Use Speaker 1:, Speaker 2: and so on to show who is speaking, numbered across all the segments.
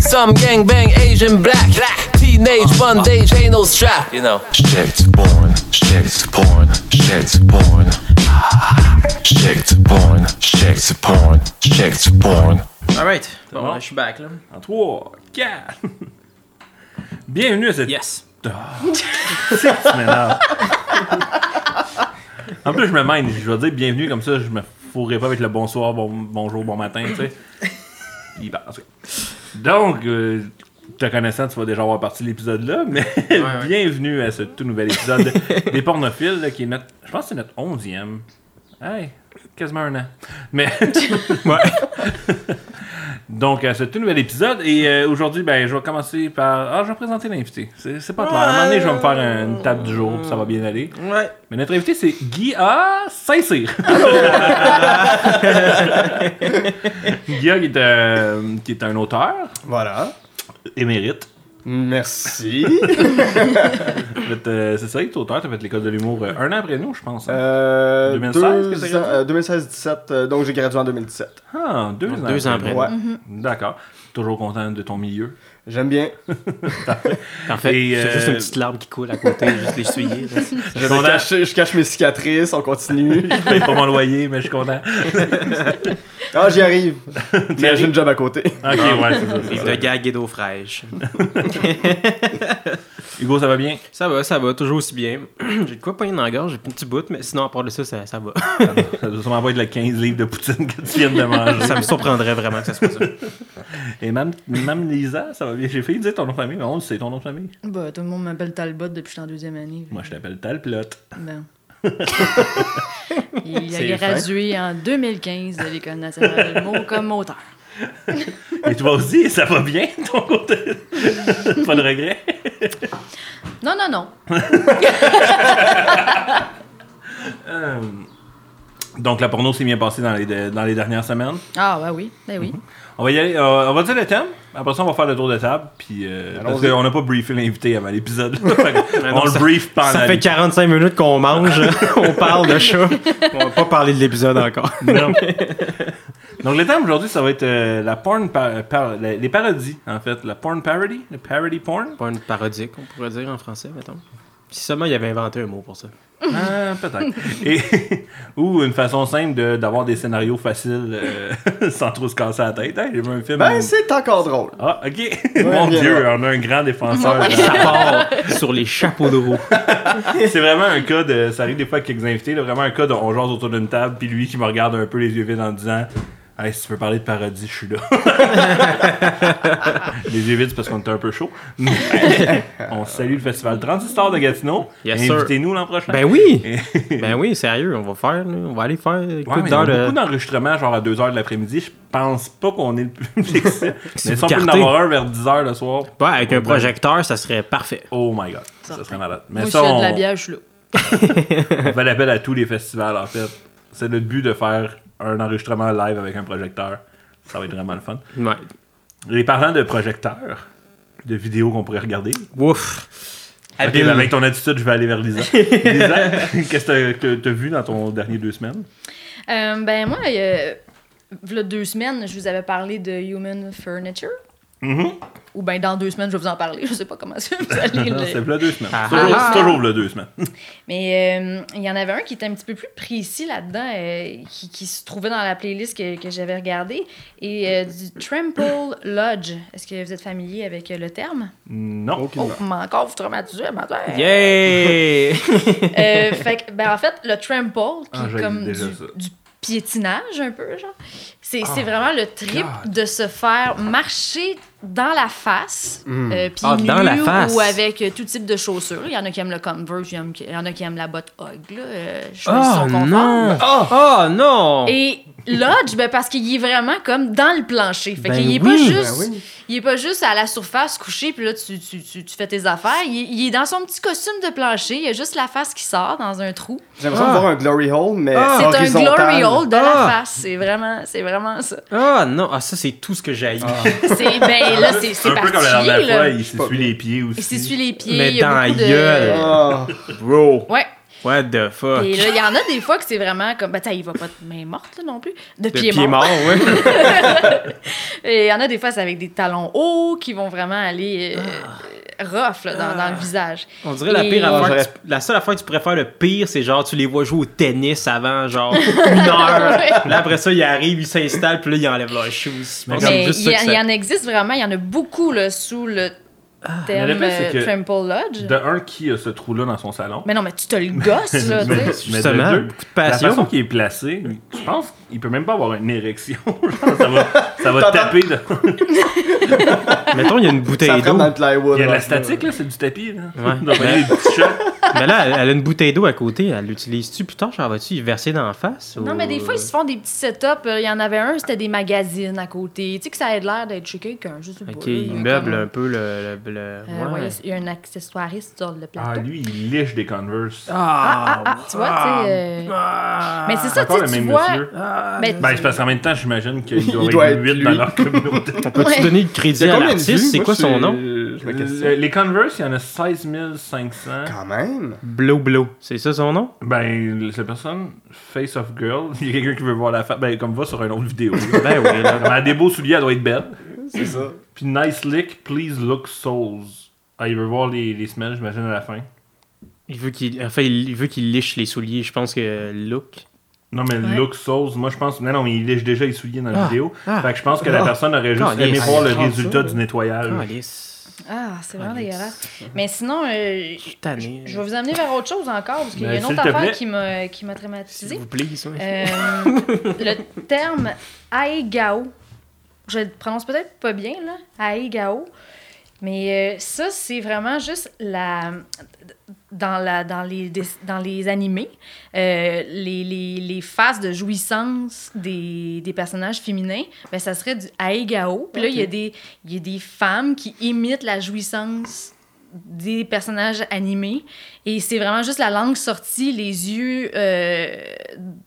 Speaker 1: Some gang bang, Asian black. Teenage bondage, ain't no strap, you know.
Speaker 2: Steckt born, steckt born, steckt born. Steckt born, steckt born, steckt born.
Speaker 3: Alright, bon,
Speaker 4: bon?
Speaker 3: je suis back là.
Speaker 4: En 3, 4. Bienvenue à cette
Speaker 3: Yes.
Speaker 4: semaine-là. en plus, je me mène. Je vais dire bienvenue comme ça, je me fourrai pas avec le bonsoir, bon, bonjour, bon matin, tu sais. Puis, bah, en tout cas. Donc, euh, te connaissant, tu vas déjà avoir parti de l'épisode-là, mais
Speaker 3: ouais.
Speaker 4: bienvenue à ce tout nouvel épisode de- des pornophiles, là, qui est notre. Je pense que c'est notre 11e. Hey, quasiment un an. Mais. Donc, à ce tout nouvel épisode. Et euh, aujourd'hui, ben, je vais commencer par. Ah, je vais présenter l'invité. C'est c'est pas clair. À un moment donné, je vais me faire un- une table du jour, puis ça va bien aller.
Speaker 3: Ouais.
Speaker 4: Mais notre invité, c'est Guy A. Saint-Cyr. Guy A, qui est, euh, qui est un auteur
Speaker 5: Voilà.
Speaker 4: émérite.
Speaker 5: Merci.
Speaker 4: T'as fait, euh, c'est ça, il est auteur. T'as fait l'école de l'humour euh, un an après nous, je pense. hein.
Speaker 5: Euh,
Speaker 4: 2016 que t'as
Speaker 5: deux
Speaker 4: gradué?
Speaker 5: ans- euh, 2016-17, euh, donc j'ai gradué en 2017.
Speaker 4: Ah, deux ans.
Speaker 3: Deux ans après.
Speaker 5: Ouais,
Speaker 6: Mm-hmm.
Speaker 4: D'accord. Toujours content de ton milieu.
Speaker 5: j'aime bien.
Speaker 3: En fait,
Speaker 4: Et,
Speaker 3: c'est
Speaker 4: euh,
Speaker 3: juste une petite larme qui coule à côté, juste l'essuyer. là.
Speaker 5: Je,
Speaker 4: Sondage.
Speaker 5: cache, je cache mes cicatrices, on continue.
Speaker 4: Je paye pas mon loyer, mais je suis content.
Speaker 5: Ah, j'y arrive. Mais j'ai
Speaker 4: arrives?
Speaker 5: une job à côté.
Speaker 4: Ah, Ok, ouais, c'est ça, c'est
Speaker 3: Vive
Speaker 4: ça.
Speaker 3: de gag et d'eau fraîche.
Speaker 4: Hugo, ça va bien?
Speaker 3: Ça va, ça va, toujours aussi bien. j'ai de quoi pogner dans la gorge, j'ai plus un petit bout, mais sinon, à part de ça, ça, ça va.
Speaker 4: Ça doit sûrement pas être le 15 livres de poutine que tu viens de manger.
Speaker 3: ça me surprendrait vraiment que ça soit ça.
Speaker 4: Et même, même Lisa, ça va bien. J'ai failli dire ton nom de famille, mais on le sait, ton nom de famille.
Speaker 6: Bah, tout le monde m'appelle Talbot depuis que je suis en deuxième année.
Speaker 4: Moi, je t'appelle Talplot.
Speaker 6: Ben. Il
Speaker 3: C'est
Speaker 6: a gradué en 2015 de l'École nationale de l'humour comme auteur.
Speaker 4: Et toi aussi, ça va bien, de ton côté? pas de regret?
Speaker 6: Non, non, non.
Speaker 4: Euh, donc, la porno s'est bien passée dans les, de- dans les dernières semaines.
Speaker 6: Ah, bah oui, ben oui.
Speaker 4: On va y aller, euh, on va dire le thème. Après ça, on va faire le tour de table. Puis, euh, parce
Speaker 5: Allons-y.
Speaker 4: qu'on n'a pas briefé l'invité avant l'épisode. Fait que
Speaker 3: Ah non,
Speaker 4: on le
Speaker 3: ça-
Speaker 4: brief pendant
Speaker 3: Ça fait
Speaker 4: l'épisode.
Speaker 3: 45 minutes qu'on mange, on parle de chat. On va pas parler de l'épisode encore.
Speaker 4: Non. Donc, le thème aujourd'hui, ça va être euh, la porn par- par- les les parodies, en fait. La porn parody, le parody porn.
Speaker 3: Pas une parodique, on pourrait dire en français, mettons. Si seulement il avait inventé un mot pour ça.
Speaker 4: Ah, peut-être. Et- ou une façon simple de- d'avoir des scénarios faciles euh, sans trop se casser la tête. Hey, j'ai vu un film.
Speaker 5: Ben, c'est encore drôle.
Speaker 4: Ah, ok. Mon
Speaker 5: bien
Speaker 4: Dieu,
Speaker 5: là.
Speaker 4: on a un grand défenseur.
Speaker 3: Ça part sur les chapeaux de roue.
Speaker 4: C'est vraiment un cas de. Ça arrive des fois avec quelques invités, là, vraiment un cas de on jase autour d'une table, puis lui qui me regarde un peu les yeux vides en disant Hey, si tu veux parler de parodie, je suis là. les yeux vides, c'est parce qu'on était un peu chaud. Mais on salue le festival Transistor de Gatineau.
Speaker 3: Yes, sir.
Speaker 4: Invitez-nous l'an prochain.
Speaker 3: Ben oui! Ben oui, sérieux, on va faire, là. on va aller faire un
Speaker 4: Ouais,
Speaker 3: coup
Speaker 4: mais il y
Speaker 3: dans
Speaker 4: a
Speaker 3: le...
Speaker 4: beaucoup d'enregistrements, genre à 2h de l'après-midi. Je pense pas qu'on ait le public. ça. mais si
Speaker 3: vous
Speaker 4: on peut en
Speaker 3: cartez.
Speaker 4: avoir un vers 10h le soir,
Speaker 3: Ouais, avec un projecteur, ça serait parfait.
Speaker 4: oh my god, ça serait malade. Mais
Speaker 6: Moi, si
Speaker 4: ça,
Speaker 6: j'ai de
Speaker 4: on,
Speaker 6: la bière, je suis là.
Speaker 4: on fait l'appel à tous les festivals en fait. C'est le but de faire un enregistrement live avec un projecteur. Ça va être vraiment le fun.
Speaker 3: Ouais.
Speaker 4: Et parlant de projecteurs, de vidéos qu'on pourrait regarder.
Speaker 3: Ouf!
Speaker 4: Ok,
Speaker 3: Habile.
Speaker 4: ben avec ton attitude, je vais aller vers Lisa. Lisa, qu'est-ce que t'as- que t'as vu dans ton dernier deux semaines?
Speaker 6: Euh, ben, moi, il y a v'là deux semaines, je vous avais parlé de Human Furniture.
Speaker 4: Mhm.
Speaker 6: Ou ben, dans deux semaines, je vais vous en parler. Je sais pas comment ça vous allez
Speaker 4: Non,
Speaker 6: le-
Speaker 4: C'est là deux semaines.
Speaker 3: Ah.
Speaker 4: C'est toujours- C'est toujours là deux semaines.
Speaker 6: Mais euh, il y en avait un qui était un petit peu plus précis là-dedans, euh, qui, qui se trouvait dans la playlist que, que j'avais regardée, et euh, du Trample Lodge. Est-ce que vous êtes familier avec euh, le terme?
Speaker 4: Non.
Speaker 6: Oh, mais encore, vous traumatisez, ma terre!
Speaker 3: Yay!
Speaker 6: Euh, fait que, ben, en fait, le trample, qui
Speaker 4: Ah, j'ai
Speaker 6: est comme du,
Speaker 4: déjà ça. Ah,
Speaker 6: du piétinage un peu, genre, c'est c'est vraiment le trip de se faire marcher dans la face,
Speaker 4: Hmm.
Speaker 6: euh, puis
Speaker 3: Ah, dans la
Speaker 6: nu
Speaker 3: face.
Speaker 6: ou avec euh, tout type de chaussures. Il y en a qui aiment le Converse, il y en a qui- il y en a qui aiment la botte Hug, là, euh, choisissons
Speaker 3: Oh
Speaker 6: conforme.
Speaker 3: non! Oh non!
Speaker 6: Et Lodge, ben parce qu'il est vraiment comme dans le plancher. Fait
Speaker 3: Ben
Speaker 6: qu'il est pas
Speaker 3: oui.
Speaker 6: juste. Il est pas juste à la surface couché, puis là, tu, tu, tu, tu fais tes affaires. Il, est- il est dans son petit costume de plancher. Il y a juste la face qui sort dans un trou.
Speaker 5: J'ai l'impression
Speaker 3: Ah.
Speaker 5: de voir un glory hole, mais
Speaker 3: Ah.
Speaker 6: C'est un
Speaker 5: horizontal.
Speaker 6: glory hole de la
Speaker 3: Ah.
Speaker 6: face. C'est vraiment, c'est vraiment ça.
Speaker 3: Ah non! Ah ça, c'est tout ce que j'ai.
Speaker 6: C'est, ben là, c'est,
Speaker 4: Ah, C'est
Speaker 6: c'est
Speaker 4: un peu comme la
Speaker 6: particulier,
Speaker 4: dernière fois,
Speaker 6: là.
Speaker 4: il s'essuie les pieds aussi.
Speaker 6: Il s'essuie les pieds.
Speaker 3: Mais
Speaker 6: il y a
Speaker 3: dans
Speaker 6: beaucoup
Speaker 3: la gueule. Ah.
Speaker 6: de...
Speaker 5: Ah.
Speaker 3: Bro!
Speaker 6: Ouais.
Speaker 3: What the fuck?
Speaker 6: Et là, il y en a des fois que c'est vraiment comme. Ben, tu sais, il va pas de main morte, là, non plus. De,
Speaker 3: De
Speaker 6: pied,
Speaker 3: pied
Speaker 6: mort.
Speaker 3: mort, ouais.
Speaker 6: Et il y en a des fois, c'est avec des talons hauts qui vont vraiment aller euh, rough là, dans, dans le visage.
Speaker 3: Ah. On dirait la
Speaker 6: Et-
Speaker 3: pire
Speaker 5: Ouais,
Speaker 3: affaire.
Speaker 5: j'aurais-
Speaker 3: que tu- La seule affaire que tu préfères le pire, c'est genre tu les vois jouer au tennis avant, genre une heure.
Speaker 6: Ouais.
Speaker 3: Là après ça, ils arrivent, ils s'installent, puis là ils enlèvent leurs shoes.
Speaker 4: Mais
Speaker 3: Comme
Speaker 6: Mais
Speaker 3: juste
Speaker 6: il
Speaker 3: ça
Speaker 6: y,
Speaker 3: que
Speaker 6: a-
Speaker 3: ça-
Speaker 6: il y en existe vraiment, il y en a beaucoup là, sous le
Speaker 3: Ah.
Speaker 4: Mais
Speaker 6: terme
Speaker 4: le fait, c'est
Speaker 6: euh,
Speaker 4: que-
Speaker 6: Trample Lodge.
Speaker 4: De un, qui a ce trou-là dans son salon?
Speaker 6: Mais non, mais tu te le gosses, là, tu
Speaker 4: Mais-
Speaker 6: sais.
Speaker 4: mais de
Speaker 3: Justement,
Speaker 4: deux,
Speaker 3: beaucoup de
Speaker 4: La façon
Speaker 3: passion.
Speaker 4: qu'il est placé, je pense qu'il peut même pas avoir une érection. Genre, ça va, ça va taper. dans-
Speaker 3: Mettons, il y a une
Speaker 5: Ça
Speaker 3: bouteille
Speaker 5: frappe
Speaker 3: d'eau.
Speaker 5: dans le plywood.
Speaker 4: Il y a de
Speaker 5: ouais.
Speaker 4: la statique, là, c'est du tapis. Là.
Speaker 3: Ouais. Ben.
Speaker 4: Donc, il y a des petits chocs.
Speaker 3: Mais là, elle, elle a une bouteille d'eau à côté. Elle l'utilise-tu plus tard? Genre, vas-tu y verser dans la face?
Speaker 6: Non,
Speaker 3: ou- euh,
Speaker 6: mais des fois, ils se font des petits setups. Euh, Il y en avait un, c'était des magazines à côté. Tu sais que ça a l'air d'être chez quelqu'un, je sais pas.
Speaker 3: Ok,
Speaker 6: là,
Speaker 3: il
Speaker 6: comme-
Speaker 3: meuble un peu le. le- le-
Speaker 6: Euh,
Speaker 3: ouais.
Speaker 6: ouais, Il y a un accessoiriste sur le plateau.
Speaker 4: Ah, lui, il liche des Converse.
Speaker 6: Ah, ah, Ah, tu vois, tu sais. euh, Mais c'est ça, tu
Speaker 4: Encore
Speaker 6: sais,
Speaker 4: le
Speaker 6: tu
Speaker 4: même
Speaker 6: vois.
Speaker 4: monsieur.
Speaker 6: mais
Speaker 4: Ben, c'est parce qu'en même temps, j'imagine qu'il doit,
Speaker 5: Il doit
Speaker 4: être
Speaker 5: être
Speaker 4: 8
Speaker 5: lui.
Speaker 4: dans leur communauté.
Speaker 3: Peux-tu
Speaker 6: Ouais.
Speaker 3: donner le
Speaker 5: Il y
Speaker 3: crédit à
Speaker 5: a combien de vues?
Speaker 3: l'artiste? C'est
Speaker 5: Moi,
Speaker 3: quoi son nom?
Speaker 5: Je me
Speaker 4: Le-
Speaker 5: questionne.
Speaker 4: les Converse, il y en a 16 500.
Speaker 5: Quand même.
Speaker 3: Blow Blow. C'est ça son nom?
Speaker 4: Ben, cette personne, Face of Girl, il y a quelqu'un qui veut voir la face. Ben, comme va sur une autre vidéo. là.
Speaker 3: Ben oui, là.
Speaker 4: Elle a des beaux souliers, elle doit être belle.
Speaker 5: C'est ça.
Speaker 4: Puis Nice Lick, Please Look Souls. Ah, il veut voir les, les semelles, j'imagine, à la fin.
Speaker 3: Il veut qu'il enfin, il veut qu'il liche les souliers. Je pense que look.
Speaker 4: Non, mais
Speaker 6: Ouais.
Speaker 4: Look Souls, moi je pense. Non, non, mais il liche déjà les souliers dans la
Speaker 3: Ah,
Speaker 4: vidéo.
Speaker 3: ah,
Speaker 4: fait que je pense que la
Speaker 3: ah.
Speaker 4: personne aurait juste
Speaker 3: Ah,
Speaker 4: aimé
Speaker 3: yes.
Speaker 4: voir le
Speaker 5: Ah, ça,
Speaker 4: résultat
Speaker 5: là.
Speaker 4: du nettoyage.
Speaker 3: Euh. Alice.
Speaker 6: Ah, c'est vraiment
Speaker 3: Ah, yes.
Speaker 6: dégueulasse. Mais sinon, euh,
Speaker 3: Je suis tanné.
Speaker 6: je vais vous amener vers autre chose encore, parce qu'il y a
Speaker 4: Ben,
Speaker 6: une
Speaker 4: s'il
Speaker 6: autre
Speaker 4: te plaît.
Speaker 6: affaire qui m'a qui m'a
Speaker 3: S'il
Speaker 6: traumatisée.
Speaker 3: vous plaît, ça.
Speaker 6: Euh, le terme Aegao, je le prononce peut-être pas bien, là, Aegao, mais euh, ça, c'est vraiment juste la. Dans, la, dans, les, dess- dans les animés, euh, les, les, les phases de jouissance des, des personnages féminins, ben, ça serait du Aegao. Puis là, il y a des- il y, a des femmes qui imitent la jouissance des personnages animés. Et c'est vraiment juste la langue sortie, les yeux euh,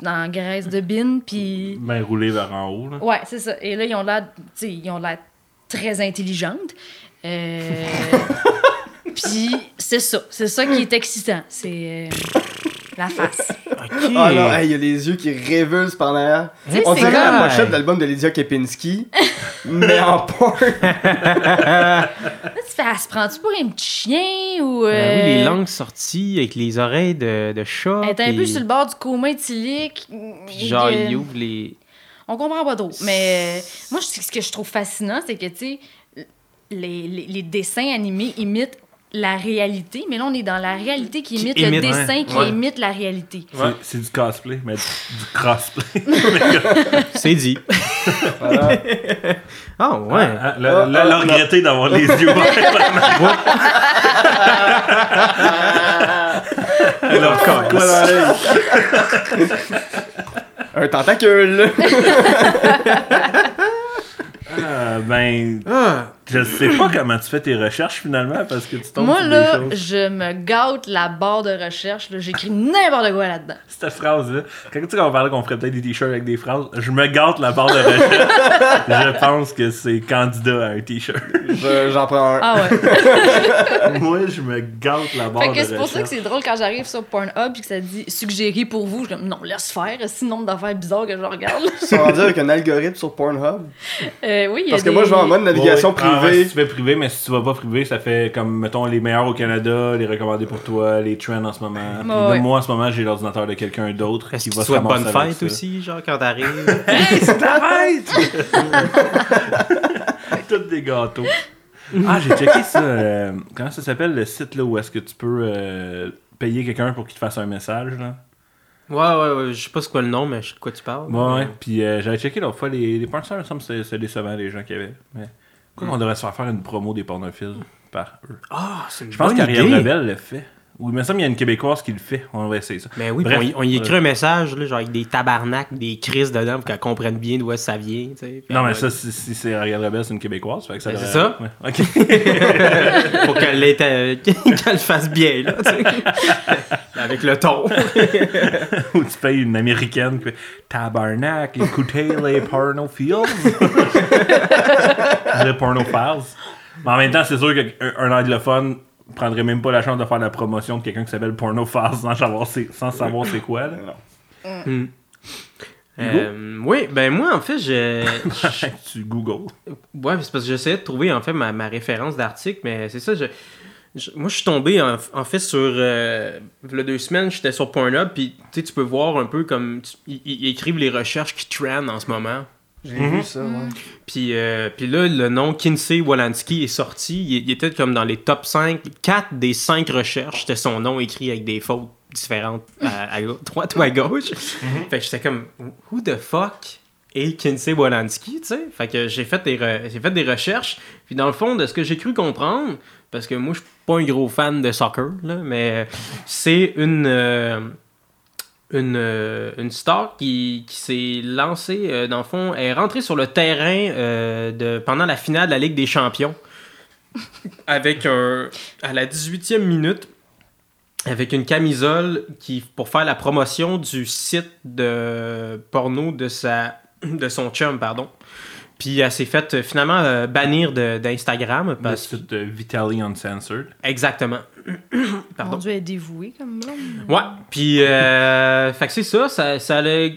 Speaker 6: dans la graisse de bine, puis...
Speaker 4: Ben, roulé vers en haut. Là.
Speaker 6: Ouais, c'est ça. Et là, ils ont l'air, tu sais, ils ont l'air très intelligentes. Euh, puis c'est ça. C'est ça qui est excitant. C'est euh, la face.
Speaker 3: Ok.
Speaker 5: Ah non, hey, il y a les yeux qui révulsent par derrière.
Speaker 6: Tu sais,
Speaker 5: On
Speaker 6: c'est
Speaker 5: dirait
Speaker 6: comme...
Speaker 5: la pochette de l'album de Lydia Kepinski, mais en porn.
Speaker 6: Là, tu fais, ah, se prends-tu pour un petit chien ou...
Speaker 3: Ben oui, les
Speaker 6: euh,
Speaker 3: langues sorties avec les oreilles de, de chat.
Speaker 6: Elle est un peu
Speaker 3: puis-
Speaker 6: sur le bord du coma éthylique.
Speaker 3: puis Genre,
Speaker 6: Et, euh,
Speaker 3: il ouvre les.
Speaker 6: On comprend pas trop. Mais euh, moi, je- ce que je trouve fascinant, c'est que, tu sais, les, les- les dessins animés imitent la réalité, mais là, on est dans la réalité qui
Speaker 3: Qui
Speaker 6: imite, le
Speaker 3: imite,
Speaker 6: dessin
Speaker 4: ouais,
Speaker 6: qui
Speaker 4: ouais.
Speaker 6: imite la réalité.
Speaker 4: C'est- C'est du cosplay, mais du, du crossplay.
Speaker 3: C'est dit.
Speaker 5: Voilà.
Speaker 3: Ah ouais.
Speaker 4: Ah, là,
Speaker 5: Ah,
Speaker 4: là,
Speaker 5: ah,
Speaker 4: là,
Speaker 5: ah.
Speaker 4: regretter d'avoir les yeux ouverts. Elle a encore
Speaker 5: Ah,
Speaker 4: quoi dans l'œil?
Speaker 5: Un tentacule.
Speaker 4: Ah, Ben, je sais pas comment tu fais tes recherches finalement parce que tu tombes
Speaker 6: Moi,
Speaker 4: sur
Speaker 6: là,
Speaker 4: des choses.
Speaker 6: je me gâte la barre de recherche. là. J'écris n'importe quoi là-dedans.
Speaker 4: Cette phrase-là, quand tu sais, on parlait qu'on ferait peut-être des t-shirts avec des phrases, je me gâte la barre de recherche. je pense que c'est candidat à un t-shirt.
Speaker 5: Je- J'en prends un.
Speaker 6: Ah ouais.
Speaker 4: Moi, je me gâte la barre
Speaker 6: fait que
Speaker 4: de
Speaker 6: c'est pour ça que
Speaker 4: recherche.
Speaker 6: c'est drôle quand j'arrive sur Pornhub et que ça dit suggéré pour vous. Je suis comme non, laisse faire. Si nombre d'affaires bizarres que je regarde.
Speaker 5: Ils sont rendus avec un algorithme sur Pornhub.
Speaker 6: Euh, oui, il y a
Speaker 5: Parce que
Speaker 6: des-
Speaker 5: moi, je vais en mode navigation
Speaker 4: Ouais, ouais. Ah ouais,
Speaker 5: privée.
Speaker 4: si tu fais privé, mais si tu vas pas privé, ça fait comme, mettons, les meilleurs au Canada, les recommandés pour toi, les trends en ce moment. Puis là,
Speaker 6: ouais.
Speaker 4: Moi, en ce moment, j'ai l'ordinateur de quelqu'un d'autre
Speaker 3: Est-ce
Speaker 4: qui
Speaker 3: que
Speaker 4: va
Speaker 3: tu
Speaker 4: se
Speaker 3: souhaites bonne
Speaker 4: ramasser avec
Speaker 3: fête
Speaker 4: ça.
Speaker 3: aussi, genre, quand t'arrives?
Speaker 4: Toutes des gâteaux. Ah, j'ai checké ça. euh, comment ça s'appelle le site là où est-ce que tu peux euh, payer quelqu'un pour qu'il te fasse un message là?
Speaker 3: ouais, ouais, ouais. Je sais pas c'est quoi le nom, mais je sais de quoi tu parles.
Speaker 4: Ouais, ouais. Puis euh, j'avais checké l'autre fois les, les pornstars, il me semble que c'est- c'est décevant les gens qu'il y avait. Mais quoi qu'on devrait se faire faire une promo des pornophiles par eux.
Speaker 3: Ah, c'est une
Speaker 4: Je pense
Speaker 3: bonne
Speaker 4: qu'Ariel
Speaker 3: idée.
Speaker 4: Rebelle le fait. Ou il me semble qu'il y a une Québécoise qui le fait. On va essayer ça.
Speaker 3: Mais Ben oui,
Speaker 4: Bref,
Speaker 3: puis on, y- on y
Speaker 4: euh,
Speaker 3: écrit un message, là, genre avec des tabarnaks, des crises dedans pour qu'elle comprenne bien d'où ça vient. tu sais. Puis
Speaker 4: Non, mais
Speaker 3: elle
Speaker 4: ça, si, si c'est Ariel Rebelle, c'est une Québécoise. fait que ça
Speaker 3: Ben, c'est
Speaker 4: devrait- Ouais, ok.
Speaker 3: va- Pour qu'elle l'ait- euh, qu'elle le fasse bien, là, tu sais. Avec le ton.
Speaker 4: Ou tu payes une américaine qui fait Tabarnak, écoutez les pornophiles. les pornophiles. Mais en même temps, c'est sûr qu'un euh, un anglophone prendrais même pas la chance de faire la promotion de quelqu'un qui s'appelle Porno Fast sans savoir c'est, sans savoir c'est quoi. là.
Speaker 5: Non.
Speaker 3: Euh, oui, ben moi, en fait, je. je-
Speaker 4: tu Google.
Speaker 3: ouais, c'est parce que j'essayais de trouver, en fait, ma, ma référence d'article, mais c'est ça, je. je- Moi, je suis tombé en, en fait sur. Euh, le deux semaines, j'étais sur Pornhub, puis tu sais, tu peux voir un peu comme. tu- Ils ils écrivent les recherches qui trendent en ce moment.
Speaker 5: J'ai vu ça, ouais.
Speaker 3: Puis, euh, puis là, le nom Kinsey Wolanski est sorti. Il, il était comme dans les top 5. 4 des 5 recherches, c'était son nom écrit avec des fautes différentes à, à droite ou à gauche. Fait que j'étais comme, who the fuck est Kinsey Wolanski, tu sais? Fait que j'ai fait, des re- j'ai fait des recherches. Puis dans le fond, de ce que j'ai cru comprendre, parce que moi, je suis pas un gros fan de soccer, là, mais c'est une... euh, une, euh, une star qui, qui s'est lancée, euh, dans le fond, elle est rentrée sur le terrain euh, de, pendant la finale de la Ligue des Champions. Avec un, à la 18e minute, avec une camisole qui, pour faire la promotion du site de porno de, sa, de son chum, pardon. Puis elle s'est faite euh, finalement euh, bannir de- d'Instagram.
Speaker 4: Le
Speaker 3: Parce...
Speaker 4: site de Vitaly Uncensored.
Speaker 3: Exactement.
Speaker 6: Mon
Speaker 3: pardon.
Speaker 6: Dieu, elle est dévouée comme blonde.
Speaker 3: Ouais, puis euh, fait que c'est ça, ça, ça le-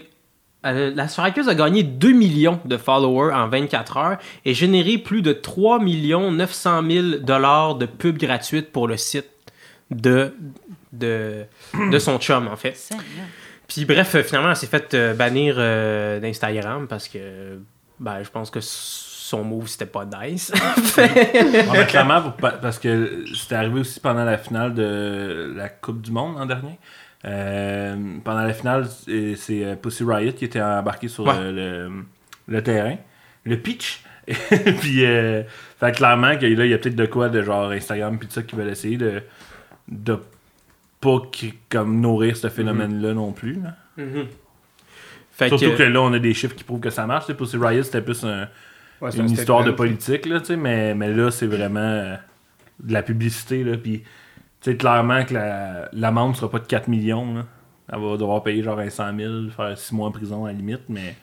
Speaker 3: elle- la Syracuse a gagné 2 millions de followers en 24 heures et généré plus de 3 900 000 dollars de pubs gratuites pour le site de, de, de son chum, en fait.
Speaker 6: Seigneur.
Speaker 3: Puis bref, euh, finalement, elle s'est faite euh, bannir euh, d'Instagram parce que, ben, je pense que son move, c'était pas nice.
Speaker 4: Ah, ben, clairement, pour- pa- parce que c'était arrivé aussi pendant la finale de la Coupe du Monde l'an dernier. Euh, pendant la finale, c'est c'est, euh, Pussy Riot qui était embarqué sur
Speaker 3: Ouais.
Speaker 4: euh, le, le terrain, le pitch. puis, euh, fait que clairement, que là, il y a peut-être de quoi de genre Instagram puis tout ça qui veulent essayer de, de pas qui- comme nourrir ce phénomène-là non plus. là.
Speaker 3: Fait
Speaker 4: Surtout
Speaker 3: que-
Speaker 4: que là, on a des chiffres qui prouvent que ça marche. tu sais, Pussy Riot, c'était plus un,
Speaker 5: Ouais, c'est
Speaker 4: une
Speaker 5: un
Speaker 4: histoire de
Speaker 5: statement.
Speaker 4: politique, là, tu sais, mais, mais là, c'est vraiment euh, de la publicité, là, puis, tu sais, clairement que la- l'amende sera pas de 4 millions, là. Elle va devoir payer genre un 100 000, faire 6 mois en prison à la limite, mais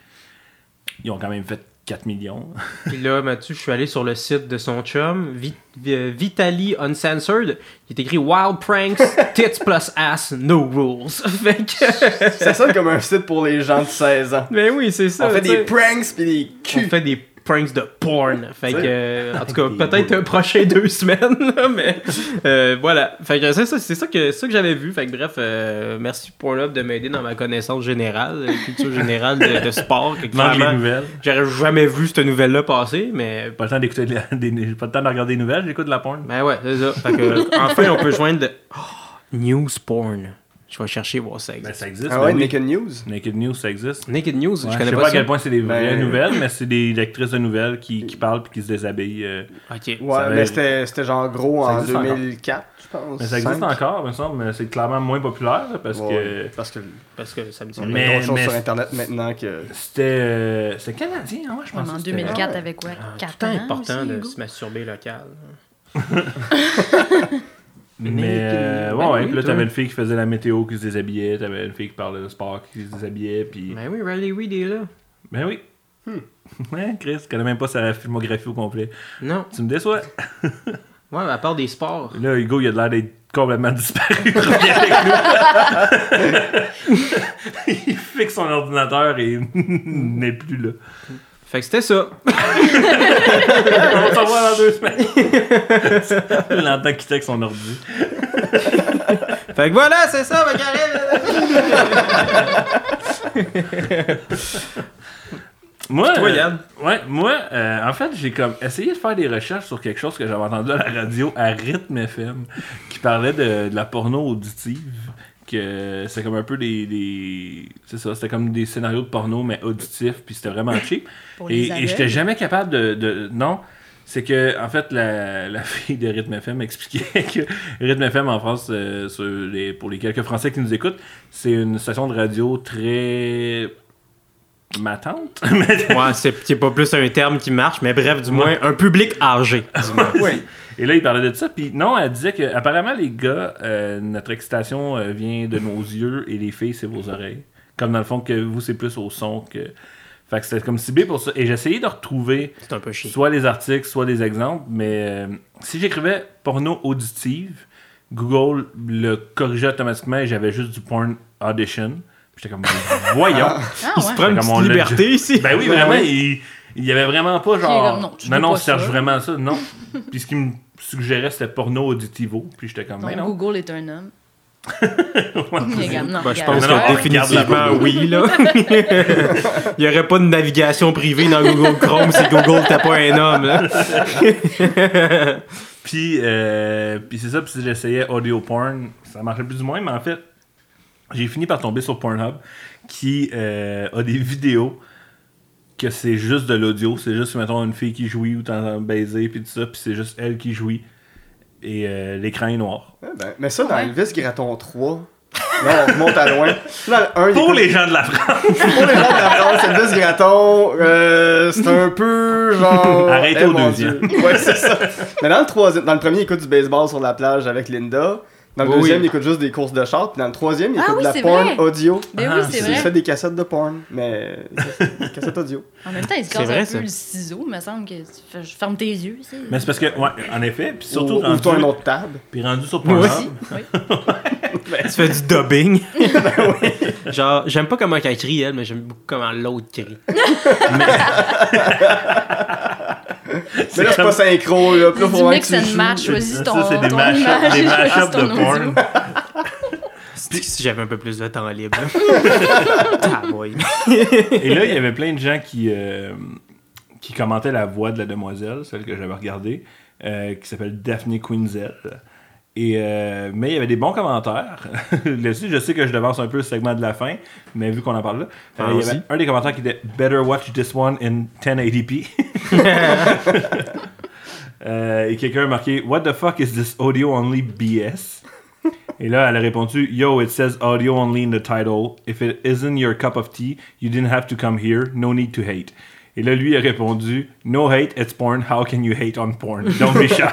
Speaker 4: ils ont quand même fait 4 millions.
Speaker 3: Puis là, Mathieu, je suis allé sur le site de son chum, Vi- euh, Vitaly Uncensored. Il est écrit Wild Pranks, Tits plus Ass, No Rules. fait que.
Speaker 5: Ça sonne comme un site pour les gens de 16 ans.
Speaker 3: Mais Ben oui, c'est ça.
Speaker 5: On fait
Speaker 3: tu sais.
Speaker 5: des pranks pis des
Speaker 3: On
Speaker 5: culs.
Speaker 3: fait des pranks de porn. Fait que,
Speaker 5: C'est-
Speaker 3: euh, en tout cas, peut-être un prochain deux semaines, là, mais euh, voilà. Fait que c'est ça, c'est ça que, ça que j'avais vu. Fait que bref, euh, merci pour l'op de m'aider dans ma connaissance générale, euh, culture générale de, de sport. que
Speaker 4: Manque les
Speaker 3: clairement,
Speaker 4: nouvelles.
Speaker 3: J'aurais jamais vu cette nouvelle-là passer, mais
Speaker 4: Pas le temps d'écouter de la- des, j'ai pas le temps de regarder des nouvelles, j'écoute de la porn.
Speaker 3: Ben ouais, c'est ça. Fait que, enfin, on peut joindre de... Oh, news porn. Je vais chercher voir ça.
Speaker 4: Ben,
Speaker 3: existe.
Speaker 4: ça existe.
Speaker 5: Ah
Speaker 4: ben
Speaker 5: ouais,
Speaker 4: oui.
Speaker 5: Naked News.
Speaker 4: Naked News, ça existe.
Speaker 3: Naked News,
Speaker 4: Ouais,
Speaker 3: je connais
Speaker 4: sais
Speaker 3: pas,
Speaker 4: pas à
Speaker 3: ça.
Speaker 4: quel point c'est des vraies
Speaker 5: Ben-
Speaker 4: nouvelles, mais c'est des lectrices de nouvelles qui, qui parlent puis qui se déshabillent. euh,
Speaker 3: Ok.
Speaker 4: Ça
Speaker 5: Ouais,
Speaker 4: va-
Speaker 5: mais c'était c'était genre gros
Speaker 4: Ça
Speaker 5: en
Speaker 4: existe encore.
Speaker 5: 2004, je pense.
Speaker 4: Mais ça existe
Speaker 5: 5.
Speaker 4: encore, il me semble, mais c'est clairement moins populaire là, parce
Speaker 5: Ouais,
Speaker 4: que
Speaker 5: Parce que
Speaker 3: Parce que ça me dit
Speaker 5: on
Speaker 4: Mais-
Speaker 5: met d'autres choses
Speaker 4: mais-
Speaker 5: sur Internet maintenant que.
Speaker 4: c'était euh, c'était canadien, hein, ouais, je pense.
Speaker 6: en
Speaker 4: que c'était-
Speaker 6: 2004, avec ouais, 4
Speaker 3: Tout
Speaker 6: ans.
Speaker 3: le temps important
Speaker 6: aussi,
Speaker 3: de
Speaker 6: Hugo.
Speaker 3: se masturber local.
Speaker 4: Mais euh,
Speaker 3: Ben
Speaker 4: ouais, ouais,
Speaker 3: oui,
Speaker 4: puis là
Speaker 3: toi.
Speaker 4: t'avais une fille qui faisait la météo qui se déshabillait, t'avais une fille qui parlait de sport qui se déshabillait, puis
Speaker 3: Ben oui, Riley Reid est là.
Speaker 4: ben oui.
Speaker 3: Hmm.
Speaker 4: Ouais, Chris, je connais même pas sa filmographie au complet.
Speaker 3: Non.
Speaker 4: Tu me déçois.
Speaker 3: Ouais, mais à part des sports.
Speaker 4: Là, Hugo, il a l'air d'être complètement disparu. Reviens avec nous. il fixe son ordinateur et n'est plus là.
Speaker 3: Fait que c'était ça.
Speaker 4: On va s'en voir dans deux semaines. L'entend quitter avec son ordi.
Speaker 3: Fait que voilà, c'est ça, ma carrière.
Speaker 4: Moi,
Speaker 3: Toi,
Speaker 4: euh,
Speaker 3: Yann.
Speaker 4: ouais, moi, euh, en fait, j'ai comme essayé de faire des recherches sur quelque chose que j'avais entendu à la radio à Rythme FM qui parlait de, de la porno auditive. Que c'est comme un peu des. des- c'est ça, c'était comme des scénarios de porno, mais auditifs, puis c'était vraiment cheap.
Speaker 6: Pour les
Speaker 4: et et
Speaker 6: aveugles.
Speaker 4: j'étais jamais capable de. de- non. C'est que, en fait, la, la fille de Rythme FM expliquait que Rythme FM en France, euh, sur les- pour les quelques Français qui nous écoutent, c'est une station de radio très. matante. mais
Speaker 3: Euh, Ouais, c'est c'est pas plus un terme qui marche, mais bref, du moins, un public âgé. du moins.
Speaker 5: Oui.
Speaker 4: Et là, il parlait de ça. Puis non, elle disait que apparemment les gars, euh, notre excitation euh, vient de nos yeux et les filles, c'est vos oreilles. Comme dans le fond, que vous, c'est plus au son que. Fait que c'était comme ciblé pour ça. Et j'essayais de retrouver
Speaker 3: C'est un peu chiant.
Speaker 4: soit les articles, soit des exemples, mais euh, si j'écrivais porno auditive, Google le corrigeait automatiquement et j'avais juste du porn audition. Puis J'étais comme, voyons.
Speaker 6: Ah,
Speaker 3: Il se
Speaker 6: ouais.
Speaker 3: prend une
Speaker 4: Comme on
Speaker 3: petite
Speaker 4: l'a
Speaker 3: liberté ici.
Speaker 4: ben oui,
Speaker 5: Ben
Speaker 4: vraiment,
Speaker 5: oui.
Speaker 4: il- il y avait vraiment pas genre.
Speaker 6: comme, non, tu veux
Speaker 4: non,
Speaker 6: pas
Speaker 4: je cherche
Speaker 6: ça.
Speaker 4: vraiment ça, non. Puis ce qu'il me suggérait, c'était porno auditivo. Puis j'étais comme,
Speaker 6: Donc,
Speaker 4: ben non.
Speaker 6: Google est un homme. Regarde, non,
Speaker 3: Ben, je
Speaker 6: regarde. Ah,
Speaker 3: pense
Speaker 4: Non,
Speaker 3: que
Speaker 4: non,
Speaker 3: définitivement
Speaker 4: regarde la-
Speaker 3: oui. Là. Il n'y aurait pas de navigation privée dans Google Chrome si Google t'as pas un homme. là.
Speaker 4: Puis, euh, puis c'est ça, puis si j'essayais audio porn, ça marchait plus ou moins, mais en fait, j'ai fini par tomber sur Pornhub qui euh, a des vidéos que c'est juste de l'audio, c'est juste, mettons, une fille qui jouit ou t'entends baiser, puis tout ça, puis c'est juste elle qui jouit. Et euh, l'écran est noir.
Speaker 5: Ah ben, mais ça, dans
Speaker 6: Ouais.
Speaker 5: Elvis Graton 3, là, on remonte à loin. Là, le 1, il
Speaker 4: Pour
Speaker 5: est
Speaker 4: les gens de la France!
Speaker 5: comme- pour les gens de la France, Elvis Graton, euh, c'est un peu genre.
Speaker 4: Arrêtez
Speaker 5: Eh,
Speaker 4: au
Speaker 5: mon
Speaker 4: deuxième.
Speaker 5: Dieu. Ouais, c'est ça. Mais dans le, troisième, dans le premier, il écoute du baseball sur la plage avec Linda. Dans le
Speaker 3: Oui,
Speaker 5: deuxième,
Speaker 3: oui.
Speaker 5: il écoute juste des courses de char. Puis dans le troisième, il
Speaker 6: Ah
Speaker 5: écoute
Speaker 6: oui,
Speaker 5: de la
Speaker 6: c'est
Speaker 5: porn
Speaker 6: vrai.
Speaker 5: audio.
Speaker 6: Ben oui,
Speaker 4: Ah,
Speaker 6: c'est
Speaker 5: Il
Speaker 6: vrai.
Speaker 5: fait des cassettes de porn, mais des cassettes audio.
Speaker 6: En même temps, il se
Speaker 3: C'est
Speaker 6: casse
Speaker 3: vrai,
Speaker 6: un
Speaker 3: ça.
Speaker 6: peu le ciseau, il me semble que tu fais- je ferme tes yeux. tu sais.
Speaker 4: Mais c'est parce que, ouais, en effet, puis surtout
Speaker 5: Ou- ouvre-toi
Speaker 4: rendu,
Speaker 5: une autre table.
Speaker 4: puis rendu sur
Speaker 3: Moi
Speaker 4: Pornhub,
Speaker 3: aussi.
Speaker 6: Oui.
Speaker 3: Tu fais du dubbing. Genre, j'aime pas comment elle crie, elle, mais j'aime beaucoup comment l'autre crie.
Speaker 5: Mais là, c'est
Speaker 4: comme-
Speaker 5: pas synchro, là. Puis là,
Speaker 6: Du
Speaker 5: faut
Speaker 6: mix and match, choisis
Speaker 4: Ça,
Speaker 6: ton,
Speaker 4: c'est des
Speaker 6: ton
Speaker 4: mashups-
Speaker 6: image,
Speaker 4: des
Speaker 6: choisis
Speaker 4: mashups
Speaker 6: ton
Speaker 4: de porn.
Speaker 6: audio.
Speaker 3: C'est-tu que Si j'avais un peu plus de temps libre. ah, boy.
Speaker 4: Et là, il y avait plein de gens qui, euh, qui commentaient la voix de la demoiselle, celle que j'avais regardée, euh, qui s'appelle Daphne Quinzel. Et, euh, mais il y avait des bons commentaires. Là-dessus, je sais que je devance un peu le segment de la fin, mais vu qu'on en parle là,
Speaker 3: Ah,
Speaker 4: euh, il y
Speaker 3: aussi.
Speaker 4: avait un des commentaires qui était Better watch this one in 1080p. Euh, et quelqu'un a marqué What the fuck is this audio only BS? Et là, elle a répondu Yo, it says audio only in the title. If it isn't your cup of tea, you didn't have to come here. No need to hate. Et là, lui a répondu No hate, it's porn. How can you hate on porn? Don't be shy.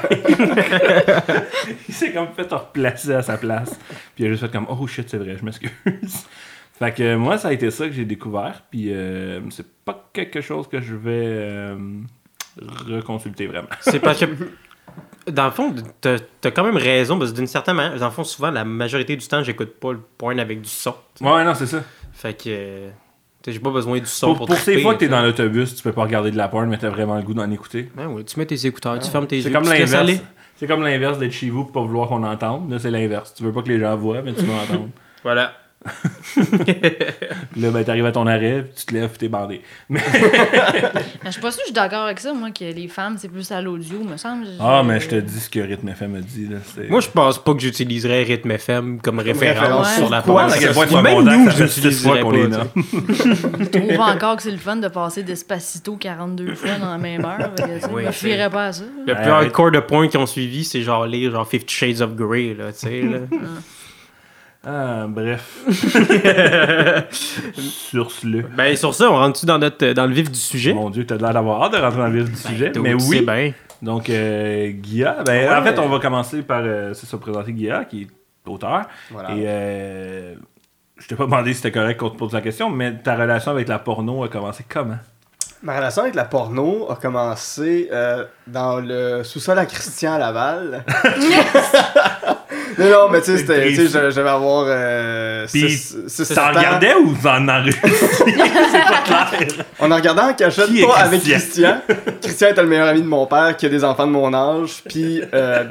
Speaker 4: il s'est comme fait replacer à sa place. Puis il a juste fait comme Oh shit, c'est vrai, je m'excuse. Fait que moi, ça a été ça que j'ai découvert. Puis euh, c'est pas quelque chose que je vais euh, reconsulter vraiment.
Speaker 3: C'est parce que. Dans le fond, t'as t'as quand même raison, parce que d'une certaine manière, dans le fond, souvent, la majorité du temps, j'écoute pas le porn avec du son.
Speaker 4: Ouais, non, c'est ça.
Speaker 3: Fait que. euh, t'sais, J'ai pas besoin du son
Speaker 4: Pour,
Speaker 3: pour
Speaker 4: pour ces
Speaker 3: triper,
Speaker 4: fois que t'es
Speaker 3: t'sais.
Speaker 4: dans l'autobus, tu peux pas regarder de la porn, mais t'as vraiment le goût d'en écouter.
Speaker 3: Ouais, ouais, Ben tu mets tes écouteurs, tu fermes tes yeux.
Speaker 4: C'est comme
Speaker 3: tu te laisses
Speaker 4: l'inverse.
Speaker 3: aller.
Speaker 4: C'est comme l'inverse d'être chez vous pour pas vouloir qu'on entende. Là, c'est l'inverse. Tu veux pas que les gens voient, mais tu veux entendre.
Speaker 3: Voilà.
Speaker 4: Puis là, ben, t'arrives à ton arrêt, puis tu te lèves, puis t'es bandé. Mais...
Speaker 6: Mais Ben, Je suis pas sûre que je suis d'accord avec ça, moi, que les femmes, c'est plus à l'audio, me semble. Je-
Speaker 4: Ah, mais je te dis ce que Rhythm FM me dit. Là, c'est-
Speaker 3: Moi, je pense pas que j'utiliserais Rhythm FM comme référence,
Speaker 5: référence.
Speaker 3: sur la
Speaker 5: Pourquoi?
Speaker 3: porn.
Speaker 5: À quel
Speaker 4: point tu vas
Speaker 3: Même
Speaker 4: bon
Speaker 3: nous,
Speaker 4: dans, ça
Speaker 3: je
Speaker 4: fait six
Speaker 3: l'utiliserais
Speaker 4: fois qu'on
Speaker 3: pas,
Speaker 4: les
Speaker 3: t'sais.
Speaker 4: nomme.
Speaker 6: Je trouve encore que c'est le fun de passer Despacito 42 fois dans la même heure. fait que, tu sais,
Speaker 3: Oui,
Speaker 6: je me
Speaker 3: c'est-
Speaker 6: fierais pas à ça.
Speaker 3: Le
Speaker 4: Ouais,
Speaker 3: plus
Speaker 4: arrête.
Speaker 3: hardcore de points qui ont suivi, c'est genre les genre Fifty Shades of Grey, là, tu sais. là.
Speaker 4: Ah, bref. Sur le.
Speaker 3: ben, sur ça, on rentre-tu dans, notre, euh, dans le vif du sujet?
Speaker 4: Mon Dieu, t'as l'air d'avoir hâte de rentrer dans le
Speaker 3: Ben,
Speaker 4: vif du sujet.
Speaker 3: Dude,
Speaker 4: mais
Speaker 3: tu
Speaker 4: oui.
Speaker 3: sais bien.
Speaker 4: Donc, euh, Guilla, ben,
Speaker 5: Ah Ouais.
Speaker 4: en fait, on va commencer par euh, c'est ça, présenter Guilla, qui est auteur.
Speaker 5: Voilà.
Speaker 4: Et euh, je t'ai pas demandé si c'était correct qu'on te pose la question, mais ta relation avec la porno a commencé comment
Speaker 5: Ma relation avec la porno a commencé euh, dans le sous-sol à Christian Laval. non, non, mais tu sais, c'était- tu sais, je- j'avais avoir. Euh,
Speaker 4: Puis,
Speaker 5: six- six, sept
Speaker 4: T'en
Speaker 5: ans.
Speaker 4: regardais ou en enregistrais
Speaker 5: On en regardant en cachette,
Speaker 4: Qui est
Speaker 5: pas avec
Speaker 4: Christian?
Speaker 5: Christian. Christian était le meilleur ami de mon père qui a des enfants de mon âge. Puis, euh,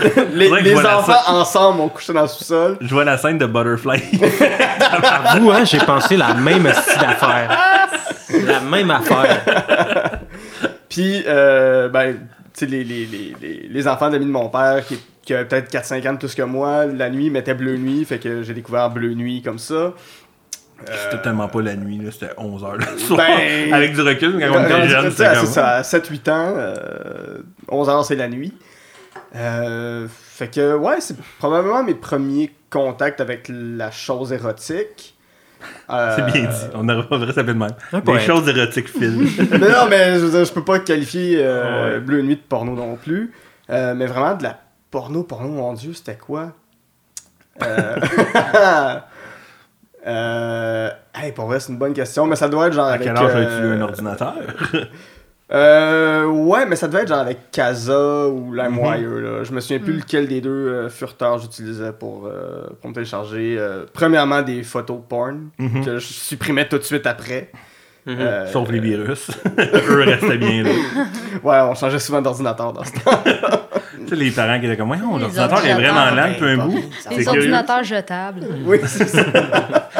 Speaker 5: les,
Speaker 4: Faudrait que
Speaker 5: les
Speaker 4: voilà
Speaker 5: enfants ensemble ont couché dans le sous-sol.
Speaker 4: Je vois la scène de Butterfly.
Speaker 5: Euh,
Speaker 3: Vous, hein, j'ai pensé la même style d'affaire. La même affaire.
Speaker 5: Puis, euh, ben, tu sais, les, les, les, les, les enfants d'amis de mon père qui, qui avaient peut-être 4-5 ans de plus que moi, la nuit, ils mettaient bleu nuit. Fait que j'ai découvert bleu nuit comme ça. Euh,
Speaker 4: C'était tellement pas la nuit, là, c'était 11h le soir.
Speaker 5: Ben-
Speaker 4: avec du recul, quand on
Speaker 5: Quand- quand
Speaker 4: était
Speaker 5: tu-
Speaker 4: jeune,
Speaker 5: tu sais,
Speaker 4: c'était comme...
Speaker 5: C'est ça, à 7-8 ans, euh, 11 heures, c'est la nuit. Euh, fait que, ouais, c'est probablement mes premiers contacts avec la chose érotique. Euh,
Speaker 4: C'est bien dit, on aurait pas vrai, ça fait de même.
Speaker 3: Un
Speaker 4: Des
Speaker 3: poète.
Speaker 4: choses érotiques films.
Speaker 5: mais non, mais je, veux dire, je peux pas qualifier euh,
Speaker 4: Ouais.
Speaker 5: Bleu Nuit de porno non plus. Euh, mais vraiment, de la porno, porno, mon Dieu, c'était quoi? Euh, Euh, hey, pour vrai, c'est une bonne question, mais ça doit être genre
Speaker 4: À
Speaker 5: avec.
Speaker 4: quel âge as-tu eu
Speaker 5: euh,
Speaker 4: un ordinateur
Speaker 5: euh, ouais, mais ça devait être genre avec Casa ou LimeWire.
Speaker 4: Mhm.
Speaker 5: là. Je me souviens plus lequel des deux euh, furteurs j'utilisais pour, euh, pour me télécharger. euh, premièrement, des photos porn que je supprimais tout de suite après.
Speaker 3: Mhm.
Speaker 5: Euh,
Speaker 4: Mhm. Sauf les virus. Eux restaient bien là.
Speaker 5: Ouais, on changeait souvent d'ordinateur dans ce temps.
Speaker 4: Tu sais, les parents qui étaient comme, voyons,
Speaker 6: Les
Speaker 4: l'ordinateur est
Speaker 3: Ah,
Speaker 4: vraiment lent
Speaker 6: ordinateurs,
Speaker 3: ben,
Speaker 4: depuis Ah,
Speaker 5: Ben,
Speaker 4: un bout. C'est
Speaker 6: Les
Speaker 4: curieux.
Speaker 6: ordinateurs jetables.
Speaker 5: Oui, c'est ça.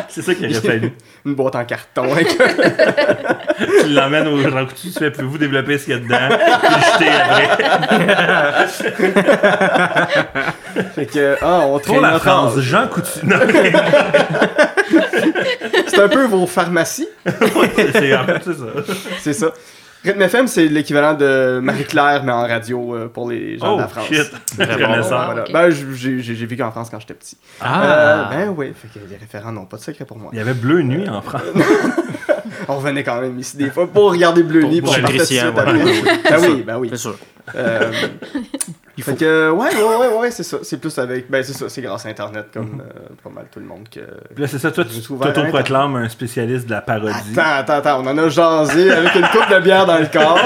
Speaker 4: C'est ça qu'il aurait fallu.
Speaker 5: Une boîte en carton. hein, avec-
Speaker 4: Tu l'emmènes au Jean Coutu, tu fais, pouvez-vous développer ce qu'il y a dedans, puis le jeter après.
Speaker 5: fait que, ah, on
Speaker 4: Pour
Speaker 5: traîne
Speaker 4: la
Speaker 5: notre
Speaker 4: France,
Speaker 5: âge.
Speaker 4: Jean Coutu. Non, mais
Speaker 5: C'est un peu vos pharmacies,
Speaker 4: c'est en fait, c'est ça.
Speaker 5: c'est ça. Rhythm FM, c'est l'équivalent de Marie-Claire, mais en radio euh, pour les gens
Speaker 4: Oh
Speaker 5: de la France.
Speaker 4: shit,
Speaker 3: Très bon.
Speaker 4: connaissant.
Speaker 5: Voilà.
Speaker 6: ok.
Speaker 5: Ben, j- j'ai j'ai- j'ai vécu en France quand j'étais petit.
Speaker 3: Ah!
Speaker 5: Euh, ben oui, fait que les référents n'ont pas de secret pour moi.
Speaker 4: Il y avait Bleu Nuit en France.
Speaker 5: On revenait quand même ici des fois pour regarder Bleu
Speaker 3: Pour-
Speaker 5: Nuit,
Speaker 3: pour
Speaker 5: puis on partait tout de
Speaker 3: apprécier,
Speaker 5: suite
Speaker 3: ouais.
Speaker 5: après. Ben oui, ben oui.
Speaker 3: C'est sûr.
Speaker 5: Euh,
Speaker 3: Il faut.
Speaker 5: fait que, ouais, ouais, ouais, ouais, c'est ça. C'est plus avec, ben c'est ça, c'est grâce à Internet comme
Speaker 3: Mm-hmm.
Speaker 5: euh, pas mal tout le monde que...
Speaker 4: Puis là, c'est ça, toi,
Speaker 5: Je me
Speaker 4: tu
Speaker 5: souviens,
Speaker 4: t'auto-proclames un spécialiste de la parodie.
Speaker 5: Attends, attends, attends, on en a jasé avec une coupe de bière dans le corps,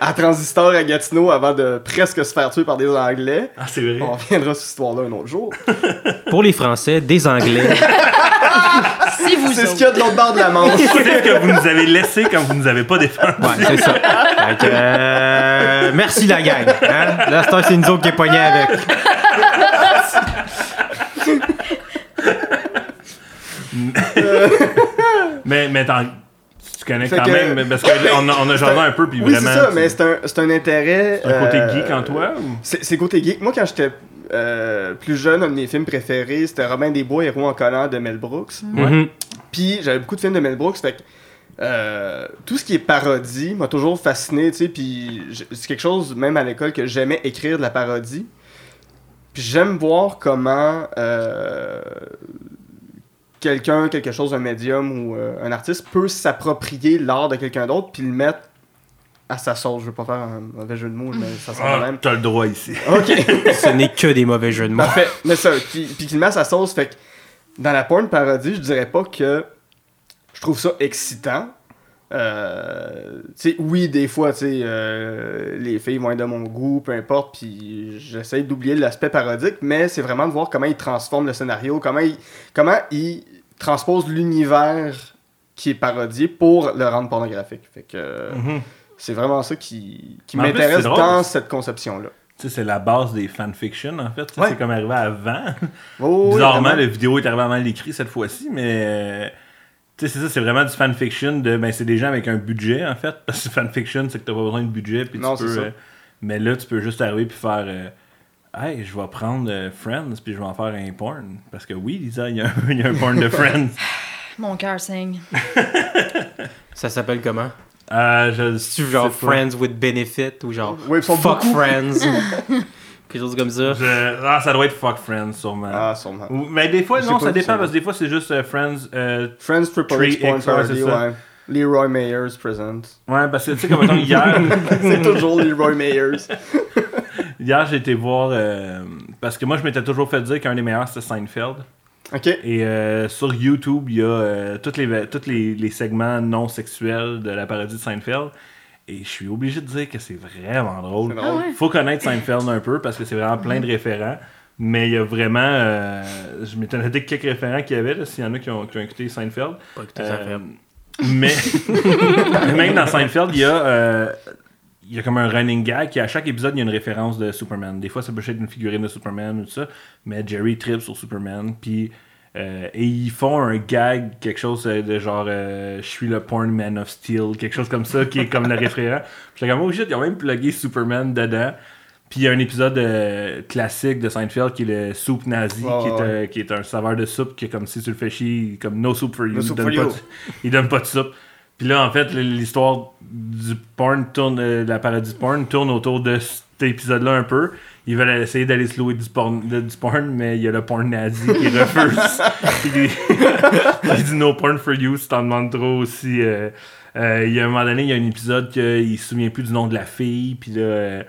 Speaker 5: à Transistor, à Gatineau, avant de presque se faire tuer par des Anglais.
Speaker 4: Ah, c'est vrai.
Speaker 5: On reviendra sur cette histoire-là un autre jour.
Speaker 3: Pour les Français, des Anglais.
Speaker 6: Si vous
Speaker 5: C'est ce
Speaker 6: autres.
Speaker 5: qu'il y a de l'autre bord de la Manche.
Speaker 4: Peut-être que vous nous avez laissé quand vous nous avez pas défendu.
Speaker 3: Ouais, c'est ça. Fait que, euh, merci la gang. Hein? Là, c'est un- c'est nous autres qui est pogné avec.
Speaker 4: Mais, mais t'en- tu connais
Speaker 5: Fait
Speaker 4: quand
Speaker 5: que-
Speaker 4: même, parce qu'on a, on a jasé un peu, puis
Speaker 5: Oui, c'est
Speaker 4: vraiment.
Speaker 5: ça,
Speaker 4: tu-
Speaker 5: mais c'est un, c'est un intérêt...
Speaker 4: un côté
Speaker 5: euh,
Speaker 4: geek en toi ou...
Speaker 5: C'est c'est côté geek. Moi, quand j'étais euh, plus jeune, un de mes films préférés, c'était Robin des Bois, Héros en collant de Mel Brooks.
Speaker 3: Mhm.
Speaker 5: Puis j'avais beaucoup de films de Mel Brooks, fait que, euh, tout ce qui est parodie m'a toujours fasciné, tu sais. Puis j- c'est quelque chose, même à l'école, que j'aimais écrire de la parodie. Puis j'aime voir comment euh, quelqu'un, quelque chose, un médium ou euh, un artiste peut s'approprier l'art de quelqu'un d'autre puis le mettre à sa sauce. Je veux pas faire un mauvais jeu de mots, mais ça sent
Speaker 4: Ah,
Speaker 5: même.
Speaker 4: t'as le droit ici.
Speaker 5: Ok.
Speaker 3: Ce n'est que des mauvais jeux de mots.
Speaker 5: Parfait. Mais ça, puis, puis qu'il met à sa sauce, fait que dans la porn parodie, je dirais pas que je trouve ça excitant. Euh, tu sais, oui, des fois, tu sais, euh, les filles vont être de mon goût, peu importe, puis j'essaie d'oublier l'aspect parodique, mais c'est vraiment de voir comment ils transforment le scénario, comment ils comment ils transposent l'univers qui est parodié pour le rendre pornographique. Fait que euh,
Speaker 4: Mhm.
Speaker 5: c'est vraiment ça qui, qui
Speaker 4: Mais en plus,
Speaker 5: m'intéresse
Speaker 4: c'est drôle.
Speaker 5: dans cette conception-là.
Speaker 4: Tu sais, c'est la base des fanfictions, en fait. Tu sais,
Speaker 5: Ouais.
Speaker 4: C'est comme arrivé avant.
Speaker 5: Oh, oui,
Speaker 4: Bizarrement,
Speaker 5: vraiment.
Speaker 4: la vidéo est arrivée avant l'écrit cette fois-ci, mais. euh, Tu sais, c'est ça, c'est vraiment du fanfiction de. Ben, c'est des gens avec un budget, en fait. Parce que fanfiction, c'est que t'as pas besoin de budget, puis
Speaker 5: Non,
Speaker 4: tu
Speaker 5: c'est
Speaker 4: peux.
Speaker 5: ça.
Speaker 4: euh, mais là, tu peux juste arriver puis faire. euh, Hey, je vais prendre euh, Friends, puis je vais en faire un porn. Parce que oui, Lisa, il y, a un- il y a un porn de Friends.
Speaker 6: Mon cœur saigne.
Speaker 3: Ça s'appelle comment?
Speaker 4: Euh, je
Speaker 3: Tu genre
Speaker 4: sais pas.
Speaker 3: Friends with Benefit ou genre
Speaker 5: Oui, ils sont
Speaker 3: Fuck
Speaker 5: beaucoup.
Speaker 3: Friends ou quelque chose comme ça.
Speaker 4: Je- Ah, ça doit être Fuck Friends, sûrement.
Speaker 5: Ah, sûrement.
Speaker 4: Ou- Mais des fois,
Speaker 5: Je sais
Speaker 4: non,
Speaker 5: pas
Speaker 4: ça
Speaker 5: si ça
Speaker 4: dépend,
Speaker 5: va.
Speaker 4: parce que des fois, c'est juste euh, Friends. euh,
Speaker 5: Friends Triple
Speaker 4: Tree
Speaker 5: X Porn
Speaker 4: X, ouais,
Speaker 5: Parody,
Speaker 4: c'est ça.
Speaker 5: ouais. Leroy Meyers present.
Speaker 4: Ouais, parce que tu sais, comme mettons, hier,
Speaker 5: c'est toujours Leroy Meyers.
Speaker 4: hier j'ai été voir. euh, parce que moi, je m'étais toujours fait dire qu'un des meilleurs, c'était Seinfeld.
Speaker 5: Ok.
Speaker 4: Et euh, sur YouTube, il y a euh, tous les, toutes les, les segments non sexuels de la parodie de Seinfeld. Et je suis obligé de dire que c'est vraiment drôle.
Speaker 5: C'est drôle. Ah
Speaker 6: ouais?
Speaker 4: Faut connaître Seinfeld un peu parce que c'est vraiment plein de référents. Mais il y a vraiment. euh, je m'étais noté quelques référents qu'il y avait, là, s'il y en a qui ont, qui ont écouté Seinfeld.
Speaker 3: Pas écouté
Speaker 4: Euh,
Speaker 3: Seinfeld.
Speaker 4: mais même dans Seinfeld, il y a. euh, il y a comme un running gag qui, à chaque épisode, il y a une référence de Superman. Des fois, ça peut être une figurine de Superman ou tout ça, mais Jerry tripe sur Superman. Puis, euh, et ils font un gag, quelque chose euh, de genre euh, Je suis le porn man of steel, quelque chose comme ça, qui est comme le référent. Puis, j'étais comme, oh shit, ils ont même plugué Superman dedans. Puis, il y a un épisode euh, classique de Seinfeld qui est le soupe nazi,
Speaker 5: Ouais,
Speaker 4: qui, est,
Speaker 5: ouais,
Speaker 4: euh, qui est un saveur de soupe qui est comme si tu le fais chier, comme no soup for you.
Speaker 5: No
Speaker 4: il
Speaker 5: soup
Speaker 4: donne
Speaker 5: for
Speaker 4: pas
Speaker 5: you.
Speaker 4: de- il donne pas de soupe. Puis là, en fait, l'histoire du porn tourne, euh, la parodie porn tourne autour de cet épisode-là un peu. Ils veulent essayer d'aller se louer du porn, de- du porn, mais il y a le porn nazi qui refuse. il, il dit no porn for you si t'en demandes trop aussi. euh, euh, il y a un moment donné, il y a un épisode qu'il se souvient plus du nom de la fille, puis là. euh,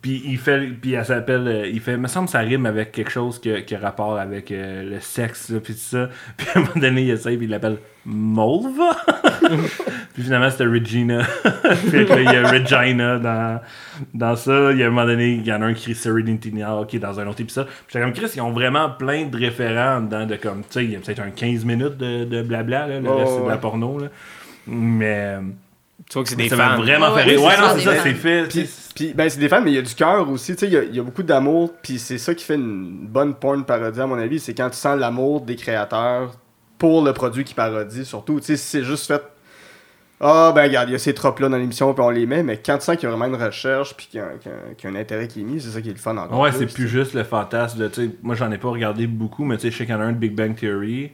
Speaker 4: Puis il fait, puis elle s'appelle, euh, il fait, me semble que ça rime avec quelque chose qui a, qui a rapport avec euh, le sexe, là, puis tout ça. Puis à un moment donné, il essaye, puis il l'appelle Molva. puis finalement, c'était Regina. puis là, il y a Regina dans, dans ça. Il y a un moment donné, il y en a un qui crie Serenity Now, qui est dans un autre épisode. Puis j'étais comme Chris, ils ont vraiment plein de référents dedans, de comme, tu sais, il y a peut-être un 15 minutes de, de blabla, là, le
Speaker 5: Ouais,
Speaker 4: reste, c'est de
Speaker 5: ouais,
Speaker 4: la
Speaker 5: ouais.
Speaker 4: porno, là. Mais.
Speaker 3: Tu vois que c'est des
Speaker 4: ça m'a
Speaker 3: fans.
Speaker 4: vraiment
Speaker 6: Ouais,
Speaker 4: fait rire.
Speaker 6: ouais,
Speaker 4: Ouais,
Speaker 6: c'est
Speaker 4: non,
Speaker 6: ça,
Speaker 4: c'est
Speaker 6: des
Speaker 4: ça,
Speaker 6: fans.
Speaker 4: c'est fait.
Speaker 5: Puis,
Speaker 4: c'est-
Speaker 5: puis, ben, c'est des fans, mais il y a du cœur aussi. Tu sais, il y a- il y, a beaucoup d'amour. Puis c'est ça qui fait une bonne porn parodie, à mon avis. C'est quand tu sens l'amour des créateurs pour le produit qu'ils parodient, surtout. Tu sais, si c'est juste fait. Ah, ben, regarde, il y a ces tropes-là dans l'émission, puis on les met. Mais quand tu sens qu'il y a vraiment une recherche, puis qu'il y, a un- qu'il y a un- qu'il y a un intérêt qui est mis, c'est ça qui est le fun encore.
Speaker 4: Ouais,
Speaker 5: plus,
Speaker 4: c'est
Speaker 5: tu
Speaker 4: plus
Speaker 5: sais.
Speaker 4: juste le fantasme de, tu sais, moi j'en ai pas regardé beaucoup, mais tu sais, je sais qu'il y en a un de Big Bang Theory.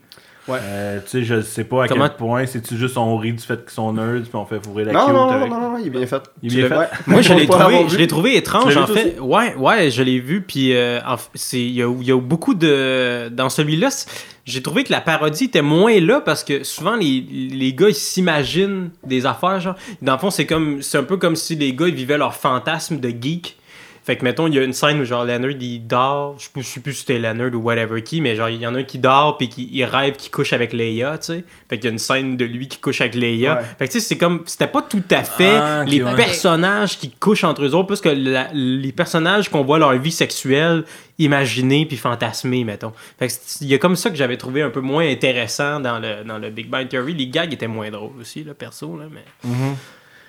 Speaker 5: Ouais.
Speaker 4: Euh, tu sais, je sais pas à
Speaker 3: Comment-
Speaker 4: quel point, c'est-tu juste on rit du fait qu'ils sont nerds, puis on fait fourrer la
Speaker 5: Non,
Speaker 4: cute
Speaker 5: non, non,
Speaker 4: avec.
Speaker 5: non, non, il est bien fait.
Speaker 4: Il est bien
Speaker 5: Ouais.
Speaker 4: fait.
Speaker 3: Moi, je
Speaker 5: Pour
Speaker 3: l'ai
Speaker 5: pas l'avoir
Speaker 3: trouvé,
Speaker 5: vu.
Speaker 3: je l'ai trouvé étrange,
Speaker 4: Tu l'as
Speaker 3: en
Speaker 4: vu,
Speaker 3: fait. Ouais, ouais, je l'ai vu, puis euh, en f- c'est- il y a, il y a beaucoup de... Dans celui-là, c'est- j'ai trouvé que la parodie était moins là, parce que souvent, les, les gars, ils s'imaginent des affaires, genre. Dans le fond, c'est comme c'est un peu comme si les gars, ils vivaient leur fantasme de geek. Fait que, mettons, il y a une scène où, genre, Leonard, il dort, je sais plus si c'était Leonard ou whatever qui, mais genre, il y en a un qui dort, puis qui il rêve qu'il couche avec Leia, tu sais. Fait qu'il y a une scène de lui qui couche avec Leia.
Speaker 5: Ouais.
Speaker 3: Fait que, tu sais, c'est comme... C'était pas tout à fait
Speaker 4: Ah, ok,
Speaker 3: les
Speaker 4: ouais.
Speaker 3: personnages qui couchent entre eux autres, plus que la- les personnages qu'on voit leur vie sexuelle imaginée puis fantasmée, mettons. Fait que c'est- il y a comme ça que j'avais trouvé un peu moins intéressant dans le, dans le Big Bang Theory. Les gags étaient moins drôles aussi, le perso, là, mais...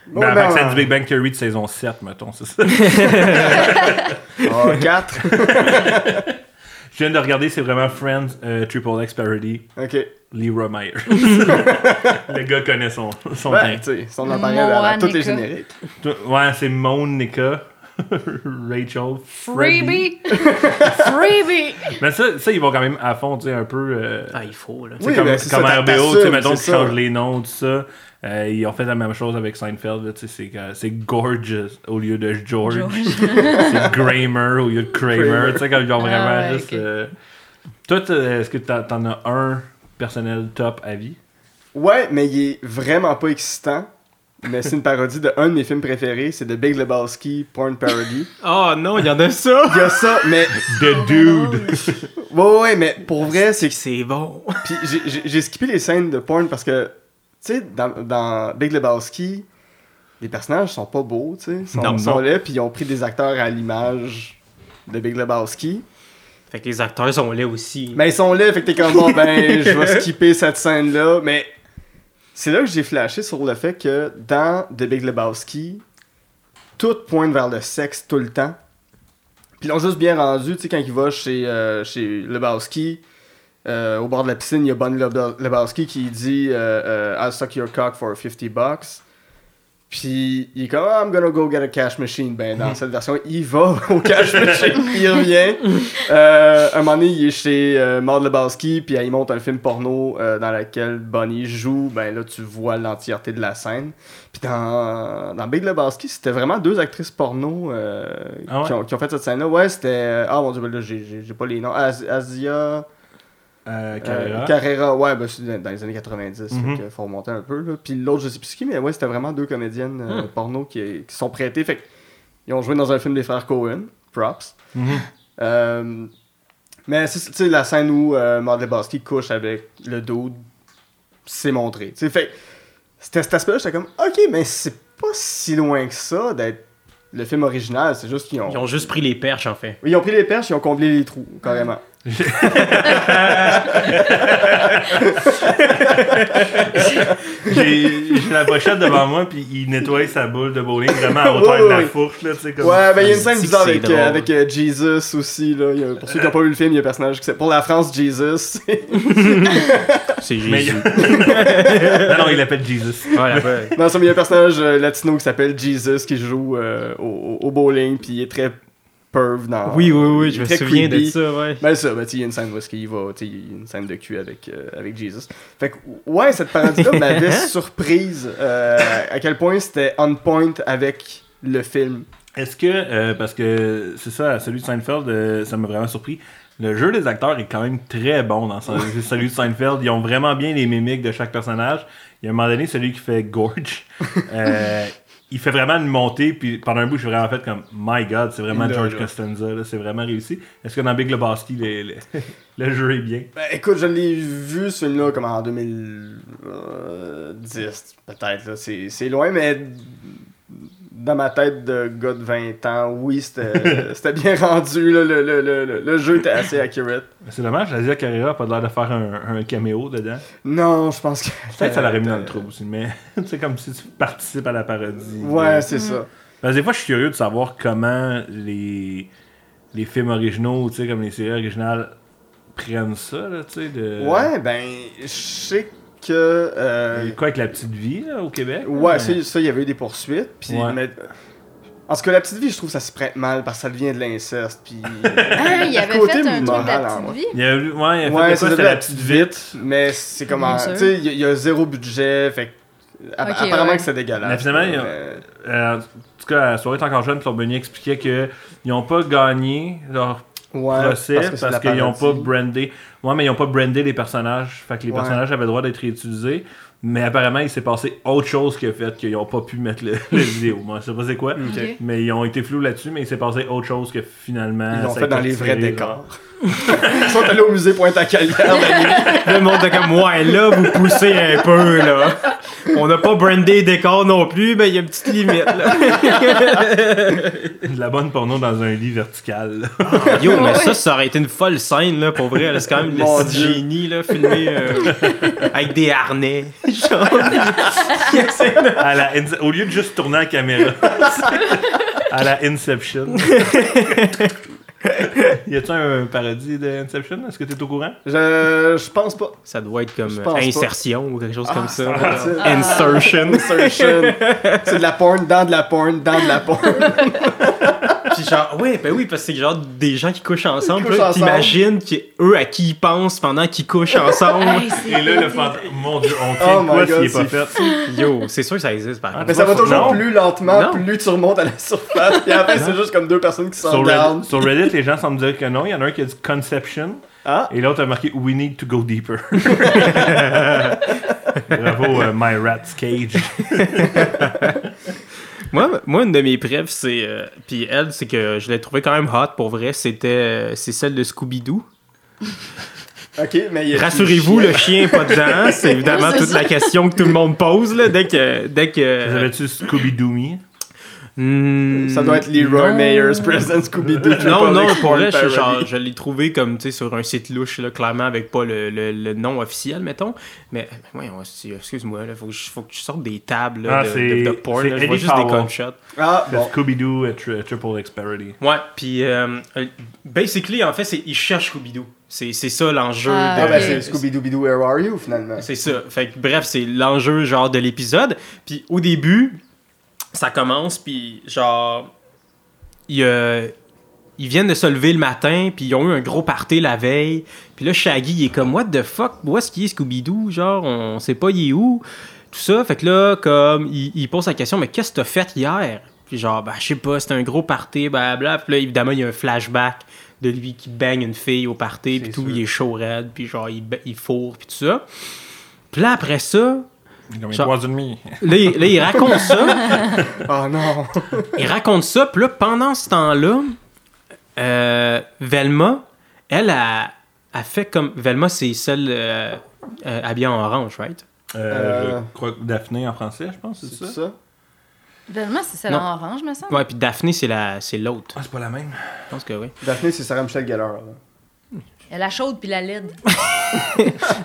Speaker 5: Bon,
Speaker 4: Ben,
Speaker 5: ben,
Speaker 4: avec celle du Big Bang Theory de saison 7, mettons, c'est ça.
Speaker 5: ah, quatre.
Speaker 4: je viens de regarder, c'est vraiment Friends euh, Triple X Parody,
Speaker 5: Ok.
Speaker 4: Leroy Meyer. le gars connaît son, son
Speaker 5: Ben,
Speaker 4: teint.
Speaker 5: tu sais, son
Speaker 6: Mon
Speaker 5: appareil à tous les
Speaker 6: Annika.
Speaker 5: génériques.
Speaker 4: Toi- Ouais, c'est Monica, Rachel, Freddy.
Speaker 6: Freebie! Freebie!
Speaker 4: Mais ça, ça, ils vont quand même à fond, tu sais, un peu. euh,
Speaker 3: Ah, il faut, là.
Speaker 4: tu sais,
Speaker 5: Oui,
Speaker 4: comme,
Speaker 5: ben, c'est
Speaker 4: comme
Speaker 5: ça,
Speaker 4: RBO,
Speaker 5: t'as- t'assumes,
Speaker 4: tu sais, mettons, tu
Speaker 5: c'est ça.
Speaker 4: changes les noms, tout ça. Euh, ils ont fait la même chose avec Seinfeld, là, tu sais, c'est que- c'est Gorgeous au lieu de George. c'est Kramer au lieu de Kramer, tu sais, comme ils ont vraiment
Speaker 6: Ah ouais,
Speaker 4: juste.
Speaker 6: ok.
Speaker 4: euh, Toi, t'as- est-ce que t'as- t'en as un personnel top à vie
Speaker 6: Oh,
Speaker 5: Ouais, mais il est vraiment pas excitant. Mais c'est une parodie de un de mes films préférés, c'est The Big Lebowski Porn Parody.
Speaker 3: Oh non, il y en a ça!
Speaker 5: Il y a ça, mais.
Speaker 6: oh,
Speaker 4: The Dude
Speaker 5: Ouais, ouais, ouais, mais pour vrai, c'est que.
Speaker 3: C'est bon.
Speaker 5: Puis j'ai- j'ai- j'ai skippé les scènes de porn parce que, tu sais, dans, dans Big Lebowski, les personnages sont pas beaux, tu sais. Ils sont,
Speaker 3: Non,
Speaker 5: sont
Speaker 3: non.
Speaker 5: là, puis ils ont pris des acteurs à l'image de Big Lebowski.
Speaker 3: Fait que les acteurs sont là aussi.
Speaker 5: Mais ils sont là, fait que t'es comme bon, ben, je vais skipper cette scène-là. Mais c'est là que j'ai flashé sur le fait que dans The Big Lebowski, tout pointe vers le sexe tout le temps. Puis ils l'ont juste bien rendu, tu sais, quand il va chez, euh, chez Lebowski, euh, au bord de la piscine, il y a Bonnie Lebo- Lebowski qui dit euh, euh, I'll suck your cock for 50 bucks. Puis il est comme Ah, I'm gonna go get a cash machine. Ben,
Speaker 4: Mhm.
Speaker 5: dans cette version, il va au cash machine, il revient. Euh, un moment donné, il est chez euh, Maud Lebowski, puis elle, il monte un film porno euh, dans lequel Bonnie joue. Ben là, tu vois l'entièreté de la scène. Puis dans, dans Big Lebowski, c'était vraiment deux actrices porno euh,
Speaker 4: Ah ouais?
Speaker 5: qui, ont, qui ont fait cette scène-là. Ouais, c'était. Ah mon dieu, ben là, j'ai- j'ai j'ai pas les noms. As- Asia.
Speaker 6: oh.
Speaker 4: euh, Carrera.
Speaker 5: Euh, Carrera, ouais, ben, c'est dans- dans les années 90, fait
Speaker 4: Mhm.
Speaker 5: que faut remonter un peu. Là. Puis l'autre, je sais plus qui, mais ouais, c'était vraiment deux comédiennes euh, porno qui, qui sont prêtées. Fait que ils ont joué dans un film des frères Cohen, props. Euh, mais c'est tu sais, la scène où euh, Maud Lebowski couche avec le dude, c'est montré. Tu sais, fait que c'était cet aspect-là, j'étais comme, ok, mais c'est pas si loin que ça d'être le film original, c'est juste qu'ils ont...
Speaker 3: Ils ont juste pris les perches, en fait.
Speaker 5: Ils ont pris les perches, ils ont comblé les trous, carrément.
Speaker 4: J'ai j'ai la pochette devant moi, puis il nettoie sa boule de bowling vraiment à
Speaker 5: Ouais,
Speaker 4: hauteur
Speaker 5: ouais,
Speaker 4: de la
Speaker 5: ouais.
Speaker 4: fourche, là, tu sais, comme.
Speaker 5: Ouais, ben il y a une scène
Speaker 3: C'est
Speaker 5: bizarre
Speaker 3: que c'est
Speaker 5: avec,
Speaker 3: drôle.
Speaker 5: euh, avec euh, Jesus aussi. Là. Il y a- pour ceux qui n'ont pas vu le film, il y a un personnage qui s'appelle. Pour la France, Jesus.
Speaker 3: C'est
Speaker 4: Mais-
Speaker 3: Jésus.
Speaker 4: non, non, il l'appelle Jesus.
Speaker 3: Voilà, ouais.
Speaker 5: non, ça, mais il y a un personnage euh, latino qui s'appelle Jesus qui joue euh, au, au- au bowling, puis il est très perv dans.
Speaker 3: Oui, oui, oui, je me
Speaker 5: Très
Speaker 3: souviens de
Speaker 5: creepy.
Speaker 3: ça, ouais.
Speaker 5: Ben ça, ben, tu sais, il y a une scène où est-ce qu'il va, tu sais, il y a une scène de cul avec, euh, avec Jesus. Fait que, ouais, cette parodie-là m'avait surprise euh, à quel point c'était on point avec le film.
Speaker 4: Est-ce que, euh, parce que c'est ça, celui de Seinfeld, euh, ça m'a vraiment surpris. Le jeu des acteurs est quand même très bon dans ce- celui de Seinfeld. Ils ont vraiment bien les mimiques de chaque personnage. Il y a un moment donné, celui qui fait Gorge, euh, il fait vraiment une montée, puis pendant un bout, je suis vraiment fait comme My God, c'est vraiment
Speaker 5: Là,
Speaker 4: George
Speaker 5: là.
Speaker 4: Costanza, là, c'est vraiment réussi. Est-ce que dans Big Lebowski, le, le- le jeu est bien
Speaker 5: Ben, écoute, je l'ai vu ce film-là comme en 2010, peut-être. là. C'est c'est loin, mais dans ma tête de gars de 20 ans, oui, c'était c'était bien rendu. là. le, le- le- le- le jeu était assez accurate.
Speaker 4: C'est dommage, Asia Carrera a pas l'air de faire un, un caméo dedans.
Speaker 5: Non, je pense que.
Speaker 4: Peut-être que ça l'aurait mis dans le trou aussi, mais c'est comme si tu participes à la parodie.
Speaker 5: Ouais, c'est ça.
Speaker 4: Parce que des fois, je suis curieux de savoir comment les, les films originaux, tu sais, comme les séries originales, prennent ça, là, tu sais. De...
Speaker 5: Ouais, ben, je sais que. euh,
Speaker 4: Quoi avec la petite vie, là, au Québec?
Speaker 5: Ouais,
Speaker 4: là,
Speaker 5: ça,
Speaker 4: mais-
Speaker 5: ça, il y avait eu des poursuites. Puis,
Speaker 4: Ouais.
Speaker 5: mais- En ce que la petite vie, je trouve que ça se prête mal parce que ça devient de l'inceste. Puis.
Speaker 6: Ah, il avait
Speaker 5: Côté
Speaker 6: fait un truc de
Speaker 5: moral,
Speaker 6: la
Speaker 5: hein,
Speaker 6: petite vie.
Speaker 4: Il y a eu- ouais, il y a fait
Speaker 5: Ouais,
Speaker 4: de quoi,
Speaker 5: ça
Speaker 4: c'était
Speaker 5: s'appelait
Speaker 4: la petite vite.
Speaker 5: Mais c'est comme.
Speaker 6: Bien
Speaker 5: en-
Speaker 6: sûr.
Speaker 5: Tu sais, il y a- il y, a zéro budget. Fait que, app-
Speaker 6: Ok,
Speaker 5: apparemment
Speaker 6: ouais.
Speaker 5: que c'est dégueulasse.
Speaker 4: Mais finalement,
Speaker 5: là,
Speaker 4: il y a- Euh, en tout cas, la soirée est encore jeune, puis leur beignet expliquait qu'ils n'ont pas gagné leur
Speaker 5: Ouais,
Speaker 4: procès
Speaker 5: parce que
Speaker 4: parce,
Speaker 5: c'est de la
Speaker 4: qu'ils n'ont pas
Speaker 5: parodie.
Speaker 4: brandé. Ouais, mais ils n'ont pas brandé les personnages. Fait que les
Speaker 5: Ouais.
Speaker 4: personnages avaient le droit d'être réutilisés. Mais apparemment, il s'est passé autre chose qui a fait qu'ils n'ont pas pu mettre le, le vidéo. Moi, je sais pas c'est quoi.
Speaker 6: Ok.
Speaker 4: Mais ils ont été flous là-dessus, mais il s'est passé autre chose que finalement.
Speaker 5: Ils l'ont
Speaker 4: ça a
Speaker 5: fait
Speaker 4: été
Speaker 5: dans les vrais
Speaker 4: retiré,
Speaker 5: décors. Ils sont allés au musée Pointe-à-Calière.
Speaker 3: Le monde est comme, ouais, là, vous poussez un peu, là. On n'a pas brandé les décors non plus, mais il y a une petite limite, là.
Speaker 4: genre, De la bonne porno dans un lit vertical. là.
Speaker 3: Ah, Yo, mais ça, ça aurait été une folle scène, là, pour vrai. là. C'est quand même
Speaker 5: Mon
Speaker 3: le
Speaker 5: Dieu.
Speaker 3: génie, là, filmé euh, avec des harnais. Genre,
Speaker 4: À la In- au lieu de juste tourner la caméra. à la Inception. y a-tu un paradis de Inception? Est-ce que t'es au courant?
Speaker 5: je, je pense pas.
Speaker 3: ça doit être
Speaker 5: Je
Speaker 3: comme
Speaker 5: pense pas.
Speaker 3: insertion ou quelque chose comme ça.
Speaker 5: Ah, c'est-
Speaker 3: Insertion.
Speaker 5: Insertion. C'est de la porn dans de la porn dans de la porn.
Speaker 3: Puis genre, ouais, ben oui, parce que c'est genre des gens qui couchent ensemble,
Speaker 5: Ils
Speaker 3: puis
Speaker 5: couchent
Speaker 3: là, t'imagines qui- eux à qui ils pensent pendant qu'ils couchent ensemble.
Speaker 6: Hey, c'est-
Speaker 4: Et là, le fantôme. Mon dieu, on tient
Speaker 5: Oh
Speaker 4: de
Speaker 5: my
Speaker 4: quoi s'il
Speaker 5: God,
Speaker 4: est pas
Speaker 5: c'est
Speaker 4: fait?
Speaker 3: Yo, c'est sûr que ça existe par contre.
Speaker 5: Ah, Mais ça va
Speaker 4: Non.
Speaker 5: toujours plus lentement,
Speaker 3: Non.
Speaker 5: plus tu remontes à la surface. Puis après, c'est juste comme deux personnes qui
Speaker 4: Sur
Speaker 5: sont down.
Speaker 4: Reddit, sur Reddit, les gens semblent dire que non. Il y en a un qui a dit Conception.
Speaker 5: Ah.
Speaker 4: Et l'autre a marqué We need to go deeper. Bravo, euh, My Rat's Cage.
Speaker 3: Moi, moi, une de mes préfs, c'est. euh, puis elle, c'est que je l'ai trouvée quand même hot pour vrai. C'était. euh, c'est celle de Scooby-Doo.
Speaker 5: Ok, mais il y a-
Speaker 3: Rassurez-vous, le chien est pas dedans. hein. C'est évidemment
Speaker 6: C'est
Speaker 3: toute
Speaker 6: ça.
Speaker 3: la question que tout le monde pose, là, dès que. Dès
Speaker 4: Vous
Speaker 3: que
Speaker 4: avez-tu Scooby-Doo Me?
Speaker 3: Hmm,
Speaker 5: Ça doit être Leroy
Speaker 3: non.
Speaker 5: Meyers Presents Scooby-Doo.
Speaker 3: Non,
Speaker 5: Triple
Speaker 3: non,
Speaker 5: X
Speaker 3: pour
Speaker 5: Porn
Speaker 3: vrai, je,
Speaker 5: Parody.
Speaker 3: genre, je l'ai trouvé comme, tu sais, sur un site louche, là, clairement, avec pas le, le- le nom officiel, mettons. Mais, ouais, ouais, c'est- excuse-moi, là, faut que, je, faut que je sorte des tables là,
Speaker 4: Ah,
Speaker 3: de,
Speaker 4: c'est-
Speaker 3: de- de porn,
Speaker 4: c'est
Speaker 3: là, je vois
Speaker 4: Eddie
Speaker 3: juste des
Speaker 4: Powell.
Speaker 3: gunshots.
Speaker 5: Ah,
Speaker 4: C'est
Speaker 5: bon.
Speaker 4: Scooby-Doo et tri- euh, Triple X Parody.
Speaker 3: Ouais, puis, euh, euh, basically, en fait, c'est ils cherchent Scooby-Doo. C'est c'est ça l'enjeu.
Speaker 6: Ah,
Speaker 3: de-
Speaker 5: Ah, ben
Speaker 6: Ok.
Speaker 5: c'est Scooby-Doo, Where Are You, finalement.
Speaker 3: C'est ça. Fait que, bref, c'est l'enjeu genre de l'épisode. Puis au début, ça commence, puis genre, il y a- ils viennent de se lever le matin, puis ils ont eu un gros party la veille. Puis là, Shaggy, il est comme, What the fuck? Où est-ce qu'il est, Scooby-Doo? Genre, on sait pas, il est où? Tout ça. Fait que là, comme, il, il pose la question, Mais qu'est-ce que t'as fait hier? Puis genre, bah, je sais pas, c'était un gros party, blablabla. Puis là, évidemment, il y a un flashback de lui qui bang une fille au party, puis
Speaker 4: C'est
Speaker 3: tout,
Speaker 4: sûr.
Speaker 3: il est chaud raide, puis genre, il, ba- il fourre, puis tout ça. Puis là, après ça,
Speaker 4: Comme
Speaker 3: Ça-
Speaker 4: trois ennemis.
Speaker 3: là, il, là, il raconte ça.
Speaker 5: Oh non.
Speaker 3: Il raconte ça, puis là, pendant ce temps-là, euh, Velma, elle a, a fait comme. Velma, c'est celle euh, euh, habillée en orange, right?
Speaker 4: Euh,
Speaker 5: Euh.
Speaker 4: Je crois que Daphné en français, je pense, c'est
Speaker 5: C'est
Speaker 4: ça?
Speaker 5: ça?
Speaker 6: Vraiment, c'est celle
Speaker 3: Non.
Speaker 6: en orange, me semble.
Speaker 3: Ouais, puis Daphné, c'est la, c'est l'autre.
Speaker 4: Ah, c'est pas la même.
Speaker 3: Je pense que oui.
Speaker 5: Daphné, c'est Sarah Michelle Gellar. là.
Speaker 6: Elle a chaude puis la laide.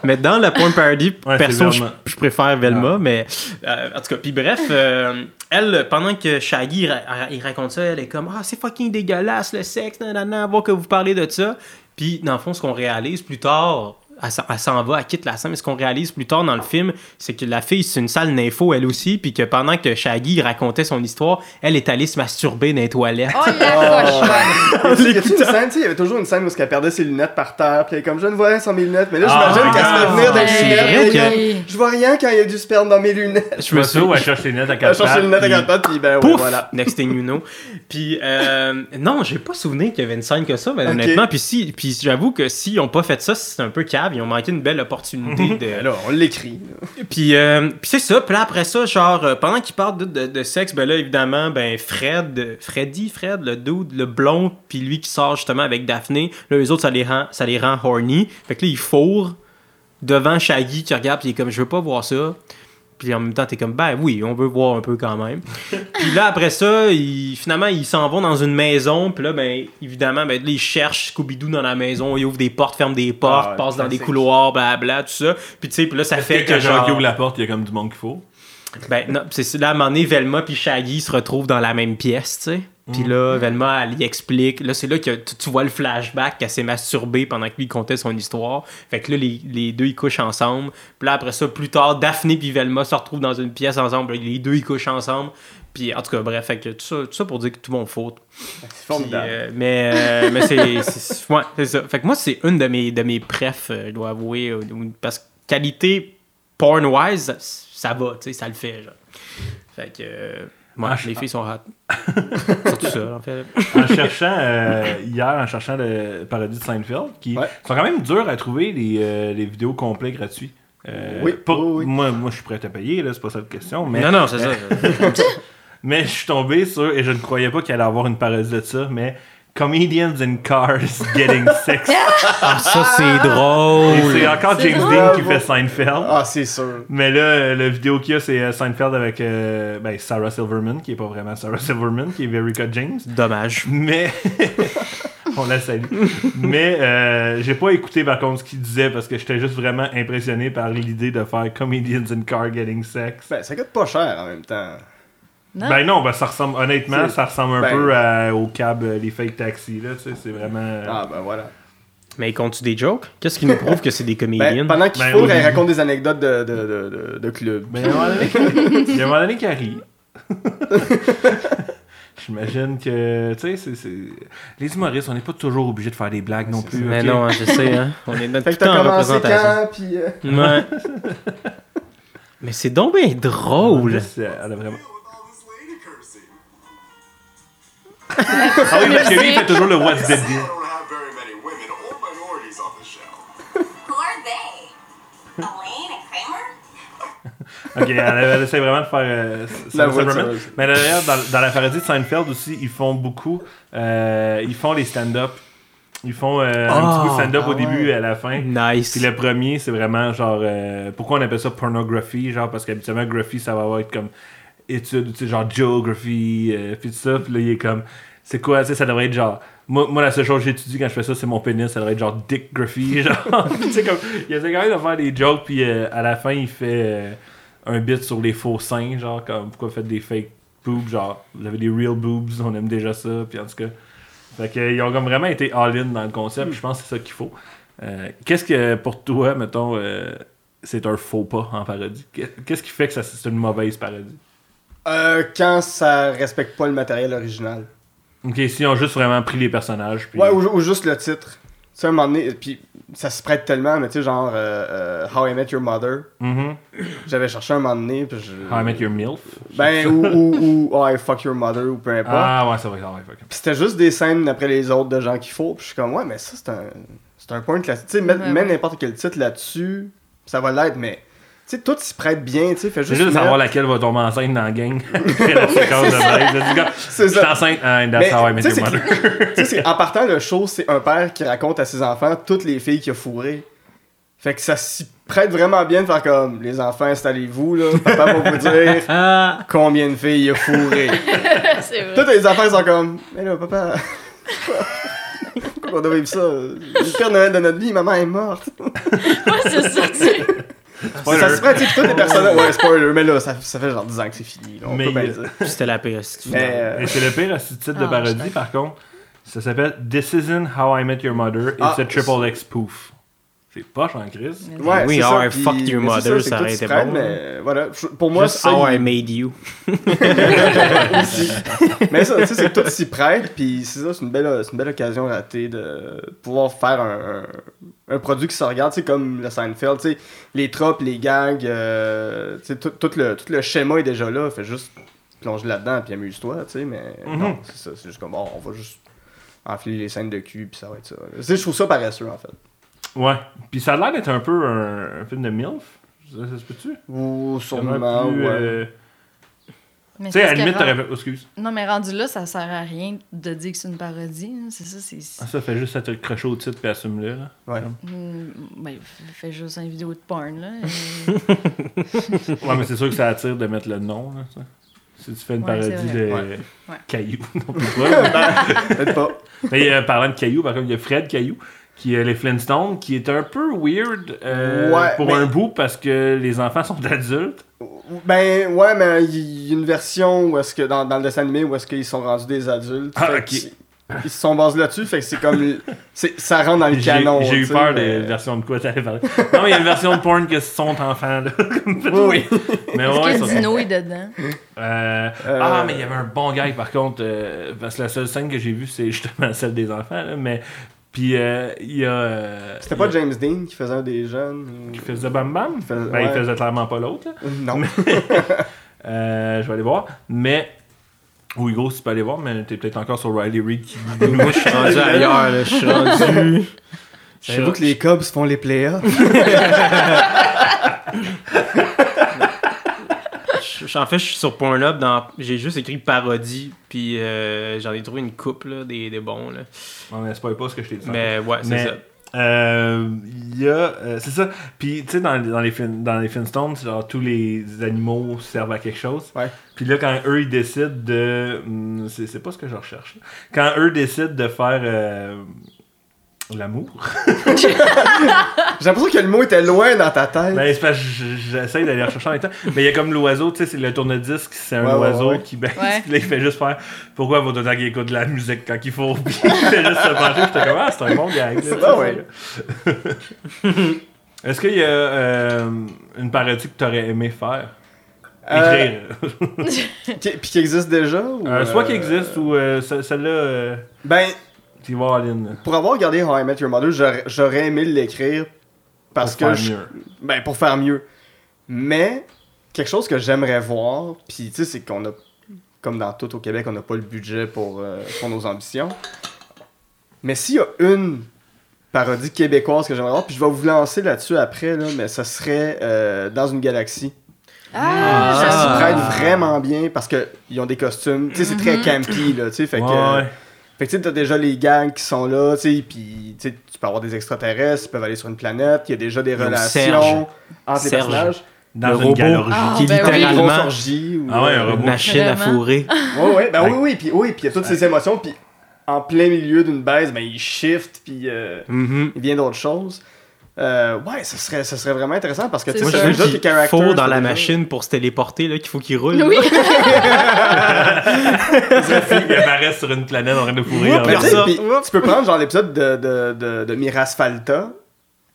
Speaker 3: Mais dans la porn parody,
Speaker 4: Ouais,
Speaker 3: perso,
Speaker 4: c'est
Speaker 3: je,
Speaker 4: Velma. Ah.
Speaker 3: je préfère Velma, mais euh, en tout cas, puis bref, euh, elle, pendant que Shaggy ra- il raconte ça, elle est comme Ah, c'est fucking dégueulasse le sexe, nanana, voir que vous parlez de ça. Puis dans le fond, ce qu'on réalise plus tard, elle, s'en- elle s'en va, elle quitte la scène, mais ce qu'on réalise plus tard dans le film, c'est que la fille, c'est une sale nympho elle aussi, puis que pendant que Shaggy racontait son histoire, elle est allée se masturber dans les toilettes.
Speaker 6: Oh la coche!
Speaker 5: Y a-tu une scène, tu sais, il y avait toujours une scène où elle perdait ses lunettes par terre, puis elle est comme je ne vois rien sans mes lunettes, mais là
Speaker 4: Ah,
Speaker 5: j'imagine qu'elle se
Speaker 4: ah,
Speaker 5: fait venir dans
Speaker 3: c'est
Speaker 5: les lunettes.
Speaker 3: vrai
Speaker 5: elle est
Speaker 6: que-
Speaker 5: comme, Je vois rien quand il y a du sperme dans mes lunettes.
Speaker 3: Je
Speaker 4: Tu
Speaker 3: me
Speaker 4: vois
Speaker 3: suis-
Speaker 4: ça ou elle cherche les lunettes à
Speaker 5: Elle
Speaker 4: quatre
Speaker 5: cherche ses lunettes à
Speaker 4: puis-
Speaker 5: quatre pattes, puis ben ouais,
Speaker 3: Pouf!
Speaker 5: voilà.
Speaker 3: Next thing you know. Puis, euh, non, j'ai pas souvenir qu'il y avait une scène que ça, mais honnêtement. Puis, si, puis j'avoue que s'ils ont pas fait ça, c'est un peu cave. grave, ils ont manqué une belle opportunité de,
Speaker 5: Ben là, on l'écrit.
Speaker 3: puis, euh, puis c'est ça. Puis là, après ça, genre, euh, pendant qu'ils parlent de, de- de sexe, ben là, évidemment, ben Fred, euh, Freddy, Fred, le dude, le blond, puis lui qui sort justement avec Daphné, là, les autres, ça les rend, ça les rend horny. Fait que là, ils fourrent devant Shaggy qui regarde, puis il est comme, je veux pas voir ça. Puis en même temps, t'es comme, ben oui, on veut voir un peu quand même. puis là, après ça, ils- finalement, ils s'en vont dans une maison. Puis là, ben, évidemment, ben, là, ils cherchent Scooby-Doo dans la maison. Ils ouvrent des portes, ferment des portes,
Speaker 5: Ah ouais,
Speaker 3: passent dans des
Speaker 5: classique.
Speaker 3: couloirs, blablabla, tout ça. Puis tu sais, puis là, ça fait que
Speaker 4: genre qui
Speaker 3: genre...
Speaker 4: ouvre la porte, il y a comme du monde qu'il faut.
Speaker 3: Ben, non, c'est c'est- là, à un moment donné, Velma puis Shaggy se retrouvent dans la même pièce, tu sais. Puis là, Velma, elle y explique. Là, c'est là que tu, tu vois le flashback qu'elle s'est masturbée pendant que lui contait son histoire. Fait que là, les, les deux, ils couchent ensemble. Puis là, après ça, plus tard, Daphné puis Velma se retrouvent dans une pièce ensemble. Les deux, ils couchent ensemble. Puis, en tout cas, bref, fait que tout ça, tout ça pour dire que tout le monde faute.
Speaker 5: C'est
Speaker 3: Puis,
Speaker 5: formidable.
Speaker 3: euh, mais euh, mais c'est, c'est- ouais, c'est ça. Fait que moi, c'est une de mes, de mes prefs, euh, je dois avouer. euh, ou- Parce que qualité porn-wise, ça, ça va, tu sais, ça le fait. Genre. Fait que. euh, ouais,
Speaker 4: Ah, je-
Speaker 3: les filles sont hot. Surtout ça, en fait.
Speaker 4: en cherchant euh, hier, en cherchant le paradis de Seinfeld, qui
Speaker 5: Ouais.
Speaker 4: sont quand même durs à trouver les, euh, les vidéos complets gratuits. Euh,
Speaker 5: Oui,
Speaker 4: pas-
Speaker 5: oui, oui.
Speaker 4: Moi, moi, je suis prêt à payer, là, c'est pas ça la question. Mais,
Speaker 3: Non, non, c'est ça.
Speaker 4: mais je suis tombé sur, et je ne croyais pas qu'il allait avoir une parodie de ça, mais Comedians in Cars Getting Sex.
Speaker 5: Ah,
Speaker 3: ça, c'est
Speaker 4: Et
Speaker 3: drôle.
Speaker 4: c'est encore
Speaker 6: C'est
Speaker 4: James
Speaker 6: drôle.
Speaker 4: Dean qui fait Seinfeld.
Speaker 5: Ah, c'est sûr.
Speaker 4: Mais là, euh, la vidéo qu'il y a, c'est euh, Seinfeld avec euh, ben, Sarah Silverman, qui est pas vraiment Sarah Silverman, qui est Verica James.
Speaker 3: Dommage.
Speaker 4: Mais. On la salue. Mais euh, j'ai pas écouté par contre ce qu'il disait parce que j'étais juste vraiment impressionné par l'idée de faire Comedians in Car Getting Sex.
Speaker 5: Ben, ça coûte pas cher en même temps.
Speaker 3: Hein?
Speaker 6: Non?
Speaker 4: Ben non, ben, ça ressemble, honnêtement,
Speaker 5: C'est-
Speaker 4: ça ressemble un
Speaker 5: ben-
Speaker 4: peu à- au cab, euh, les fake taxis, là, tu sais, c'est vraiment. euh,
Speaker 5: Ah, ben voilà.
Speaker 3: Mais ils comptent des jokes Qu'est-ce qui nous prouve que c'est des comédiennes
Speaker 5: Ben, Ben, pendant qu'il
Speaker 4: Ben,
Speaker 5: faut,
Speaker 4: oui.
Speaker 5: elle raconte des anecdotes de, de, de, de, de club.
Speaker 4: Mais il y a un moment donné- il y a un moment donné qu'elle rit. J'imagine que, tu sais, c'est- c'est. Les humoristes, on n'est pas toujours obligé de faire des blagues non plus.
Speaker 3: Mais
Speaker 4: ok?
Speaker 3: non, hein, je sais, hein. On est notre
Speaker 5: Fait que
Speaker 3: putain
Speaker 5: t'as
Speaker 3: en
Speaker 5: commencé
Speaker 3: représentation.
Speaker 5: quand, puis... euh,
Speaker 3: Ouais. Mais c'est donc bien drôle.
Speaker 4: Juste, euh, elle a vraiment- Ah oui, parce que lui, il fait toujours le What's the deal.
Speaker 7: don't have very many women or minorities on the show.
Speaker 8: Who are they? Elaine and Kramer?
Speaker 4: Ok, elle, elle essaie vraiment de faire. euh,
Speaker 5: La
Speaker 4: Sarah
Speaker 5: voix de
Speaker 4: Silverman.
Speaker 5: Sarah.
Speaker 4: Mais d'ailleurs, dans, dans la parodie de Seinfeld aussi, ils font beaucoup. euh, ils font les stand-up. Ils font euh, un petit
Speaker 3: Ah,
Speaker 4: bout de stand-up
Speaker 5: ah
Speaker 4: au début
Speaker 5: ouais.
Speaker 4: et à la fin.
Speaker 3: Nice.
Speaker 4: Puis le premier, c'est vraiment genre. euh, pourquoi on appelle ça pornography Genre, parce qu'habituellement, graphy, ça va avoir être comme étude, tu sais, genre geography, euh, puis tout ça. Puis là, il est comme. C'est quoi, tu sais, ça devrait être genre. Moi, moi, la seule chose que j'étudie quand je fais ça, c'est mon pénis. Ça devrait être genre dick graphy. Genre, tu sais, comme. Il essaie quand même de faire des jokes, puis euh, à la fin, il fait euh, un bit sur les faux seins, genre, comme pourquoi vous faites des fake boobs, genre, vous avez des real boobs, on aime déjà ça, puis en tout cas. Fait que, euh, ils ont comme vraiment été all-in dans le
Speaker 5: Hmm.
Speaker 4: concept, puis je pense que c'est ça qu'il faut. Euh, Qu'est-ce que pour toi, mettons, euh, c'est un faux pas en parodie? Qu'est- Qu'est-ce qui fait que ça c'est une mauvaise parodie?
Speaker 5: euh, quand ça respecte pas le matériel original.
Speaker 4: Ok, si on juste vraiment pris les personnages. Puis...
Speaker 5: Ouais, ou, ou juste le titre. Tu sais, un moment donné, puis ça se prête tellement, mais tu sais, genre euh, euh, How I Met Your Mother.
Speaker 4: Mhm.
Speaker 5: J'avais cherché un moment donné, puis je...
Speaker 4: How I Met Your MILF.
Speaker 5: Ben, ou, ou, ou Oh, I Fuck Your Mother, ou peu importe.
Speaker 4: Ah ouais, ça va être ouais, fuck.
Speaker 5: Puis c'était juste des scènes après les autres de gens qu'il faut. Puis je suis comme, ouais, mais ça, c'est un, c'est un point classique. Tu sais, mets,
Speaker 6: Ouais,
Speaker 5: mets
Speaker 6: ouais.
Speaker 5: n'importe quel titre là-dessus, ça va l'être, mais tu sais, tout s'y prête bien, tu sais. Fais
Speaker 4: C'est
Speaker 5: juste.
Speaker 4: juste de
Speaker 5: mettre-
Speaker 4: savoir laquelle va tomber enceinte dans la gang. Après la séquence de baise, là, du gars, Je
Speaker 5: C'est
Speaker 4: suis
Speaker 5: ça.
Speaker 4: enceinte, and that's
Speaker 5: Mais,
Speaker 4: how I met
Speaker 5: tu
Speaker 4: your
Speaker 5: sais,
Speaker 4: mother.
Speaker 5: Tu sais, c'est- en partant, le show, c'est un père qui raconte à ses enfants toutes les filles qu'il a fourrées. Fait que ça s'y prête vraiment bien de faire comme les enfants, installez-vous, là. Papa va vous dire
Speaker 3: Ah,
Speaker 5: combien de filles il a fourrées.
Speaker 6: c'est vrai.
Speaker 5: Toutes les enfants sont comme, mais là, papa. Pourquoi on doit vivre ça? Le père Noël de notre vie, maman est morte.
Speaker 6: Ouais, c'est ça, tu sais.
Speaker 5: Ça
Speaker 4: Spoiler.
Speaker 5: se prend, tu sais, tous les personnages. Ouais, spoiler, mais là, ça, ça fait genre 10 ans que c'est fini. là, on
Speaker 4: Mais,
Speaker 5: peut bien
Speaker 4: euh,
Speaker 5: le dire.
Speaker 3: c'était la pire. c'est-
Speaker 5: Mais, euh,
Speaker 4: Et c'est le pire à ce titre de
Speaker 6: Ah,
Speaker 4: parodie,
Speaker 6: putain.
Speaker 4: par contre. Ça s'appelle This Isn't How I Met Your Mother. It's
Speaker 5: Ah,
Speaker 4: a triple X poof. C'est poche hein, en crise.
Speaker 5: ouais,
Speaker 3: Ah oui,
Speaker 5: c'est
Speaker 3: How
Speaker 5: ça,
Speaker 3: I
Speaker 5: puis-
Speaker 3: Fucked Your
Speaker 5: mais c'est
Speaker 3: Mother,
Speaker 5: c'est
Speaker 3: ça
Speaker 5: que
Speaker 3: aurait
Speaker 5: tu te
Speaker 3: été
Speaker 5: prends,
Speaker 3: bon,
Speaker 5: Mais voilà, je- pour moi,
Speaker 3: Just
Speaker 5: ça,
Speaker 3: how
Speaker 5: il-
Speaker 3: I Ah made you.
Speaker 5: aussi. mais ça, tu sais, c'est que tout s'y prête, puis c'est ça, c'est une belle, c'est une belle occasion ratée de pouvoir faire un, un- un produit qui se regarde, tu sais, comme le Seinfeld, tu sais, les tropes, les gags, euh, tu sais, tout, tout le, tout le schéma est déjà là, fait juste plonger là-dedans, puis amuse-toi, tu sais, mais
Speaker 3: Mhm.
Speaker 5: non, c'est ça, c'est juste comme, bon, on va juste enfiler les scènes de cul, puis ça va être ça. Tu sais, je trouve ça paresseux, en fait.
Speaker 4: Ouais. Puis ça a l'air d'être un peu un, un film de MILF. Ça, ça se peut-tu? Vraiment
Speaker 5: Ou sûrement,
Speaker 4: plus,
Speaker 5: ouais.
Speaker 4: euh,
Speaker 6: Mais
Speaker 4: Tu sais,
Speaker 6: c'est
Speaker 4: à la
Speaker 6: parce que
Speaker 4: limite,
Speaker 6: ren-
Speaker 4: t'aurais fait. oh, excuse.
Speaker 6: Non, mais rendu là, ça sert à rien de dire que c'est une parodie. hein. C'est ça, c'est.
Speaker 4: Ah, ça fait juste à te crocher au titre puis assume-le. Là.
Speaker 5: Ouais.
Speaker 6: Hmm, Ben, f- fais juste une vidéo de porn, là.
Speaker 4: Ouais, mais c'est sûr que ça attire de mettre le nom. Là, ça. Si tu fais une
Speaker 6: Ouais, c'est
Speaker 4: parodie
Speaker 6: vrai.
Speaker 4: de
Speaker 5: Ouais.
Speaker 6: Ouais.
Speaker 4: Caillou. non plus pas.
Speaker 5: Peut-être pas.
Speaker 4: mais euh, parlant de Caillou, par contre, il y a Fred Caillou, qui est les Flintstones, qui est un peu weird euh,
Speaker 5: Ouais,
Speaker 4: pour
Speaker 5: mais-
Speaker 4: un bout parce que les enfants sont adultes.
Speaker 5: Ben ouais, mais il y a une version où est-ce que dans, dans le dessin animé où est-ce qu'ils sont rendus des adultes.
Speaker 4: Ah,
Speaker 5: Fait
Speaker 4: ok.
Speaker 5: qu'ils- Ils se sont basés là-dessus, fait que c'est comme c'est- ça rentre dans le
Speaker 4: J'ai-
Speaker 5: canon.
Speaker 4: J'ai eu
Speaker 5: tu sais,
Speaker 4: peur
Speaker 5: mais-
Speaker 4: des versions de quoi t'allais parler. Non, mais il y a une version de porn que sont enfants. Là.
Speaker 5: Oui, oui.
Speaker 4: Mais
Speaker 6: Est-ce
Speaker 4: Ah ouais,
Speaker 6: que
Speaker 4: ça-
Speaker 6: Dino est dedans?
Speaker 4: Euh,
Speaker 5: Euh,
Speaker 4: Ah, mais il y avait un bon gag par contre, euh, parce que la seule scène que j'ai vue, c'est justement celle des enfants. Là, mais puis euh, il y a. euh,
Speaker 5: C'était pas
Speaker 4: il y a-
Speaker 5: James Dean qui faisait un des jeunes.
Speaker 4: qui faisait Bam Bam.
Speaker 5: faisait-
Speaker 4: ben, il
Speaker 5: ouais.
Speaker 4: faisait clairement pas l'autre. là.
Speaker 5: ou- Non.
Speaker 4: Euh, je vais aller voir. Mais. Oui, gros, si tu peux aller voir, mais t'es peut-être encore sur Riley Reid qui nous
Speaker 3: Je suis rendu ailleurs, là. Je suis rendu. Je suis
Speaker 5: J'avoue que les Cubs font les playoffs.
Speaker 3: Je- je- en fait, je suis sur Pornhub. Dans... J'ai juste écrit parodie, puis euh, j'en ai trouvé une coupe là, des, des bons. Là.
Speaker 4: On n'espère pas ce que je t'ai dit.
Speaker 3: Ah. Mais ouais, c'est
Speaker 4: Mais-
Speaker 3: ça.
Speaker 4: Euh, Il y a. euh, c'est ça. Puis, tu sais, dans, dans les, Fin- dans les Finstones, c'est genre tous les animaux servent à quelque chose.
Speaker 5: Ouais.
Speaker 4: Puis là, quand eux, ils décident de. hum, C'est c'est pas ce que je recherche. Quand eux décident de faire. euh, L'amour.
Speaker 5: J'ai l'impression que le mot était loin dans ta tête.
Speaker 4: Ben, c'est parce que j- j'essaie d'aller rechercher en même temps. Mais il y a comme l'oiseau, tu sais, c'est le tourne-disque, c'est un
Speaker 5: Ouais, ouais,
Speaker 4: oiseau
Speaker 5: ouais.
Speaker 4: qui baisse.
Speaker 6: Ouais.
Speaker 4: Puis là, il fait juste faire Pourquoi votre dog écoute de la musique quand il faut Puis il fait juste se pencher. J'étais comme Ah, c'est un bon gag. là,
Speaker 5: Ah ouais.
Speaker 4: tu sais. Est-ce qu'il y a euh, une parodie que t'aurais aimé faire
Speaker 5: Euh,
Speaker 4: Écrire.
Speaker 5: qui- Puis qui existe déjà ou,
Speaker 4: Euh, soit
Speaker 5: euh,
Speaker 4: qui existe ou euh, ce- celle-là, euh,
Speaker 5: Ben,
Speaker 4: tu vas all in. là.
Speaker 5: pour avoir regardé How I Met Your Mother, j'aurais- j'aurais aimé l'écrire parce
Speaker 4: Pour faire
Speaker 5: que je-
Speaker 4: mieux.
Speaker 5: ben pour faire mieux. Mais quelque chose que j'aimerais voir, puis tu sais c'est qu'on a comme dans tout au Québec, on n'a pas le budget pour, euh, pour nos ambitions. Mais s'il y a une parodie québécoise que j'aimerais voir, puis je vais vous lancer là-dessus après là, mais ça serait euh, dans une galaxie.
Speaker 6: Ah,
Speaker 5: Ça
Speaker 6: j'avoue.
Speaker 5: se prête vraiment bien parce que ils ont des costumes, tu sais c'est très campy là, tu sais fait que
Speaker 4: Ouais, ouais.
Speaker 5: fait que tu sais, t'as déjà les gangs qui sont là, tu sais, puis tu sais, tu peux avoir des extraterrestres, ils peuvent aller sur une planète, il y a déjà des
Speaker 3: y a Serge.
Speaker 5: relations entre les
Speaker 3: Serge.
Speaker 5: personnages.
Speaker 4: Dans
Speaker 3: Le
Speaker 4: une
Speaker 3: robot.
Speaker 4: galerie.
Speaker 6: Ah,
Speaker 3: qui est
Speaker 6: ben oui.
Speaker 5: Une
Speaker 3: littéralement
Speaker 5: grosse orgie ou- euh,
Speaker 4: Ah ouais, un
Speaker 3: une
Speaker 4: robot.
Speaker 3: machine à
Speaker 6: Vraiment?
Speaker 3: fourrer.
Speaker 5: Ouais, ouais, ben
Speaker 4: Ouais.
Speaker 5: oui, oui, puis oui, puis il y a toutes ces émotions, puis en plein milieu d'une baisse, ben il shift, puis euh,
Speaker 3: Mhm.
Speaker 5: il vient d'autre chose. Euh, ouais, ça serait, ça serait vraiment intéressant parce que tu
Speaker 6: C'est
Speaker 5: sais,
Speaker 3: Moi,
Speaker 6: ça.
Speaker 3: je
Speaker 5: t'as déjà
Speaker 3: veux
Speaker 5: tes
Speaker 3: qu'il
Speaker 5: caractères,
Speaker 3: faut dans
Speaker 5: t'as
Speaker 3: la
Speaker 5: déjà-
Speaker 3: machine pour se téléporter, là, qu'il faut qu'il roule.
Speaker 6: Oui,
Speaker 4: Il apparaît sur une planète en train de pourrir.
Speaker 5: Ouais, mais tu sais,
Speaker 3: ça.
Speaker 5: puis tu peux prendre genre l'épisode de, de, de, de Mirasfalta,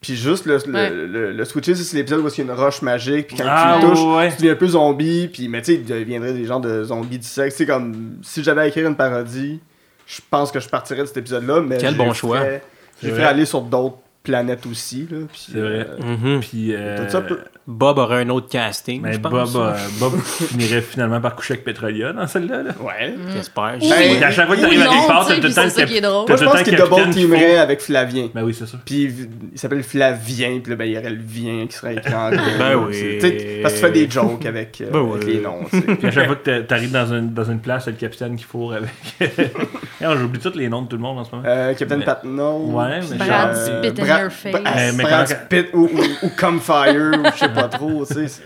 Speaker 5: puis juste le, le,
Speaker 6: Ouais.
Speaker 5: le- le switcher, c'est l'épisode où il y a une roche magique, puis quand
Speaker 4: Ah,
Speaker 5: tu le touches,
Speaker 4: ouais.
Speaker 5: tu deviens un peu zombie, puis mais tu sais, il deviendrait des genres de zombies du sexe. C'est comme si j'avais à écrire une parodie, je pense que je partirais de cet épisode-là, mais
Speaker 3: Quel
Speaker 5: je
Speaker 3: bon
Speaker 5: les
Speaker 3: choix.
Speaker 5: ferais- Je
Speaker 4: C'est
Speaker 5: les
Speaker 4: vrai.
Speaker 5: ferais aller sur d'autres planètes aussi, là. puis,
Speaker 4: C'est vrai.
Speaker 5: euh,
Speaker 3: Mhm.
Speaker 4: Puis, euh,
Speaker 5: tout ça peut-
Speaker 3: Bob aurait un autre casting,
Speaker 4: Mais
Speaker 3: je pense.
Speaker 4: Bob, euh, Bob finirait finalement par coucher avec Petrolia dans celle-là. là.
Speaker 5: Ouais.
Speaker 3: Mm. J'espère.
Speaker 6: Oui.
Speaker 5: Ben,
Speaker 4: Et à chaque fois que
Speaker 6: Ou
Speaker 4: t'arrives à
Speaker 6: non,
Speaker 4: quelque part,
Speaker 6: tu sais,
Speaker 4: t'as tout le
Speaker 6: puis
Speaker 4: temps
Speaker 6: c'est ça qui est drôle.
Speaker 4: t'as tout
Speaker 5: Moi, je
Speaker 4: le
Speaker 5: pense
Speaker 4: temps
Speaker 5: qu'il
Speaker 4: le capitaine
Speaker 5: double teamerait
Speaker 4: Faux.
Speaker 5: avec Flavien.
Speaker 4: Ben oui, c'est sûr.
Speaker 5: Puis il s'appelle Flavien, puis là, ben, il y aurait le vien qui serait écrit en gros.
Speaker 3: Ben oui.
Speaker 5: C'est- tu sais, Parce que tu fais des jokes avec, euh,
Speaker 3: Ben
Speaker 5: avec
Speaker 3: oui.
Speaker 5: les noms. tu sais.
Speaker 4: Puis à chaque fois que t'a- t'arrives dans une, dans une place, c'est le capitaine qui fourre avec. Non, J'oublie tous les noms de tout le monde en ce moment.
Speaker 5: Euh, Captain
Speaker 4: Mais-
Speaker 5: Patno.
Speaker 4: Ouais, mais
Speaker 5: puis,
Speaker 6: Brad
Speaker 5: euh,
Speaker 6: Pitt in
Speaker 5: Bra-
Speaker 6: your face.
Speaker 5: Bra-
Speaker 4: Mais- mais
Speaker 5: Brad
Speaker 4: quand-
Speaker 5: Pitt ou, ou, ou Come Fire, ou je sais pas trop, tu sais. c'est-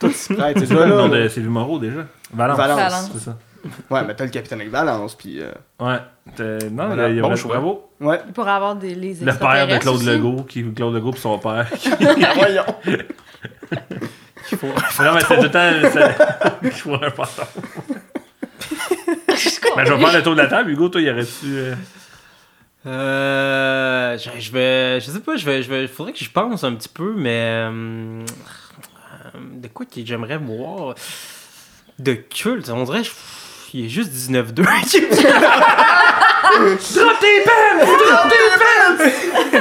Speaker 5: Tout se prête.
Speaker 4: C'est
Speaker 5: C'est
Speaker 4: quoi
Speaker 5: ça,
Speaker 4: le nom
Speaker 5: là.
Speaker 4: de Sylvie Moreau déjà Valence.
Speaker 5: Valence.
Speaker 6: Valence.
Speaker 4: C'est ça.
Speaker 5: Ouais, mais t'as le Capitaine avec Valence, puis... euh,
Speaker 4: Ouais. T'es- Non,
Speaker 5: Voilà.
Speaker 4: il y a
Speaker 5: Bon
Speaker 4: bon
Speaker 5: choix.
Speaker 4: Bravo.
Speaker 5: Ouais,
Speaker 6: Il pourrait avoir des les
Speaker 4: Le père de
Speaker 6: extraterrestres
Speaker 4: Claude
Speaker 6: aussi.
Speaker 4: Legault, qui, Claude Legault puis son père.
Speaker 5: voyons.
Speaker 4: non, mais c'est tout le temps. ça- Je fourre un fantôme. Mais je vais faire le tour de la table. Hugo, toi, y aurait-tu. euh,
Speaker 3: Euh, je, je vais, je sais pas, je vais, je vais, faudrait que je pense un petit peu, mais euh, euh, de quoi que j'aimerais voir de culte, on dirait, je- il est juste 19-2.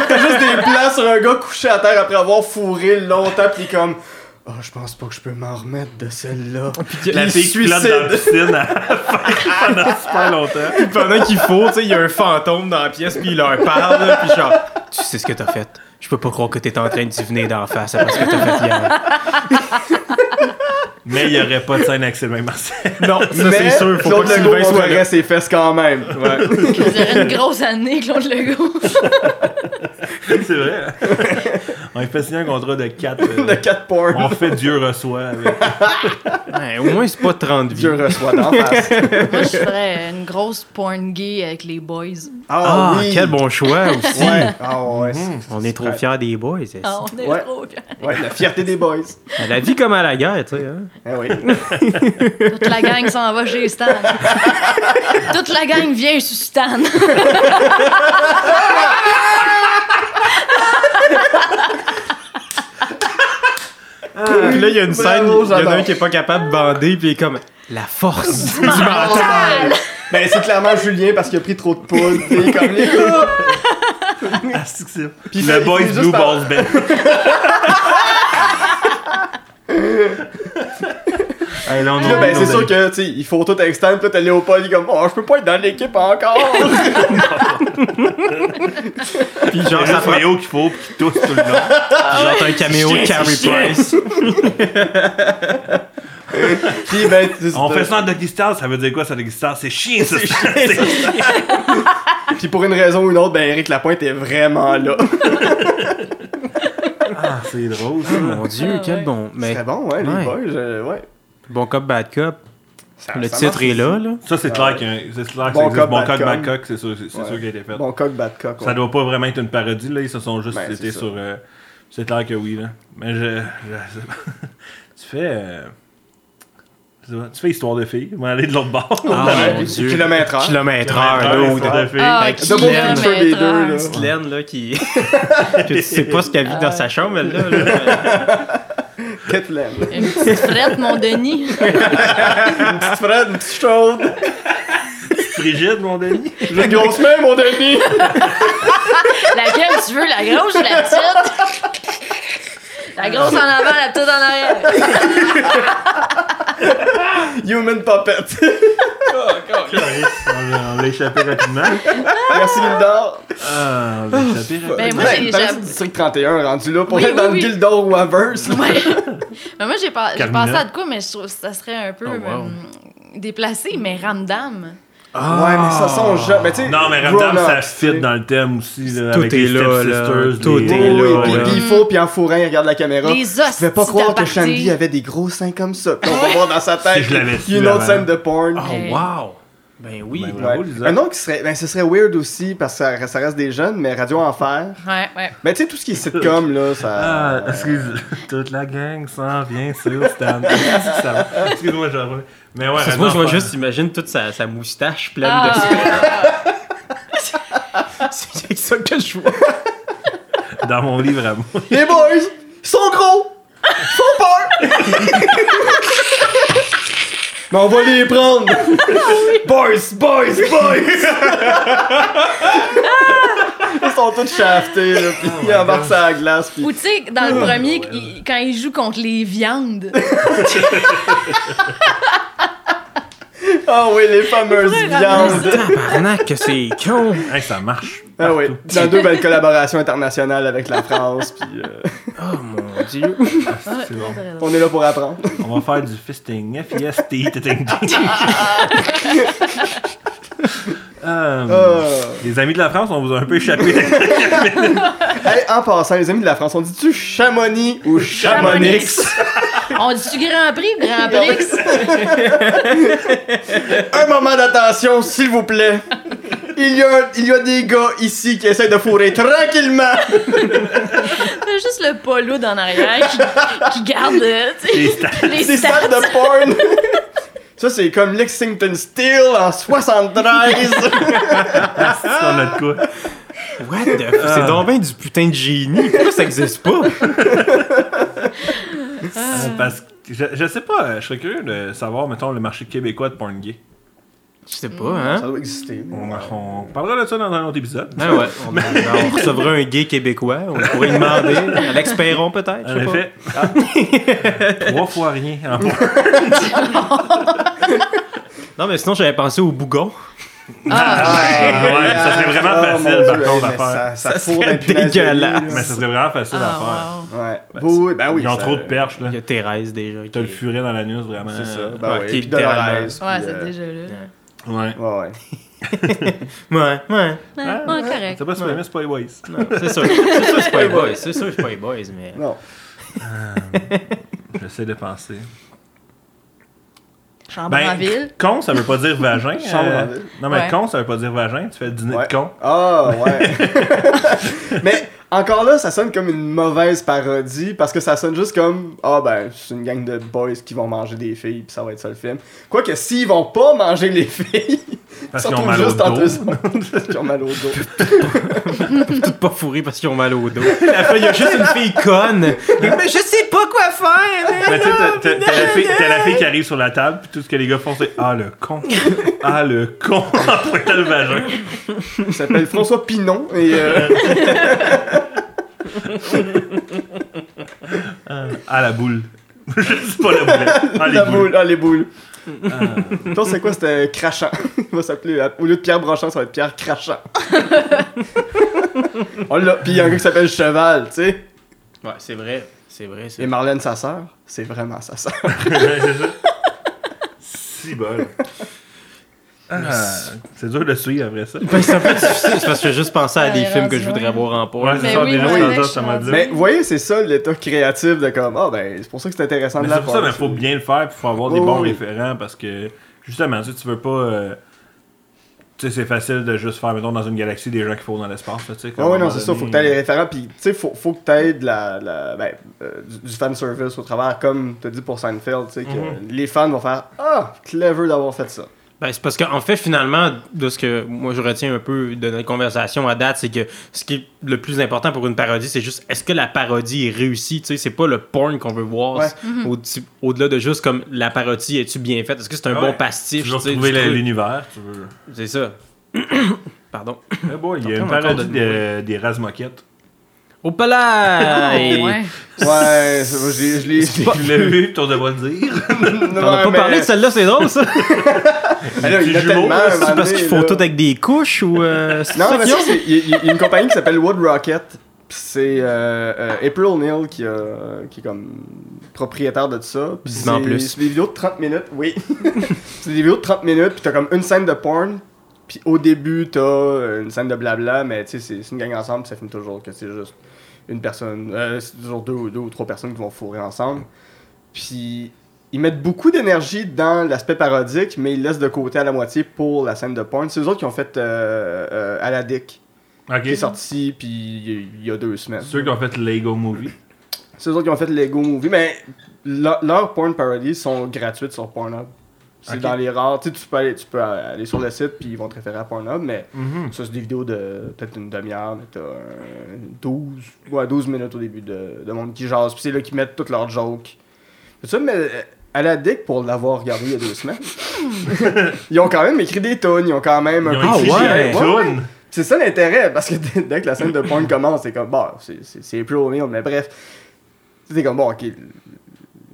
Speaker 5: T'as juste des plans sur un gars couché à terre après avoir fourré longtemps, puis comme... « Oh, je pense pas que je peux m'en remettre de celle-là. »
Speaker 4: La
Speaker 5: Il
Speaker 4: fille qui flotte dans la
Speaker 5: suicide.
Speaker 4: piscine à la fin pendant super longtemps.
Speaker 3: Pendant qu'il faut, tu sais, il y a un fantôme dans la pièce, puis il leur parle, puis genre, tu sais ce que t'as fait. Je peux pas croire que t'es en train d'y venir d'en face après ce que t'as fait hier.
Speaker 4: Mais il n'y aurait pas de scène avec Sylvain Marcel.
Speaker 3: Non, ça
Speaker 5: Mais
Speaker 3: c'est sûr, faut pas
Speaker 5: Claude
Speaker 3: que
Speaker 5: Legault
Speaker 3: Sylvain soit là.
Speaker 5: montrerait ses fesses quand même.
Speaker 6: Vous aurez une grosse année, Claude Legault.
Speaker 4: C'est vrai. On lui fait signer un contrat de 4.
Speaker 5: Le 4 porn.
Speaker 4: On fait Dieu reçoit. avec-
Speaker 3: Ouais, au moins, c'est pas 30 vies.
Speaker 5: Dieu reçoit d'en face.
Speaker 6: Moi, je ferais une grosse porn gay avec les boys.
Speaker 3: Ah, quel bon Hmm. choix aussi.
Speaker 5: Ouais. Ah ouais.
Speaker 3: On est trop fiers des boys. est-ce.
Speaker 6: Ah, on est
Speaker 5: Ouais.
Speaker 6: trop bien.
Speaker 5: Ouais, la fierté des boys.
Speaker 3: À la vie comme à la guerre, tu sais. hein.
Speaker 5: Ah oui.
Speaker 6: Toute la gang s'en va chez Stan. Toute la gang vient sur Stan.
Speaker 3: Puis là, il y a une scène,
Speaker 5: Bravo,
Speaker 3: il y en a un
Speaker 5: j'adore.
Speaker 3: qui est pas capable de bander, puis il est comme la force.
Speaker 5: Ben c'est clairement Julien parce qu'il a pris trop de poudre. t'sais, comme les gars.
Speaker 4: Ah, c'est que c'est-
Speaker 5: Puis
Speaker 4: Le
Speaker 5: il
Speaker 4: boys
Speaker 5: finit juste
Speaker 4: blue
Speaker 5: par-
Speaker 4: balls band.
Speaker 3: Hey, là, on
Speaker 5: Puis là,
Speaker 3: a-
Speaker 5: ben,
Speaker 3: on
Speaker 5: c'est
Speaker 3: a-
Speaker 5: sûr que, tu sais, il faut tout externe, puis là, t'as Léopold, il est comme, oh, je peux pas être dans l'équipe encore!
Speaker 3: Puis genre,
Speaker 4: C'est
Speaker 3: ça
Speaker 4: juste
Speaker 3: prend-
Speaker 4: Léo qu'il faut pis qui tousse tout le long.
Speaker 3: genre, t'as un caméo de Carrie Price.
Speaker 5: puis, ben, tu sais,
Speaker 4: On
Speaker 5: c'est-
Speaker 4: fait ça en doggy style, ça veut dire quoi ça doggy style? C'est chiant ça.
Speaker 5: Puis pour une raison ou une autre, ben, Eric Lapointe est vraiment là.
Speaker 4: Ah, c'est drôle ça.
Speaker 3: Mon Dieu,
Speaker 6: Ah, ouais.
Speaker 3: quel bon. Mais
Speaker 5: Très bon, ouais,
Speaker 3: Ben, Ouais.
Speaker 5: les boys, euh, ouais.
Speaker 3: bon cop, bad cop,
Speaker 5: Ça-
Speaker 3: le
Speaker 5: Ah, ça
Speaker 3: titre
Speaker 5: marche.
Speaker 3: est là, là.
Speaker 4: Ça c'est clair qu'il y a un- c'est clair que
Speaker 5: Bon
Speaker 4: ça existe.
Speaker 5: coq,
Speaker 4: Bon
Speaker 5: bad
Speaker 4: coq,
Speaker 5: coq.
Speaker 4: bad coq, c'est sûr c'est sûr
Speaker 5: Ouais.
Speaker 4: qu'il a été fait.
Speaker 5: Bon coq, bad coq.
Speaker 4: Ça
Speaker 5: ouais.
Speaker 4: doit pas vraiment être une parodie, là. Ils se sont juste
Speaker 5: Ben,
Speaker 4: cités
Speaker 5: c'est ça.
Speaker 4: sur. euh, c'est clair que oui, là. Mais je. je- tu fais. euh, je sais pas, tu fais histoire de filles. On va aller de l'autre bord.
Speaker 3: Ah,
Speaker 5: Ouais,
Speaker 3: mon
Speaker 5: puis
Speaker 3: Dieu.
Speaker 5: Kilomètre heure.
Speaker 3: Kilomètre
Speaker 4: Histoire
Speaker 3: heure, là.
Speaker 4: de filles.
Speaker 6: Ah,
Speaker 3: Avec
Speaker 6: qui
Speaker 5: Double
Speaker 3: Glenn.
Speaker 6: aime
Speaker 5: feature des
Speaker 6: être ah,
Speaker 5: deux,
Speaker 6: un-
Speaker 5: là.
Speaker 3: Petite laine, là, qui. tu sais pas ce qu'elle vit dans sa chambre, elle, là. là.
Speaker 5: Qu'est-ce que t'aimes?
Speaker 6: Une petite frette, mon Denis.
Speaker 5: Une petite frette, une petite chaude.
Speaker 4: Frigide, mon Denis.
Speaker 5: J'ai une grosse main, mon Denis!
Speaker 6: Laquelle tu veux, la grosse ou la petite? La grosse en avant, la petite en arrière.
Speaker 5: Human puppet.
Speaker 4: on l'a échappé rapidement.
Speaker 5: Merci, Gildor.
Speaker 4: Ah, on l'a échappé rapidement.
Speaker 6: Ben, moi,
Speaker 5: Ouais,
Speaker 6: j'ai-
Speaker 5: dans
Speaker 6: j'ai-
Speaker 5: le district 31, rendu là, pour
Speaker 6: Oui,
Speaker 5: être dans
Speaker 6: oui,
Speaker 5: le
Speaker 6: oui.
Speaker 5: Gildor ou Avers, là.
Speaker 6: Ouais. Mais moi, j'ai pas- j'ai
Speaker 4: Carmina.
Speaker 6: pensé à de quoi, mais je trouve que ça serait un peu
Speaker 3: Oh, wow.
Speaker 6: euh, déplacé, mais ramdam.
Speaker 5: Ouais, mais ça
Speaker 3: Ah.
Speaker 5: sont jeunes. Mais tu sais,
Speaker 4: Non, mais Ramdam,
Speaker 5: grown-ups,
Speaker 4: ça
Speaker 5: tu
Speaker 4: fit
Speaker 5: sais.
Speaker 4: dans le thème aussi. Là,
Speaker 3: Tout
Speaker 4: avec
Speaker 3: est
Speaker 4: les
Speaker 3: là,
Speaker 4: Stepsisters,
Speaker 3: là. Tout
Speaker 4: les-
Speaker 3: est
Speaker 5: Oui,
Speaker 3: là,
Speaker 5: oui,
Speaker 3: là.
Speaker 5: puis, puis il faut, puis en fourrin, il regarde la caméra.
Speaker 6: Les
Speaker 5: Je pouvais pas
Speaker 6: hosties
Speaker 5: croire que
Speaker 6: d'apartés.
Speaker 5: Shandy avait des gros seins comme ça. Puis on va voir dans sa tête.
Speaker 4: Si je l'avais su
Speaker 5: il y a une autre
Speaker 4: avant. Ah,
Speaker 5: scène de porn.
Speaker 6: Ah,
Speaker 3: Oh, wow. Ben oui.
Speaker 4: Ben, voilà.
Speaker 5: Ouais.
Speaker 4: bravo, Lisa.
Speaker 5: Un nom qui serait. Ben, ce serait weird aussi, parce que ça, ça reste des jeunes, mais Radio Enfer.
Speaker 6: Ouais, ouais.
Speaker 5: Mais tu sais, tout ce qui est sitcom, là, ça.
Speaker 4: Ah, excuse, toute la gang s'en vient sur Stan. Ça va. Excuse-moi, je reviens. Mais ouais,
Speaker 3: Parce que moi, je vois
Speaker 4: Ramdam,
Speaker 3: juste, imagine toute sa, sa moustache pleine
Speaker 6: Ah,
Speaker 3: de.
Speaker 6: ouais.
Speaker 3: C'est ça que je vois.
Speaker 4: Dans mon livre à moi.
Speaker 5: Les boys, ils sont gros! Ils font peur! mais Ben, on va les prendre! boys, boys, boys! ils sont tous shaftés, là, puis ils embarquent sur la glace, puis.
Speaker 6: Ou tu sais, dans le premier, il- quand il joue contre les viandes.
Speaker 5: Ah oui, les fameuses
Speaker 6: Vraiment.
Speaker 5: viandes!
Speaker 3: Tabarnak, que c'est con.
Speaker 4: Hey, ça marche.
Speaker 5: Ah oui, dans deux belles collaborations internationales avec la France, puis euh,
Speaker 3: Oh mon dieu.
Speaker 4: C'est bon.
Speaker 5: on est là pour apprendre.
Speaker 4: On va faire du fisting. F-I-S-T,
Speaker 5: Euh.
Speaker 4: Les amis de la France, on vous a un peu échappé.
Speaker 5: Hey, en passant, les amis de la France, on dit-tu Chamonix ou Chamonix?
Speaker 6: On dit-tu Grand Prix ou Grand Prix?
Speaker 5: Un moment d'attention, s'il vous plaît. Il y, a, il y a des gars ici qui essaient de fourrer tranquillement.
Speaker 6: T'as juste le polo dans l'arrière qui, qui garde euh, tu sais,
Speaker 4: Les stats.
Speaker 6: les
Speaker 5: C'est
Speaker 6: stats.
Speaker 5: ça de porn. Ça, c'est comme Lexington Steel en 73.
Speaker 4: on a de quoi.
Speaker 3: What the fuck? C'est donc ben du putain de génie. Pourquoi ça existe pas?
Speaker 4: Euh, Parce que je, je sais pas, euh, je serais curieux de savoir, mettons, le marché québécois de porn gay.
Speaker 3: Je sais pas, hein?
Speaker 5: doit exister.
Speaker 4: On, on parlera de ça dans un autre épisode.
Speaker 3: Ah ouais, on, on recevra un gay québécois, on pourrait lui demander, Alex Perron peut-être,
Speaker 4: En
Speaker 3: je sais Ah. pas.
Speaker 4: effet, trois fois rien. en
Speaker 3: Non mais sinon j'avais pensé au bougon.
Speaker 6: Ah,
Speaker 4: Ouais, ça serait vraiment
Speaker 5: Ah, mon
Speaker 4: facile, par
Speaker 5: Dieu,
Speaker 4: contre, à
Speaker 5: hey, mais
Speaker 4: faire.
Speaker 5: Ça, ça,
Speaker 3: Ça
Speaker 5: fourre
Speaker 3: serait
Speaker 5: la punaise de lit,
Speaker 3: dégueulasse.
Speaker 5: là.
Speaker 4: Mais ça serait vraiment facile à faire.
Speaker 6: ah, wow.
Speaker 5: Ouais. oui, ben oui.
Speaker 4: Ils ont
Speaker 5: ça-
Speaker 4: trop de perches, là.
Speaker 3: Il y a Thérèse déjà.
Speaker 4: T'as le
Speaker 3: qui-
Speaker 4: furet dans la nuit, vraiment.
Speaker 5: C'est ça. Ben
Speaker 3: Ouais,
Speaker 5: oui.
Speaker 3: qui est
Speaker 5: Puis de
Speaker 3: littéralement-
Speaker 5: la
Speaker 6: Ouais, c'est déjà là. Ah,
Speaker 4: Ouais.
Speaker 5: Ouais, ouais.
Speaker 3: Ouais, ouais.
Speaker 6: Ouais,
Speaker 4: Ah,
Speaker 6: ouais, correct.
Speaker 4: C'est pas super, mais c'est pas Waste.
Speaker 3: Non, c'est sûr. C'est sûr que c'est pas les boys. C'est sûr que c'est pas les boys, mais.
Speaker 5: Non.
Speaker 4: J'essaie de penser.
Speaker 6: Chambre en
Speaker 4: Ben,
Speaker 6: ville.
Speaker 4: con, ça veut pas dire vagin.
Speaker 5: Chambre
Speaker 4: euh,
Speaker 5: en ville.
Speaker 4: Non, mais
Speaker 6: Ouais.
Speaker 4: con, ça veut pas dire vagin. Tu fais le dîner
Speaker 5: Ouais.
Speaker 4: de con.
Speaker 5: Ah, ouais. Mais encore là, ça sonne comme une mauvaise parodie parce que ça sonne juste comme Ah, ben, c'est une gang de boys qui vont manger des filles, puis ça va être ça le film. Quoique, s'ils vont pas manger les filles,
Speaker 4: Parce
Speaker 5: ils
Speaker 4: qu'ils
Speaker 5: se
Speaker 4: ont
Speaker 5: retrouvent
Speaker 4: mal au
Speaker 5: juste
Speaker 4: dos.
Speaker 5: entre eux autres, parce qu'ils ont mal au dos.
Speaker 3: Toutes pas fourrées parce qu'ils ont mal au dos. La fois, il y a juste une fille conne. Mais je sais pas quoi faire.
Speaker 4: Mais Ben, tu sais, t'as- t'as- t'as la fille- t'as la fille qui arrive sur la table, puis tout ce que les gars font, c'est Ah le con! Ah le con! En pointant le vagin!
Speaker 5: Il s'appelle François Pinon et. euh,
Speaker 4: Ah la boule! Je sais pas la boule! Ah les
Speaker 5: la
Speaker 4: boules. Ah.
Speaker 5: boule, ah, les boules. Toi, c'est quoi? C'était Crachant. Il va s'appeler, euh, au lieu de Pierre Brochant, ça va être Pierre Crachant. oh là, puis il y a un gars qui s'appelle Cheval, tu sais.
Speaker 3: Ouais, c'est vrai. C'est vrai. c'est
Speaker 5: Et Marlène, sa sœur, c'est vraiment sa sœur.
Speaker 4: C'est ça. Si bol! Ah, c'est dur de suivre après ça.
Speaker 3: Ben, c'est un peu difficile c'est parce que j'ai juste pensé à
Speaker 6: Ah,
Speaker 3: des
Speaker 6: il est
Speaker 3: films que
Speaker 6: rendu
Speaker 3: je voudrais
Speaker 6: loin.
Speaker 3: voir en
Speaker 4: Ouais,
Speaker 3: pause.
Speaker 4: c'est
Speaker 6: Mais
Speaker 4: ça,
Speaker 6: oui,
Speaker 4: déjà
Speaker 6: moi,
Speaker 4: dans
Speaker 6: avec,
Speaker 4: ça,
Speaker 6: je
Speaker 4: ça
Speaker 6: suis
Speaker 4: m'a
Speaker 6: rendue
Speaker 4: dit.
Speaker 5: Mais vous voyez, c'est ça l'état créatif de comme, ah ben, c'est pour ça que c'est intéressant
Speaker 4: Mais
Speaker 5: de la
Speaker 4: c'est pour ça,
Speaker 5: voir.
Speaker 4: mais faut bien le faire, puis faut avoir des
Speaker 5: Oui,
Speaker 4: bons
Speaker 5: oui.
Speaker 4: référents, parce que justement, tu sais, tu veux pas. euh, tu sais, c'est facile de juste faire, mettons, dans une galaxie, des gens qui font dans l'espace, là, tu sais. comme à
Speaker 5: Ouais, ouais,
Speaker 4: un
Speaker 5: Oh, non,
Speaker 4: moment
Speaker 5: c'est ça, faut
Speaker 4: donné.
Speaker 5: que t'aies les référents, puis tu sais, faut, faut que t'aies de la, la- ben, euh, du, du fanservice au travers, comme t'as dit pour Seinfeld, tu sais, que les fans vont faire Ah, clever d'avoir fait ça.
Speaker 3: Ben, c'est parce qu'en fait, finalement, de ce que moi je retiens un peu de notre conversation à date, c'est que ce qui est le plus important pour une parodie, c'est juste est-ce que la parodie est réussie Tu sais, c'est pas le porn qu'on veut voir.
Speaker 5: Ouais.
Speaker 3: c'est au- Au-delà de juste comme la parodie, est tu bien faite Est-ce que c'est un
Speaker 4: Ouais.
Speaker 3: bon pastif
Speaker 4: Tu veux
Speaker 3: Ah tu sais,
Speaker 4: retrouver
Speaker 3: du
Speaker 4: la-
Speaker 3: truc?
Speaker 4: l'univers, tu veux.
Speaker 3: C'est ça. Pardon.
Speaker 4: Eh boy, il y a
Speaker 3: T'entends
Speaker 4: une
Speaker 3: encore
Speaker 4: parodie
Speaker 3: de
Speaker 4: de- des Razmoquettes.
Speaker 3: Au là!
Speaker 6: Oh, Ouais.
Speaker 3: Et-
Speaker 5: Ouais, c'est- moi, j'ai- je l'ai.
Speaker 4: Tu l'as vu, puis on devrait le dire.
Speaker 5: On
Speaker 3: T'en as pas parlé de celle-là, c'est drôle ça!
Speaker 5: il y en a
Speaker 4: petits jumeaux,
Speaker 5: tellement, à un
Speaker 4: c'est
Speaker 5: moment
Speaker 3: C'est parce qu'ils
Speaker 5: donné,
Speaker 3: font
Speaker 5: là.
Speaker 3: tout avec des couches ou. euh, c'est
Speaker 5: Non,
Speaker 3: ça
Speaker 5: mais
Speaker 3: qu'ils
Speaker 5: ça,
Speaker 3: ont?
Speaker 5: c'est- il y, a- il y a une compagnie qui s'appelle Wood Rocket. pis C'est euh, euh, April Neal qui, a- qui est comme propriétaire de ça. pis
Speaker 3: Dis-moi en
Speaker 5: c'est-
Speaker 3: plus.
Speaker 5: C'est des vidéos de 30 minutes, oui. c'est des vidéos de 30 minutes, puis t'as comme une scène de porn. Puis au début, t'as euh, une scène de blabla, mais tu sais, c'est- c'est une gang ensemble, pis ça finit toujours que c'est juste une personne, euh, c'est toujours deux, ou- deux ou trois personnes qui vont fourrer ensemble. Puis ils mettent beaucoup d'énergie dans l'aspect parodique, mais ils laissent de côté à la moitié pour la scène de porn. C'est eux autres qui ont fait euh, euh, Aladdin, qui est
Speaker 4: Ok.
Speaker 5: sorti puis il y a- il y a deux semaines.
Speaker 4: Ceux qui ont fait Lego Movie.
Speaker 5: C'est eux autres qui ont fait Lego Movie, mais le- leurs porn parodies sont gratuites sur Pornhub. C'est
Speaker 4: Ok.
Speaker 5: dans les rares. Tu sais, tu peux aller, tu peux aller sur le site puis ils vont te référer à Pornhub, mais
Speaker 4: Mm-hmm.
Speaker 5: ça, c'est des vidéos de peut-être une demi-heure, mais t'as un 12, ouais, 12 minutes au début de, de monde qui jase. Puis c'est là qu'ils mettent toutes leurs jokes. Tu sais, mais euh, à la dick pour l'avoir regardé il y a deux semaines, ils ont quand même écrit des tonnes, ils ont quand même un
Speaker 4: Ils ont
Speaker 5: peu
Speaker 4: écrit
Speaker 5: écrit-
Speaker 3: ouais,
Speaker 4: des tunes.
Speaker 5: c'est ça l'intérêt, parce que dès- dès que la scène de porn commence, c'est comme, bon, c'est- c'est c'est plus O'Neill, mais bref. Tu sais, C'est comme, bon, ok,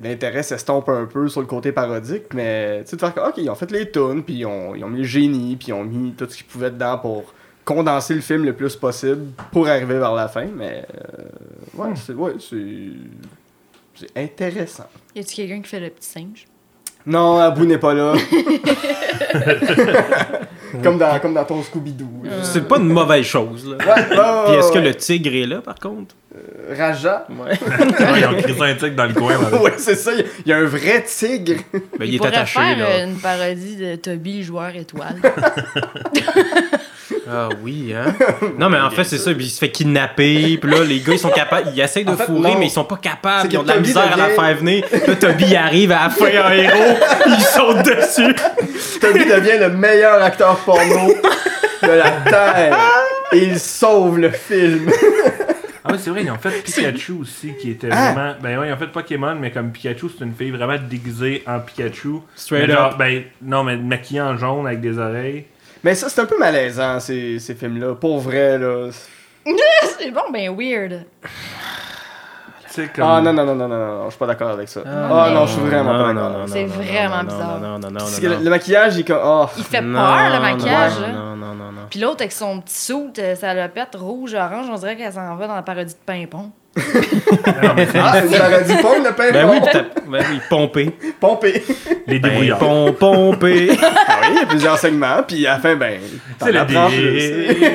Speaker 5: l'intérêt s'estompe un peu sur le côté parodique, mais tu sais, de faire comme, ok, ils ont fait les tunes, puis ils ont, ils ont mis le génie, puis ils ont mis tout ce qu'ils pouvaient dedans pour condenser le film le plus possible pour arriver vers la fin, mais euh, ouais, c'est ouais, c'est c'est intéressant.
Speaker 6: Y a-tu quelqu'un qui fait le petit singe?
Speaker 5: Non, Abou n'est pas là. comme, dans, comme dans ton Scooby-Doo. là.
Speaker 3: C'est pas une mauvaise chose là.
Speaker 5: Ouais, ouais,
Speaker 3: Puis est-ce que
Speaker 5: Ah, ouais,
Speaker 3: le tigre est là par contre?
Speaker 5: ouais. Raja
Speaker 4: Ouais, Ils ont crissé un tigre dans le coin. là.
Speaker 5: ouais, c'est ça. Il y a- il y, a un vrai tigre.
Speaker 3: Ben, il,
Speaker 6: il
Speaker 3: est
Speaker 6: pourrait
Speaker 3: attaché
Speaker 6: faire
Speaker 3: là.
Speaker 6: euh, une parodie de Toby le joueur étoile.
Speaker 3: Ah oui, hein? Non, mais en fait, c'est ça. Puis il se fait kidnapper. Puis là, les gars, ils sont capables. Ils essayent de
Speaker 5: En fait,
Speaker 3: fourrer,
Speaker 5: non.
Speaker 3: mais ils sont pas
Speaker 5: C'est
Speaker 3: capables.
Speaker 5: que
Speaker 3: Ils ont de la
Speaker 5: Toby
Speaker 3: misère à la
Speaker 5: devient-
Speaker 3: faire venir. Là, Toby il arrive à la fin un héros. Ils sautent dessus.
Speaker 5: Toby devient le meilleur acteur porno de la Terre. Et il sauve le film.
Speaker 4: Ah oui, c'est vrai, ils ont fait Pikachu aussi, qui était
Speaker 5: Ah!
Speaker 4: vraiment. Ben ouais, ils ont fait Pokémon, mais comme Pikachu, c'est une fille vraiment déguisée en Pikachu.
Speaker 3: Straight
Speaker 4: Mais
Speaker 3: up.
Speaker 4: ben, non, mais maquillée en jaune avec des oreilles.
Speaker 5: Mais ça, c'est un peu malaisant, ces, ces films-là. Pour vrai, là.
Speaker 6: c'est bon, ben weird.
Speaker 4: Tu sais, comme.
Speaker 5: Ah non, non, non, non, non, non, non, je suis pas d'accord avec ça.
Speaker 6: Ah,
Speaker 5: Ah
Speaker 6: non.
Speaker 5: non, je suis vraiment pas d'accord.
Speaker 6: C'est vraiment bizarre.
Speaker 3: Non, non, non, non,
Speaker 5: Parce que
Speaker 3: non,
Speaker 5: le, le maquillage, il est comme. Oh.
Speaker 6: Il fait peur,
Speaker 3: Non,
Speaker 6: le maquillage.
Speaker 3: non,
Speaker 6: là.
Speaker 3: Non, non, non, non.
Speaker 6: Puis l'autre, avec son petit suit, euh, sa lopette rouge-orange, on dirait qu'elle s'en va dans la parodie de Pimpon.
Speaker 5: Ah, vous aurait dit pompe le pain
Speaker 3: Ben oui,
Speaker 5: pompe.
Speaker 3: t'as- ben oui, pompé.
Speaker 5: pompé.
Speaker 4: Les
Speaker 3: Ben,
Speaker 4: débrouillards.
Speaker 3: pom, pompé.
Speaker 5: Ah oui, il y a plusieurs segments, puis à la fin, ben. t'en
Speaker 4: C'est le
Speaker 5: apprends
Speaker 4: dé-
Speaker 5: plus.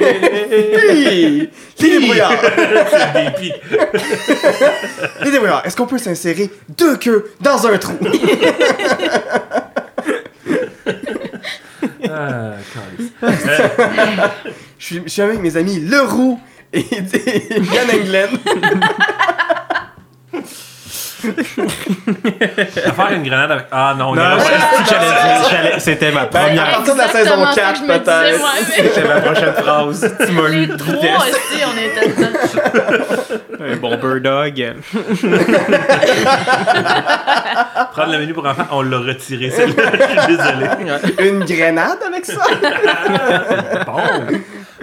Speaker 5: Hi! Les débrouillards!
Speaker 4: C'est des pis.
Speaker 5: Les débrouillards, est-ce qu'on peut s'insérer deux queues dans un trou?
Speaker 4: Ah, calisse.
Speaker 5: Je suis, je suis avec mes amis Leroux et et Yann Englen.
Speaker 4: À faire une grenade avec. Ah non, on
Speaker 3: Non,
Speaker 4: ira pas-
Speaker 3: j'allais- j'allais- j'allais- c'était ma
Speaker 5: Ben, à
Speaker 3: première.
Speaker 5: partir de la
Speaker 6: Exactement
Speaker 5: saison
Speaker 6: ça que
Speaker 5: 4,
Speaker 6: je me disais, moi,
Speaker 5: peut-être.
Speaker 6: mais-
Speaker 3: C'était ma prochaine phrase. Tu m'as eu
Speaker 6: Les trois aussi, on était dedans.
Speaker 3: un bon birdog.
Speaker 4: Prendre le menu pour enfants, on l'a retiré celle-là. Je suis désolé.
Speaker 5: Une grenade avec ça?
Speaker 4: Bon.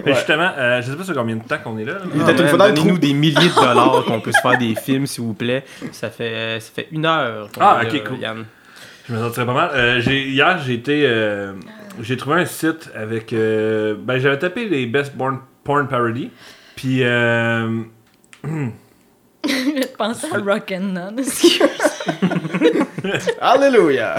Speaker 4: Mais justement, euh, je sais pas sur combien de temps qu'on est là. là.
Speaker 5: était une fois dans le
Speaker 3: Donnez-nous
Speaker 5: trou.
Speaker 3: des milliers de dollars qu'on puisse faire des films, s'il vous plaît. Ça fait, ça fait une heure. qu'on
Speaker 4: Ah,
Speaker 3: est
Speaker 4: ok,
Speaker 3: là,
Speaker 4: cool.
Speaker 3: Yann.
Speaker 4: Je me sentirais pas mal. Euh, j'ai- hier, j'ai été. euh, j'ai trouvé un site avec. euh, ben, j'avais tapé les best born, porn parody. Puis. euh,
Speaker 6: Je pensais à Rock'n'None. excuse.
Speaker 5: Alléluia!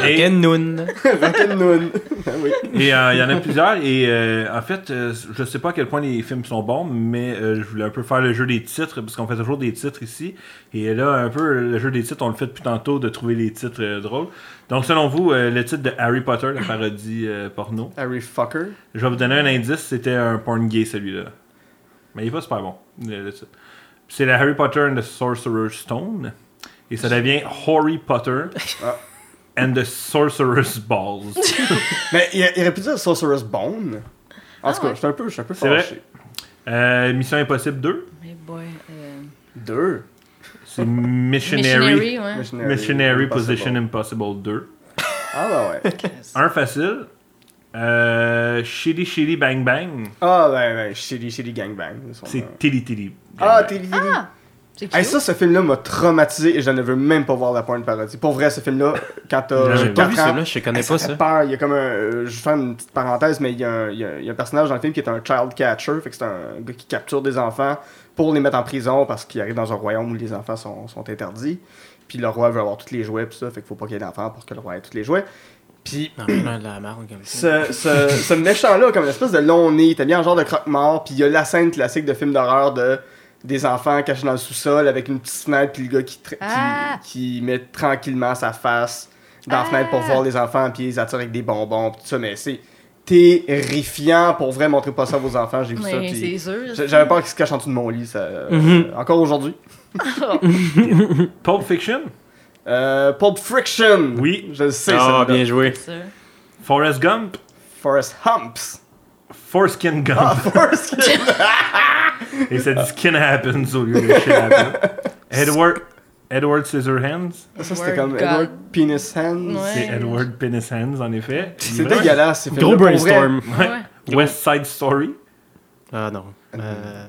Speaker 4: et-
Speaker 3: Ken Noon.
Speaker 5: Rock'n'Noon. Ah oui.
Speaker 4: Et euh, il y en a plusieurs. Et euh, en fait, euh, je sais pas à quel point les films sont bons, mais euh, je voulais un peu faire le jeu des titres, parce qu'on fait toujours des titres ici. Et là, un peu, le jeu des titres, on le fait depuis tantôt, de trouver les titres euh, drôles. Donc, selon vous, euh, le titre de Harry Potter, la parodie euh, porno,
Speaker 5: Harry Fucker.
Speaker 4: je vais vous donner un indice, c'était un porn gay, celui-là. Mais il est pas super bon, le, le titre. C'est la Harry Potter and the Sorcerer's Stone. Et ça devient Harry Potter and the Sorcerer's Balls.
Speaker 5: Mais il, il aurait pu dire Sorcerer's Bone. En tout
Speaker 6: Ah
Speaker 5: cas,
Speaker 6: ouais.
Speaker 5: je suis un peu, je suis un peu
Speaker 4: C'est vrai.
Speaker 5: fâché.
Speaker 4: Euh, Mission Impossible 2.
Speaker 6: Mais boy, euh,
Speaker 5: Deux.
Speaker 4: C'est Missionary.
Speaker 6: Missionary, ouais.
Speaker 5: Missionary,
Speaker 4: Missionary
Speaker 5: Impossible.
Speaker 4: Position Impossible 2.
Speaker 5: Ah bah ouais.
Speaker 4: Un facile. Euh, shitty Shitty Bang Bang.
Speaker 5: Ah ben ben, Shitty Shitty Gangbang. ils sont là.
Speaker 4: C'est Tilly Tilly. Gang
Speaker 5: Ah,
Speaker 4: Bang.
Speaker 5: Tilly Tilly.
Speaker 6: Ah! C'est cute.
Speaker 5: Hey, ça, ce film-là m'a traumatisé et je ne veux même pas voir la porn parodie. Pour vrai, ce film-là, quand t'as
Speaker 3: J'ai pas vu
Speaker 5: 4 ans,
Speaker 3: celui-là, je te connais
Speaker 5: Hey, ça
Speaker 3: pas
Speaker 5: fait
Speaker 3: ça.
Speaker 5: peur. Il y a comme un. euh, je fais une petite parenthèse, mais il y, a un, il y a- il y a un personnage dans le film qui est un child catcher. Fait que c'est un gars qui capture des enfants pour les mettre en prison parce qu'il arrive dans un royaume où les enfants sont, sont interdits. Puis le roi veut avoir tous les jouets, puis ça. Fait qu'il faut pas qu'il y ait d'enfants pour que le roi ait tous les jouets. Puis
Speaker 3: Non, mais non, de la marde comme ça.
Speaker 5: ce, ce, ce méchant-là, comme une espèce de long nez, t'as bien un genre de croque-mort, puis il y a la scène classique de film d'horreur de des enfants cachés dans le sous-sol avec une petite fenêtre, puis le gars qui, tra- qui-
Speaker 6: Ah.
Speaker 5: qui, met tranquillement sa face dans la
Speaker 6: Ah.
Speaker 5: fenêtre pour voir les enfants, puis ils attirent avec des bonbons, puis tout ça, mais c'est terrifiant. Pour vrai, montrez pas ça à vos enfants, j'ai vu ça,
Speaker 6: Mais c'est
Speaker 5: puis
Speaker 6: sûr.
Speaker 5: j'a- j'avais peur qu'ils se cachent en dessous de mon lit, ça,
Speaker 3: Mhm.
Speaker 5: euh, encore aujourd'hui.
Speaker 4: Pulp Fiction.
Speaker 5: Euh, Pulp Friction!
Speaker 4: Oui.
Speaker 5: Je le sais,
Speaker 3: Ah,
Speaker 5: ça.
Speaker 3: bien joué.
Speaker 6: C'est sûr.
Speaker 4: Forrest Gump.
Speaker 5: Forrest Humps!
Speaker 4: Foreskin Gump.
Speaker 5: Forrest
Speaker 4: Et ça dit Skin Happens au lieu de Shit Happens. Edward, Edward Scissorhands.
Speaker 5: Ça, c'était comme
Speaker 6: God.
Speaker 5: Edward Penis Hands.
Speaker 6: Ouais.
Speaker 4: C'est Edward Penis Hands en effet.
Speaker 5: C'est dégueulasse, ces
Speaker 3: Gros
Speaker 5: films-là, pour
Speaker 3: brainstorm.
Speaker 5: vrai.
Speaker 6: Ouais.
Speaker 4: West Side Story.
Speaker 3: Ah non. Euh,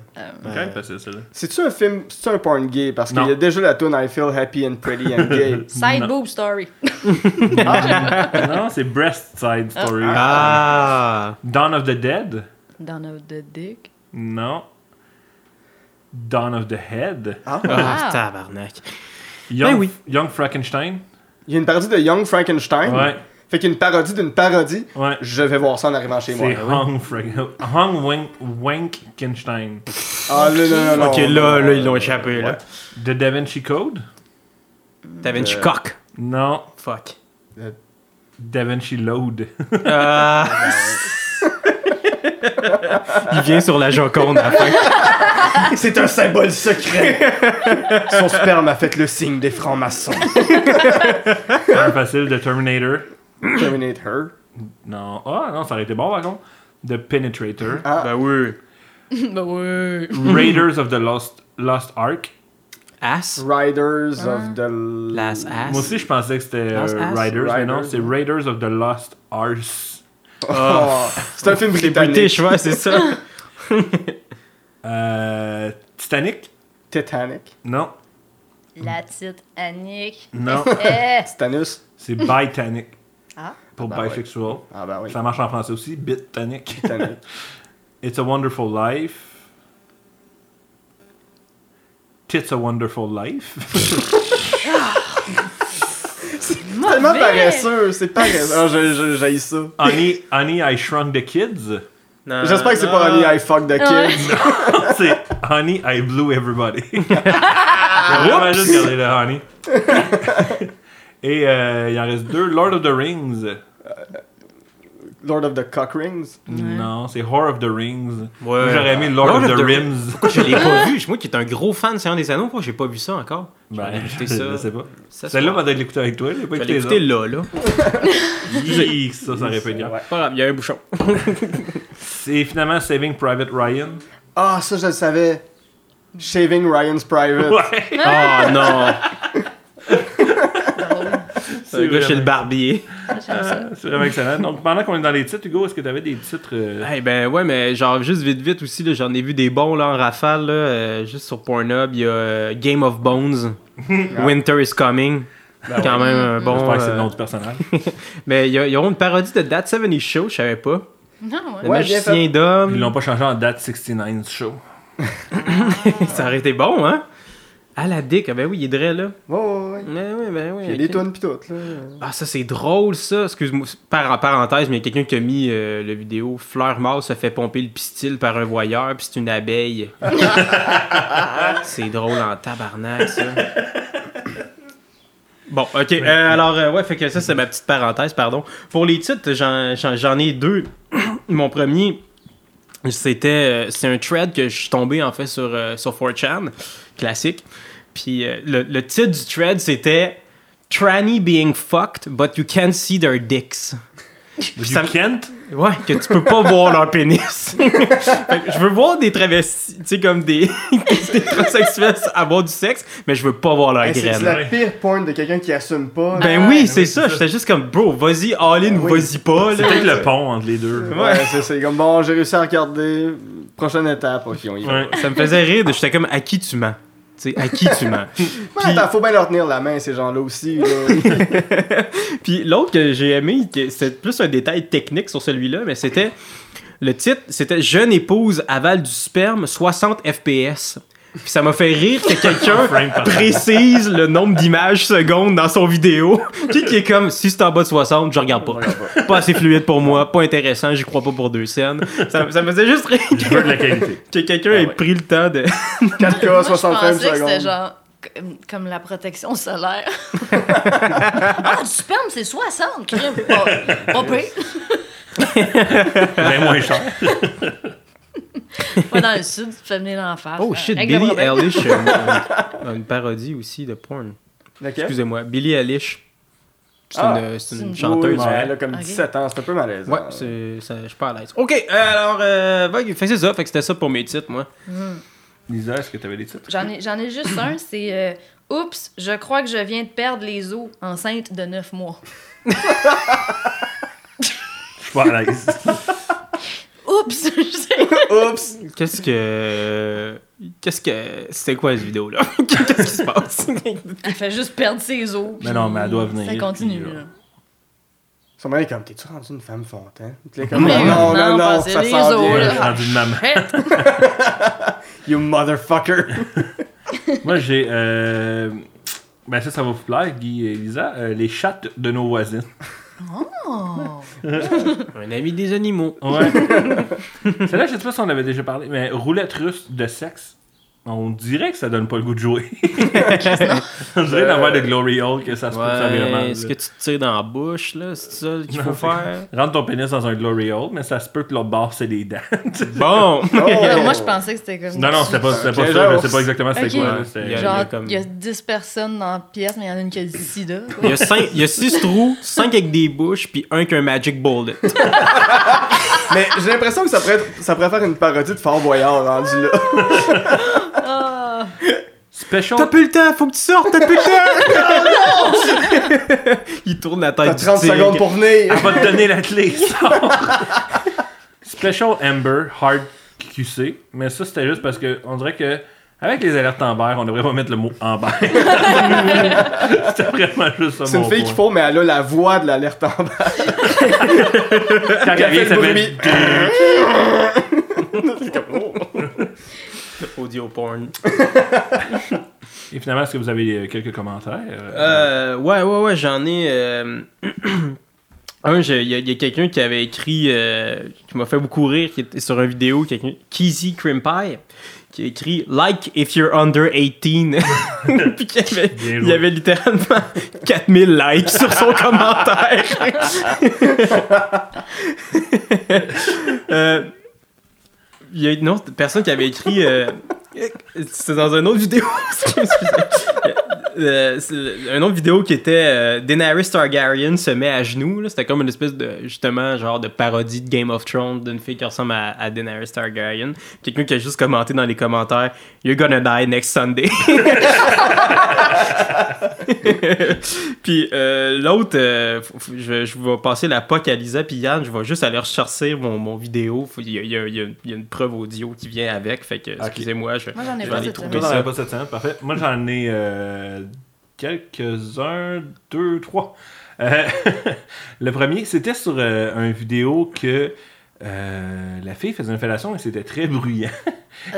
Speaker 4: Ok,
Speaker 3: euh,
Speaker 4: facile celle-là.
Speaker 5: C'est-tu un film, c'est-tu un porn gay? Parce qu'il
Speaker 4: Non.
Speaker 5: y a déjà la tune I feel happy and pretty and gay.
Speaker 6: Side
Speaker 4: Non.
Speaker 6: boob story.
Speaker 4: Non, c'est Breast Side Story.
Speaker 3: Ah!
Speaker 4: Dawn of the Dead.
Speaker 6: Down of the dick.
Speaker 4: Non. Dawn of the Head.
Speaker 3: Ah,
Speaker 6: Ah.
Speaker 3: tabarnak.
Speaker 4: Young,
Speaker 3: Ben oui.
Speaker 4: Young Frankenstein.
Speaker 5: Il y a une parodie de Young Frankenstein.
Speaker 4: Ouais.
Speaker 5: Fait qu'il y a une parodie d'une parodie.
Speaker 4: Ouais.
Speaker 5: Je vais voir ça en arrivant chez moi.
Speaker 4: C'est Hong, Frank- Hong Wank, Wankkenstein.
Speaker 5: Ah, là, non, non, non.
Speaker 3: Ok, là, là, ils l'ont échappé, là.
Speaker 4: The Da Vinci Code.
Speaker 3: T'avais une chicoque.
Speaker 4: Non.
Speaker 3: Fuck.
Speaker 4: Da Vinci Load.
Speaker 3: Ah. Il vient sur la Joconde à la fin.
Speaker 5: C'est un symbole secret. Son sperme a fait le signe des francs-maçons.
Speaker 4: Un facile. The Terminator.
Speaker 5: Terminate her.
Speaker 4: Non. Ah, non, ça aurait été bon par contre. The Penetrator.
Speaker 5: Ah. Mm-hmm.
Speaker 3: Ben oui.
Speaker 6: Bah ouais.
Speaker 4: Raiders of the Lost, Lost Ark.
Speaker 3: Ass.
Speaker 5: Riders
Speaker 6: Ah.
Speaker 5: of the...
Speaker 3: Las ass.
Speaker 4: Moi aussi, je pensais que c'était euh,
Speaker 3: Lost Ass?
Speaker 4: Raiders, mais non,
Speaker 5: Raiders.
Speaker 4: c'est Raiders of the Lost Arse.
Speaker 5: Oh, C'est un film
Speaker 3: C'est
Speaker 5: britannique.
Speaker 3: British, ouais, c'est ça.
Speaker 4: Euh, Titanic.
Speaker 5: Titanic.
Speaker 4: Non,
Speaker 6: La petite Annick.
Speaker 4: non,
Speaker 6: Eh,
Speaker 5: Titanus.
Speaker 4: c'est Bitanic.
Speaker 6: Ah.
Speaker 4: Pour
Speaker 5: Ah ben ouais.
Speaker 4: bisexual.
Speaker 5: Ah ben oui.
Speaker 4: Ça marche en français aussi, Bitanic.
Speaker 5: Titanic.
Speaker 4: It's a Wonderful Life. It's a Wonderful Life.
Speaker 5: Tellement
Speaker 6: mauvais.
Speaker 5: paresseux, c'est paresseux. Ah, je- je- J'haïs ça.
Speaker 4: Honey, Honey, I Shrunk the Kids.
Speaker 3: Non,
Speaker 5: J'espère que c'est
Speaker 3: non.
Speaker 5: pas Honey, I fuck the
Speaker 6: Ouais.
Speaker 5: kids.
Speaker 4: C'est Honey, I Blew Everybody. J'ai vraiment juste gardé le Honey. Et euh, il en reste deux. Lord of the Rings.
Speaker 5: Lord of the Cock Rings.
Speaker 4: Non, c'est Horror of the Rings.
Speaker 3: Ouais.
Speaker 4: Moi, J'aurais aimé Lord,
Speaker 3: Lord
Speaker 4: of
Speaker 3: of
Speaker 4: the
Speaker 3: the
Speaker 4: Rims.
Speaker 3: Pourquoi je l'ai pas vu? Moi qui est un gros fan de Seigneur des Anneaux, pourquoi j'ai pas vu ça encore?
Speaker 4: Ben, je,
Speaker 3: écouter
Speaker 4: je
Speaker 3: ça.
Speaker 4: sais pas.
Speaker 3: Ça,
Speaker 4: Celle-là,
Speaker 3: c'est-
Speaker 4: va être l'écouter avec toi. J'ai pas
Speaker 3: Je l'ai
Speaker 4: écouté les
Speaker 3: écouté
Speaker 4: autres.
Speaker 3: là, là.
Speaker 4: Hi, Ça, ça aurait pu être grave.
Speaker 5: Ouais.
Speaker 3: Pas grave, il y a un bouchon.
Speaker 4: C'est finalement Saving Private Ryan.
Speaker 5: Ah, ça, je le savais. Shaving Ryan's Private.
Speaker 4: Ouais.
Speaker 3: Oh non!
Speaker 4: C'est
Speaker 3: C'est gars chez le barbier.
Speaker 4: Ah, C'est vraiment excellent. Donc, pendant qu'on est dans les titres, Hugo, est-ce que tu avais des titres euh,
Speaker 3: Eh ben ouais, mais genre juste vite vite aussi, là, j'en ai vu des bons là, en rafale, là, euh, juste sur Pornhub, il y a euh, Game of Bones, Winter is Coming. Quand même un bon.
Speaker 4: J'espère que c'est le nom
Speaker 3: euh,
Speaker 4: du personnage.
Speaker 3: mais il y a- ils auront une parodie de That 70 Show, je savais pas.
Speaker 6: non, ouais.
Speaker 3: Le
Speaker 5: Ouais, bien
Speaker 3: magicien
Speaker 4: Ils
Speaker 3: d'homme.
Speaker 4: l'ont pas changé en Date 69 Show.
Speaker 3: Ça aurait été bon, hein? À la dick, ah ben oui, il est drôle là.
Speaker 5: Ouais, ouais, ouais.
Speaker 3: Ouais, ouais, ben oui.
Speaker 5: Il y a
Speaker 3: ok.
Speaker 5: des tonnes pis tout, là.
Speaker 3: Ah, ça c'est drôle ça. Excuse-moi, par en parenthèse, mais il y a quelqu'un qui a mis euh, la vidéo Fleur mort se fait pomper le pistil par un voyeur, puis c'est une abeille. c'est drôle en tabarnak ça. Bon, ok. euh, alors, euh, ouais, fait que ça, c'est ma petite parenthèse, pardon. Pour les titres, j'en- j'en j'en ai deux. Mon premier, c'était euh, c'est un thread que je suis tombé en fait sur, euh, sur 4chan, classique. Puis euh, le, le titre du thread, c'était Tranny being fucked, but you can't see their dicks.
Speaker 4: Du
Speaker 3: ça-
Speaker 4: Kent?
Speaker 3: Ouais, que tu peux pas voir leur pénis. Fait que je veux voir des travestis, tu sais, comme des, des transsexuels avoir du sexe, mais je veux pas voir leur
Speaker 5: Hey, Ben, c'est c'est
Speaker 3: graine.
Speaker 5: la pire porn de quelqu'un qui assume pas.
Speaker 3: Ben
Speaker 6: Ah ouais.
Speaker 3: oui, c'est ça. Ben J'étais juste comme, bro, vas-y, all-in ou
Speaker 5: oui.
Speaker 3: vas-y pas.
Speaker 4: C'est
Speaker 3: Là.
Speaker 4: peut-être le pont entre les deux.
Speaker 5: Ouais, c'est- c'est comme bon, j'ai réussi à regarder. Prochaine étape, ok, on y va.
Speaker 4: Ouais.
Speaker 3: Ça me faisait rire. de- J'étais comme, à qui tu mens? Tu sais, à qui tu mens?
Speaker 5: Ouais, Ben, attends, faut bien leur tenir la main, ces gens-là aussi. là.
Speaker 3: Puis l'autre que j'ai aimé, que c'était plus un détail technique sur celui-là, mais c'était. Le titre, c'était Jeune épouse avale du sperme 60 FPS. Puis ça m'a fait rire que quelqu'un
Speaker 4: Frame par-
Speaker 3: précise le nombre d'images secondes dans son vidéo. Puis qui est comme si c'est en bas de 60, je regarde pas. Pas assez fluide pour moi, pas intéressant, j'y crois pas pour deux scènes. Ça, ça me faisait juste rire
Speaker 4: Je veux de la qualité.
Speaker 3: que quelqu'un ait pris le temps de.
Speaker 5: 4K,
Speaker 6: Moi, je pensais
Speaker 5: 65
Speaker 6: que c'était
Speaker 5: secondes.
Speaker 6: genre comme- comme la protection solaire. ah, du sperme, c'est 60, crime. Pas, pas pire.
Speaker 4: Bien moins cher.
Speaker 6: Pas dans le sud, tu fais venir l'enfer.
Speaker 3: Oh shit, Billie Eilish. euh, euh, une parodie aussi de porn.
Speaker 5: Laquelle?
Speaker 3: Excusez-moi, Billie Eilish. C'est
Speaker 5: Ah,
Speaker 3: une, c'est une
Speaker 6: c'est une-
Speaker 5: Oui,
Speaker 3: chanteuse.
Speaker 5: ouais, Elle a comme
Speaker 6: Ok.
Speaker 5: 17 ans, c'est un peu malaisant.
Speaker 3: Ouais, c'est- ça- je suis pas à l'aise. Ok, euh, alors, euh, ouais, fait que c'est ça, fait que c'était ça pour mes titres, moi.
Speaker 4: Lisa, est-ce que tu avais des titres?
Speaker 6: J'en ai, j'en ai juste un, c'est euh, Oups, je crois que je viens de perdre les os enceinte de 9 mois.
Speaker 4: Je suis pas à l'aise.
Speaker 6: Oups, je sais.
Speaker 5: Oups!
Speaker 3: Qu'est-ce que. Qu'est-ce que. C'était quoi cette vidéo-là Qu'est-ce qui se passe
Speaker 6: Elle fait juste perdre ses os.
Speaker 4: Mais non,
Speaker 6: puis
Speaker 4: mais elle doit venir,
Speaker 6: Ça continue,
Speaker 4: puis,
Speaker 6: là.
Speaker 4: euh,
Speaker 5: Son mari est comme, t'es-tu rendu une femme fontaine? Puis là, comme,
Speaker 6: Mais
Speaker 5: non,
Speaker 6: non,
Speaker 5: non, non,
Speaker 6: passez
Speaker 5: ça
Speaker 6: les
Speaker 5: sent
Speaker 6: eaux,
Speaker 4: Je
Speaker 5: bien.
Speaker 4: suis rendu une maman.
Speaker 6: Arrête.
Speaker 5: You motherfucker!
Speaker 4: Moi, j'ai. euh, Ben, ça, ça va vous plaire, Guy et Lisa. euh, les chattes de nos voisines.
Speaker 6: Oh.
Speaker 3: Un ami des animaux.
Speaker 4: Ouais. Celle-là, je sais pas si on avait déjà parlé, mais roulette russe de sexe, on dirait que ça donne pas le goût de jouer. on dirait d'avoir de Glory Hole que ça se passe vraiment.
Speaker 3: Ouais, est-ce que tu te tires dans la bouche, là C'est ça qu'il faut faire
Speaker 4: Rentre ton pénis dans un Glory Hole, mais ça se peut que l'autre barre, c'est des dents.
Speaker 3: Bon
Speaker 6: Alors,
Speaker 5: Oh.
Speaker 6: moi, je pensais que c'était comme
Speaker 4: euh, non, non, c'était pas, c'était pas
Speaker 5: Ok,
Speaker 4: ça, je
Speaker 5: genre-
Speaker 4: sais pas exactement c'était
Speaker 6: Ok.
Speaker 4: quoi. là, c'était-
Speaker 3: Il y a-
Speaker 6: Genre, il y, a
Speaker 3: comme-
Speaker 6: 10 personnes dans la pièce, mais il y en a une qui a du sida. quoi.
Speaker 3: Il y, a cinq, il y a six trous, cinq avec des bouches, puis un qu'un Magic Bullet.
Speaker 5: Mais j'ai l'impression que ça pourrait, être- ça pourrait faire une parodie de Fort Boyard rendu là.
Speaker 6: Ah.
Speaker 4: Special,
Speaker 3: T'as plus le temps, faut que tu sortes, t'as plus le temps Il tourne la
Speaker 5: T'as
Speaker 3: tête. du
Speaker 5: 30
Speaker 3: tigre.
Speaker 5: secondes pour venir!
Speaker 4: je vais te donner la clé. sors. Special Amber Hard QC, mais ça, c'était juste parce que on dirait que Avec les alertes Amber, on devrait pas mettre le mot Amber. C'était vraiment juste ça.
Speaker 5: C'est une
Speaker 4: mon
Speaker 5: fille
Speaker 4: point.
Speaker 5: qui faut, mais elle a la voix de l'alerte en bas.
Speaker 4: Quand elle vient,
Speaker 5: Elle fait
Speaker 4: ça
Speaker 5: le
Speaker 4: fait.
Speaker 5: bruit.
Speaker 3: Audio porn.
Speaker 4: Et finalement, est-ce que vous avez euh, quelques commentaires
Speaker 3: Euh, ouais, ouais, ouais, j'en ai. euh, Un, j'ai- il y a, il y a quelqu'un qui avait écrit, euh, qui m'a fait beaucoup rire, qui était sur une vidéo, quelqu'un, Kizzy Crimpie, qui a écrit Like if you're under 18. Puis qu'il y avait,
Speaker 4: Bien
Speaker 3: il
Speaker 4: joué.
Speaker 3: y avait littéralement 4000 likes sur son commentaire. Euh, Il y a une autre personne qui avait écrit. euh, C'était dans une autre vidéo. excusez-moi. Euh, c'est une autre vidéo qui était euh, Daenerys Targaryen se met à genoux. là. C'était comme une espèce de justement genre de parodie de Game of Thrones d'une fille qui ressemble à, à Daenerys Targaryen. Quelqu'un qui a juste commenté dans les commentaires You're gonna die next Sunday. puis euh, l'autre, euh, f- f- je, je vais passer la POC à Lisa puis Yann, je vais juste aller rechercher mon, mon vidéo. Faut- Il y, a- il y a- il y a- il y a une preuve audio qui vient avec, fait que excusez-moi, je,
Speaker 6: Moi, j'en ai
Speaker 3: je vais
Speaker 6: pas
Speaker 3: aller
Speaker 6: cette
Speaker 3: trouver
Speaker 4: Toi, t'en
Speaker 6: semaine.
Speaker 3: ça.
Speaker 4: avais pas cette semaine, parfait. Moi, j'en ai euh, quelques-uns, deux, trois. Euh, le premier, c'était sur euh, une vidéo que euh, la fille faisait une fellation et c'était très bruyant.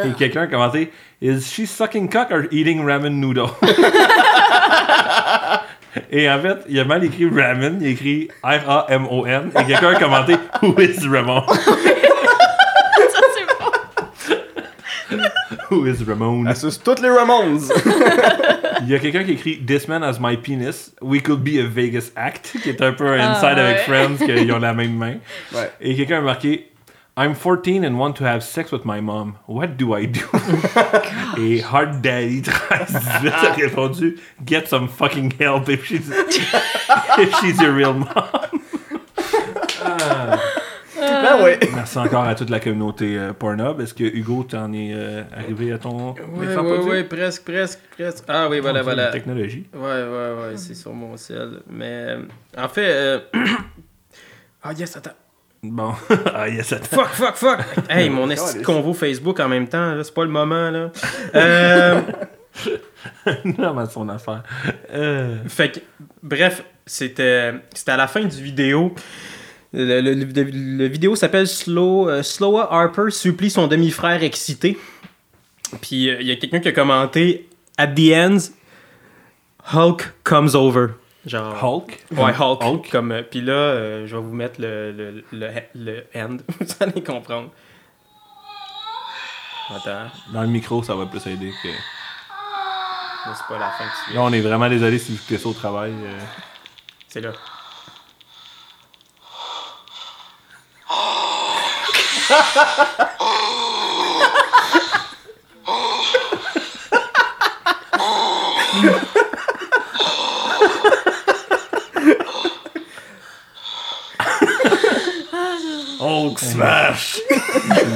Speaker 4: et quelqu'un a commenté Is she sucking cock or eating ramen noodle? Et en fait, il a mal écrit ramen, il a écrit R-A-M-O-N, et quelqu'un a commenté Who is Ramon?
Speaker 6: Ça, c'est bon.
Speaker 4: Who is Ramon?
Speaker 5: Elle suce toutes les Ramones.
Speaker 4: Il y a quelqu'un qui écrit This man has my penis. We could be a Vegas act, qui est un peu un
Speaker 6: Ah,
Speaker 4: inside avec
Speaker 6: ouais.
Speaker 4: Friends, qu'ils ont la même main.
Speaker 5: Ouais.
Speaker 4: Et quelqu'un a marqué I'm 14 and want to have sex with my mom. What do I do? Et Hard Daddy 1318
Speaker 6: Ah.
Speaker 4: a répondu Get some fucking help if she's, if she's your real mom.
Speaker 5: Ben ouais.
Speaker 4: Merci encore à toute la communauté euh, Pornhub. Est-ce que Hugo, t'en es euh, arrivé à ton.
Speaker 3: Oui,
Speaker 4: ton
Speaker 3: oui,
Speaker 4: produit?
Speaker 3: oui, presque, presque, presque. Ah oui, voilà,
Speaker 4: Ton
Speaker 3: voilà.
Speaker 4: Technologie.
Speaker 3: Ouais, ouais, ouais, c'est sur mon ciel. Mais euh, en fait. euh, Ah yes, attends.
Speaker 4: Bon. ah, yes, attends.
Speaker 3: Fuck, fuck, fuck. Hey, mon esti de convo Facebook en même temps, là, c'est pas le moment, là. Euh,
Speaker 4: Non, mais son affaire. Euh.
Speaker 3: fait que, bref, c'était c'était à la fin du vidéo. Le, le- le- le vidéo s'appelle Slow, euh, Sloa Harper supplie son demi-frère excité. Puis euh, il y a quelqu'un qui a commenté At the end, Hulk comes over. Genre.
Speaker 4: Hulk.
Speaker 3: Ouais, Hulk.
Speaker 4: Hulk.
Speaker 3: Comme, euh, puis là, euh, je vais vous mettre le, le, le, le end. Vous allez comprendre. Attends,
Speaker 4: Dans le micro, ça va plus aider que.
Speaker 3: là, c'est pas la fin qui suit.
Speaker 4: Là, on est vraiment désolé si vous écoutez ça au travail. euh.
Speaker 3: C'est là.
Speaker 4: Hulk smash!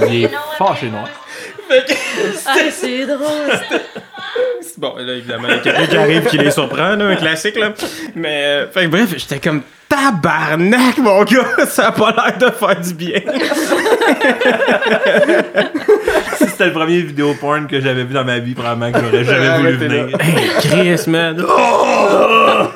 Speaker 4: Il est fâché noir.
Speaker 6: Ah, c'est drôle.
Speaker 3: Bon, là, évidemment, il y a quelqu'un qui arrive qui les surprend, là, un classique, là. Mais, euh, fait que bref, j'étais comme tabarnak, mon gars, ça a pas l'air de faire du bien.
Speaker 4: Si c'était le premier vidéo porn que j'avais vu dans ma vie, probablement que j'aurais jamais voulu
Speaker 5: Arrêtez
Speaker 4: venir.
Speaker 3: Chris, man. Ah.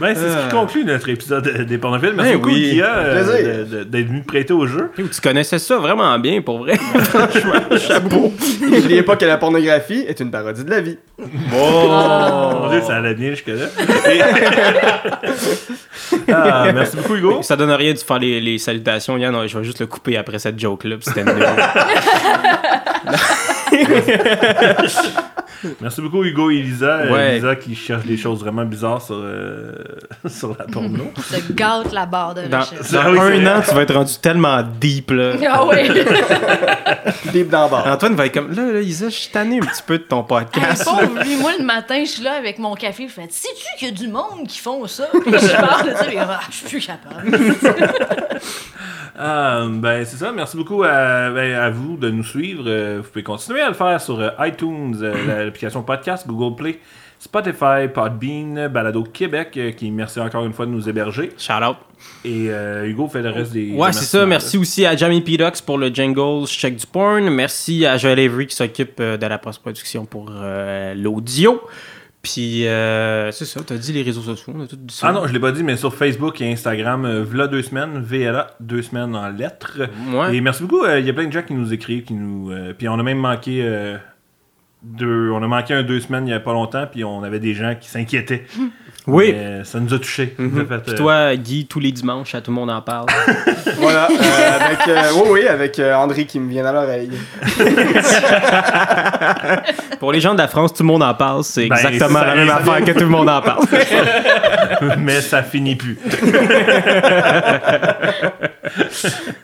Speaker 4: Ben, c'est ce qui conclut notre épisode euh, des pornophiles. Merci
Speaker 3: Eh
Speaker 4: beaucoup,
Speaker 3: Ah. oui.
Speaker 4: Kia, euh,
Speaker 5: Plaisir.
Speaker 4: de- de- d'être venu te prêter au jeu.
Speaker 3: Tu connaissais ça vraiment bien, pour vrai.
Speaker 5: N'oubliez pas que la pornographie est une parodie de la vie.
Speaker 3: Oh.
Speaker 4: Mon Dieu, ça allait bien jusque-là. Et- Ah, merci beaucoup, Hugo.
Speaker 3: Ça donne rien de faire les, les salutations, Yann. Je vais juste le couper après cette joke-là. puis c'était nul.
Speaker 4: Merci beaucoup, Hugo et Elisa. Euh,
Speaker 3: Ouais.
Speaker 4: Elisa qui cherche des choses vraiment bizarres sur, euh, sur la porno.
Speaker 6: Ça gâte la barre de
Speaker 3: Dans,
Speaker 6: recherche.
Speaker 3: dans
Speaker 4: Ah oui, c'est
Speaker 3: un
Speaker 4: vrai.
Speaker 3: an, tu vas être rendu tellement deep, là.
Speaker 6: Ah oui.
Speaker 5: Bip dans le bar.
Speaker 3: Antoine va être comme là, là, Isa, je suis tanné un petit peu de ton
Speaker 6: Hey,
Speaker 3: podcast.
Speaker 6: pauvre, lui, moi, le matin, je suis là avec mon café. Je fais Sais-tu qu'il y a du monde qui font ça Puis je parle, tu sais, mais, ah, je suis plus capable.
Speaker 4: Ah, ben c'est ça, merci beaucoup à, ben, à vous de nous suivre. Euh, vous pouvez continuer à le faire sur euh, iTunes, euh, l'application podcast, Google Play, Spotify, Podbean, Balado Québec, euh, qui merci encore une fois de nous héberger.
Speaker 3: Shout out.
Speaker 4: Et euh, Hugo fait le reste des.
Speaker 3: Ouais, c'est ça.
Speaker 4: remerciements.
Speaker 3: Merci aussi à Jamie Pidox pour le jingle Je Check du Porn. Merci à Joël Avery qui s'occupe euh, de la post-production pour euh, l'audio. Puis, euh, c'est ça, t'as dit les réseaux sociaux, on a tout dit ça.
Speaker 4: Ah non, je l'ai pas dit, mais sur Facebook et Instagram, euh, v'là deux semaines, VLA deux semaines en lettres.
Speaker 3: Ouais.
Speaker 4: Et merci beaucoup. euh, Il y a plein de gens qui nous écrivent, qui nous. euh, puis on a même manqué euh, deux. On a manqué un deux semaines il y a pas longtemps, puis on avait des gens qui s'inquiétaient.
Speaker 3: Oui.
Speaker 4: Mais ça nous a touchés. Ça nous a fait,
Speaker 3: Mhm. Puis
Speaker 4: euh,
Speaker 3: toi, Guy, tous les dimanches, à tout le monde en parle.
Speaker 5: Voilà, euh, avec, euh, oui, oui, avec euh, André qui me vient à l'oreille.
Speaker 3: pour les gens de la France, tout le monde en parle. C'est
Speaker 4: Ben,
Speaker 3: exactement
Speaker 4: ça
Speaker 3: la même
Speaker 4: reste-
Speaker 3: affaire que tout le monde en parle.
Speaker 4: mais ça finit plus.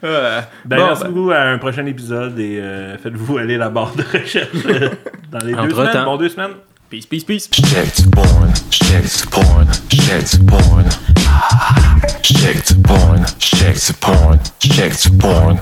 Speaker 4: Ben,
Speaker 3: Bon,
Speaker 4: merci
Speaker 3: ben.
Speaker 4: beaucoup à un prochain épisode et euh, faites-vous aller la barre de recherche euh, dans les deux
Speaker 3: Entre-temps.
Speaker 4: semaines. Bon, deux semaines.
Speaker 3: peace, peace, peace.
Speaker 2: Checked porn, checked porn, checked porn. Checked porn, checked porn, checked porn,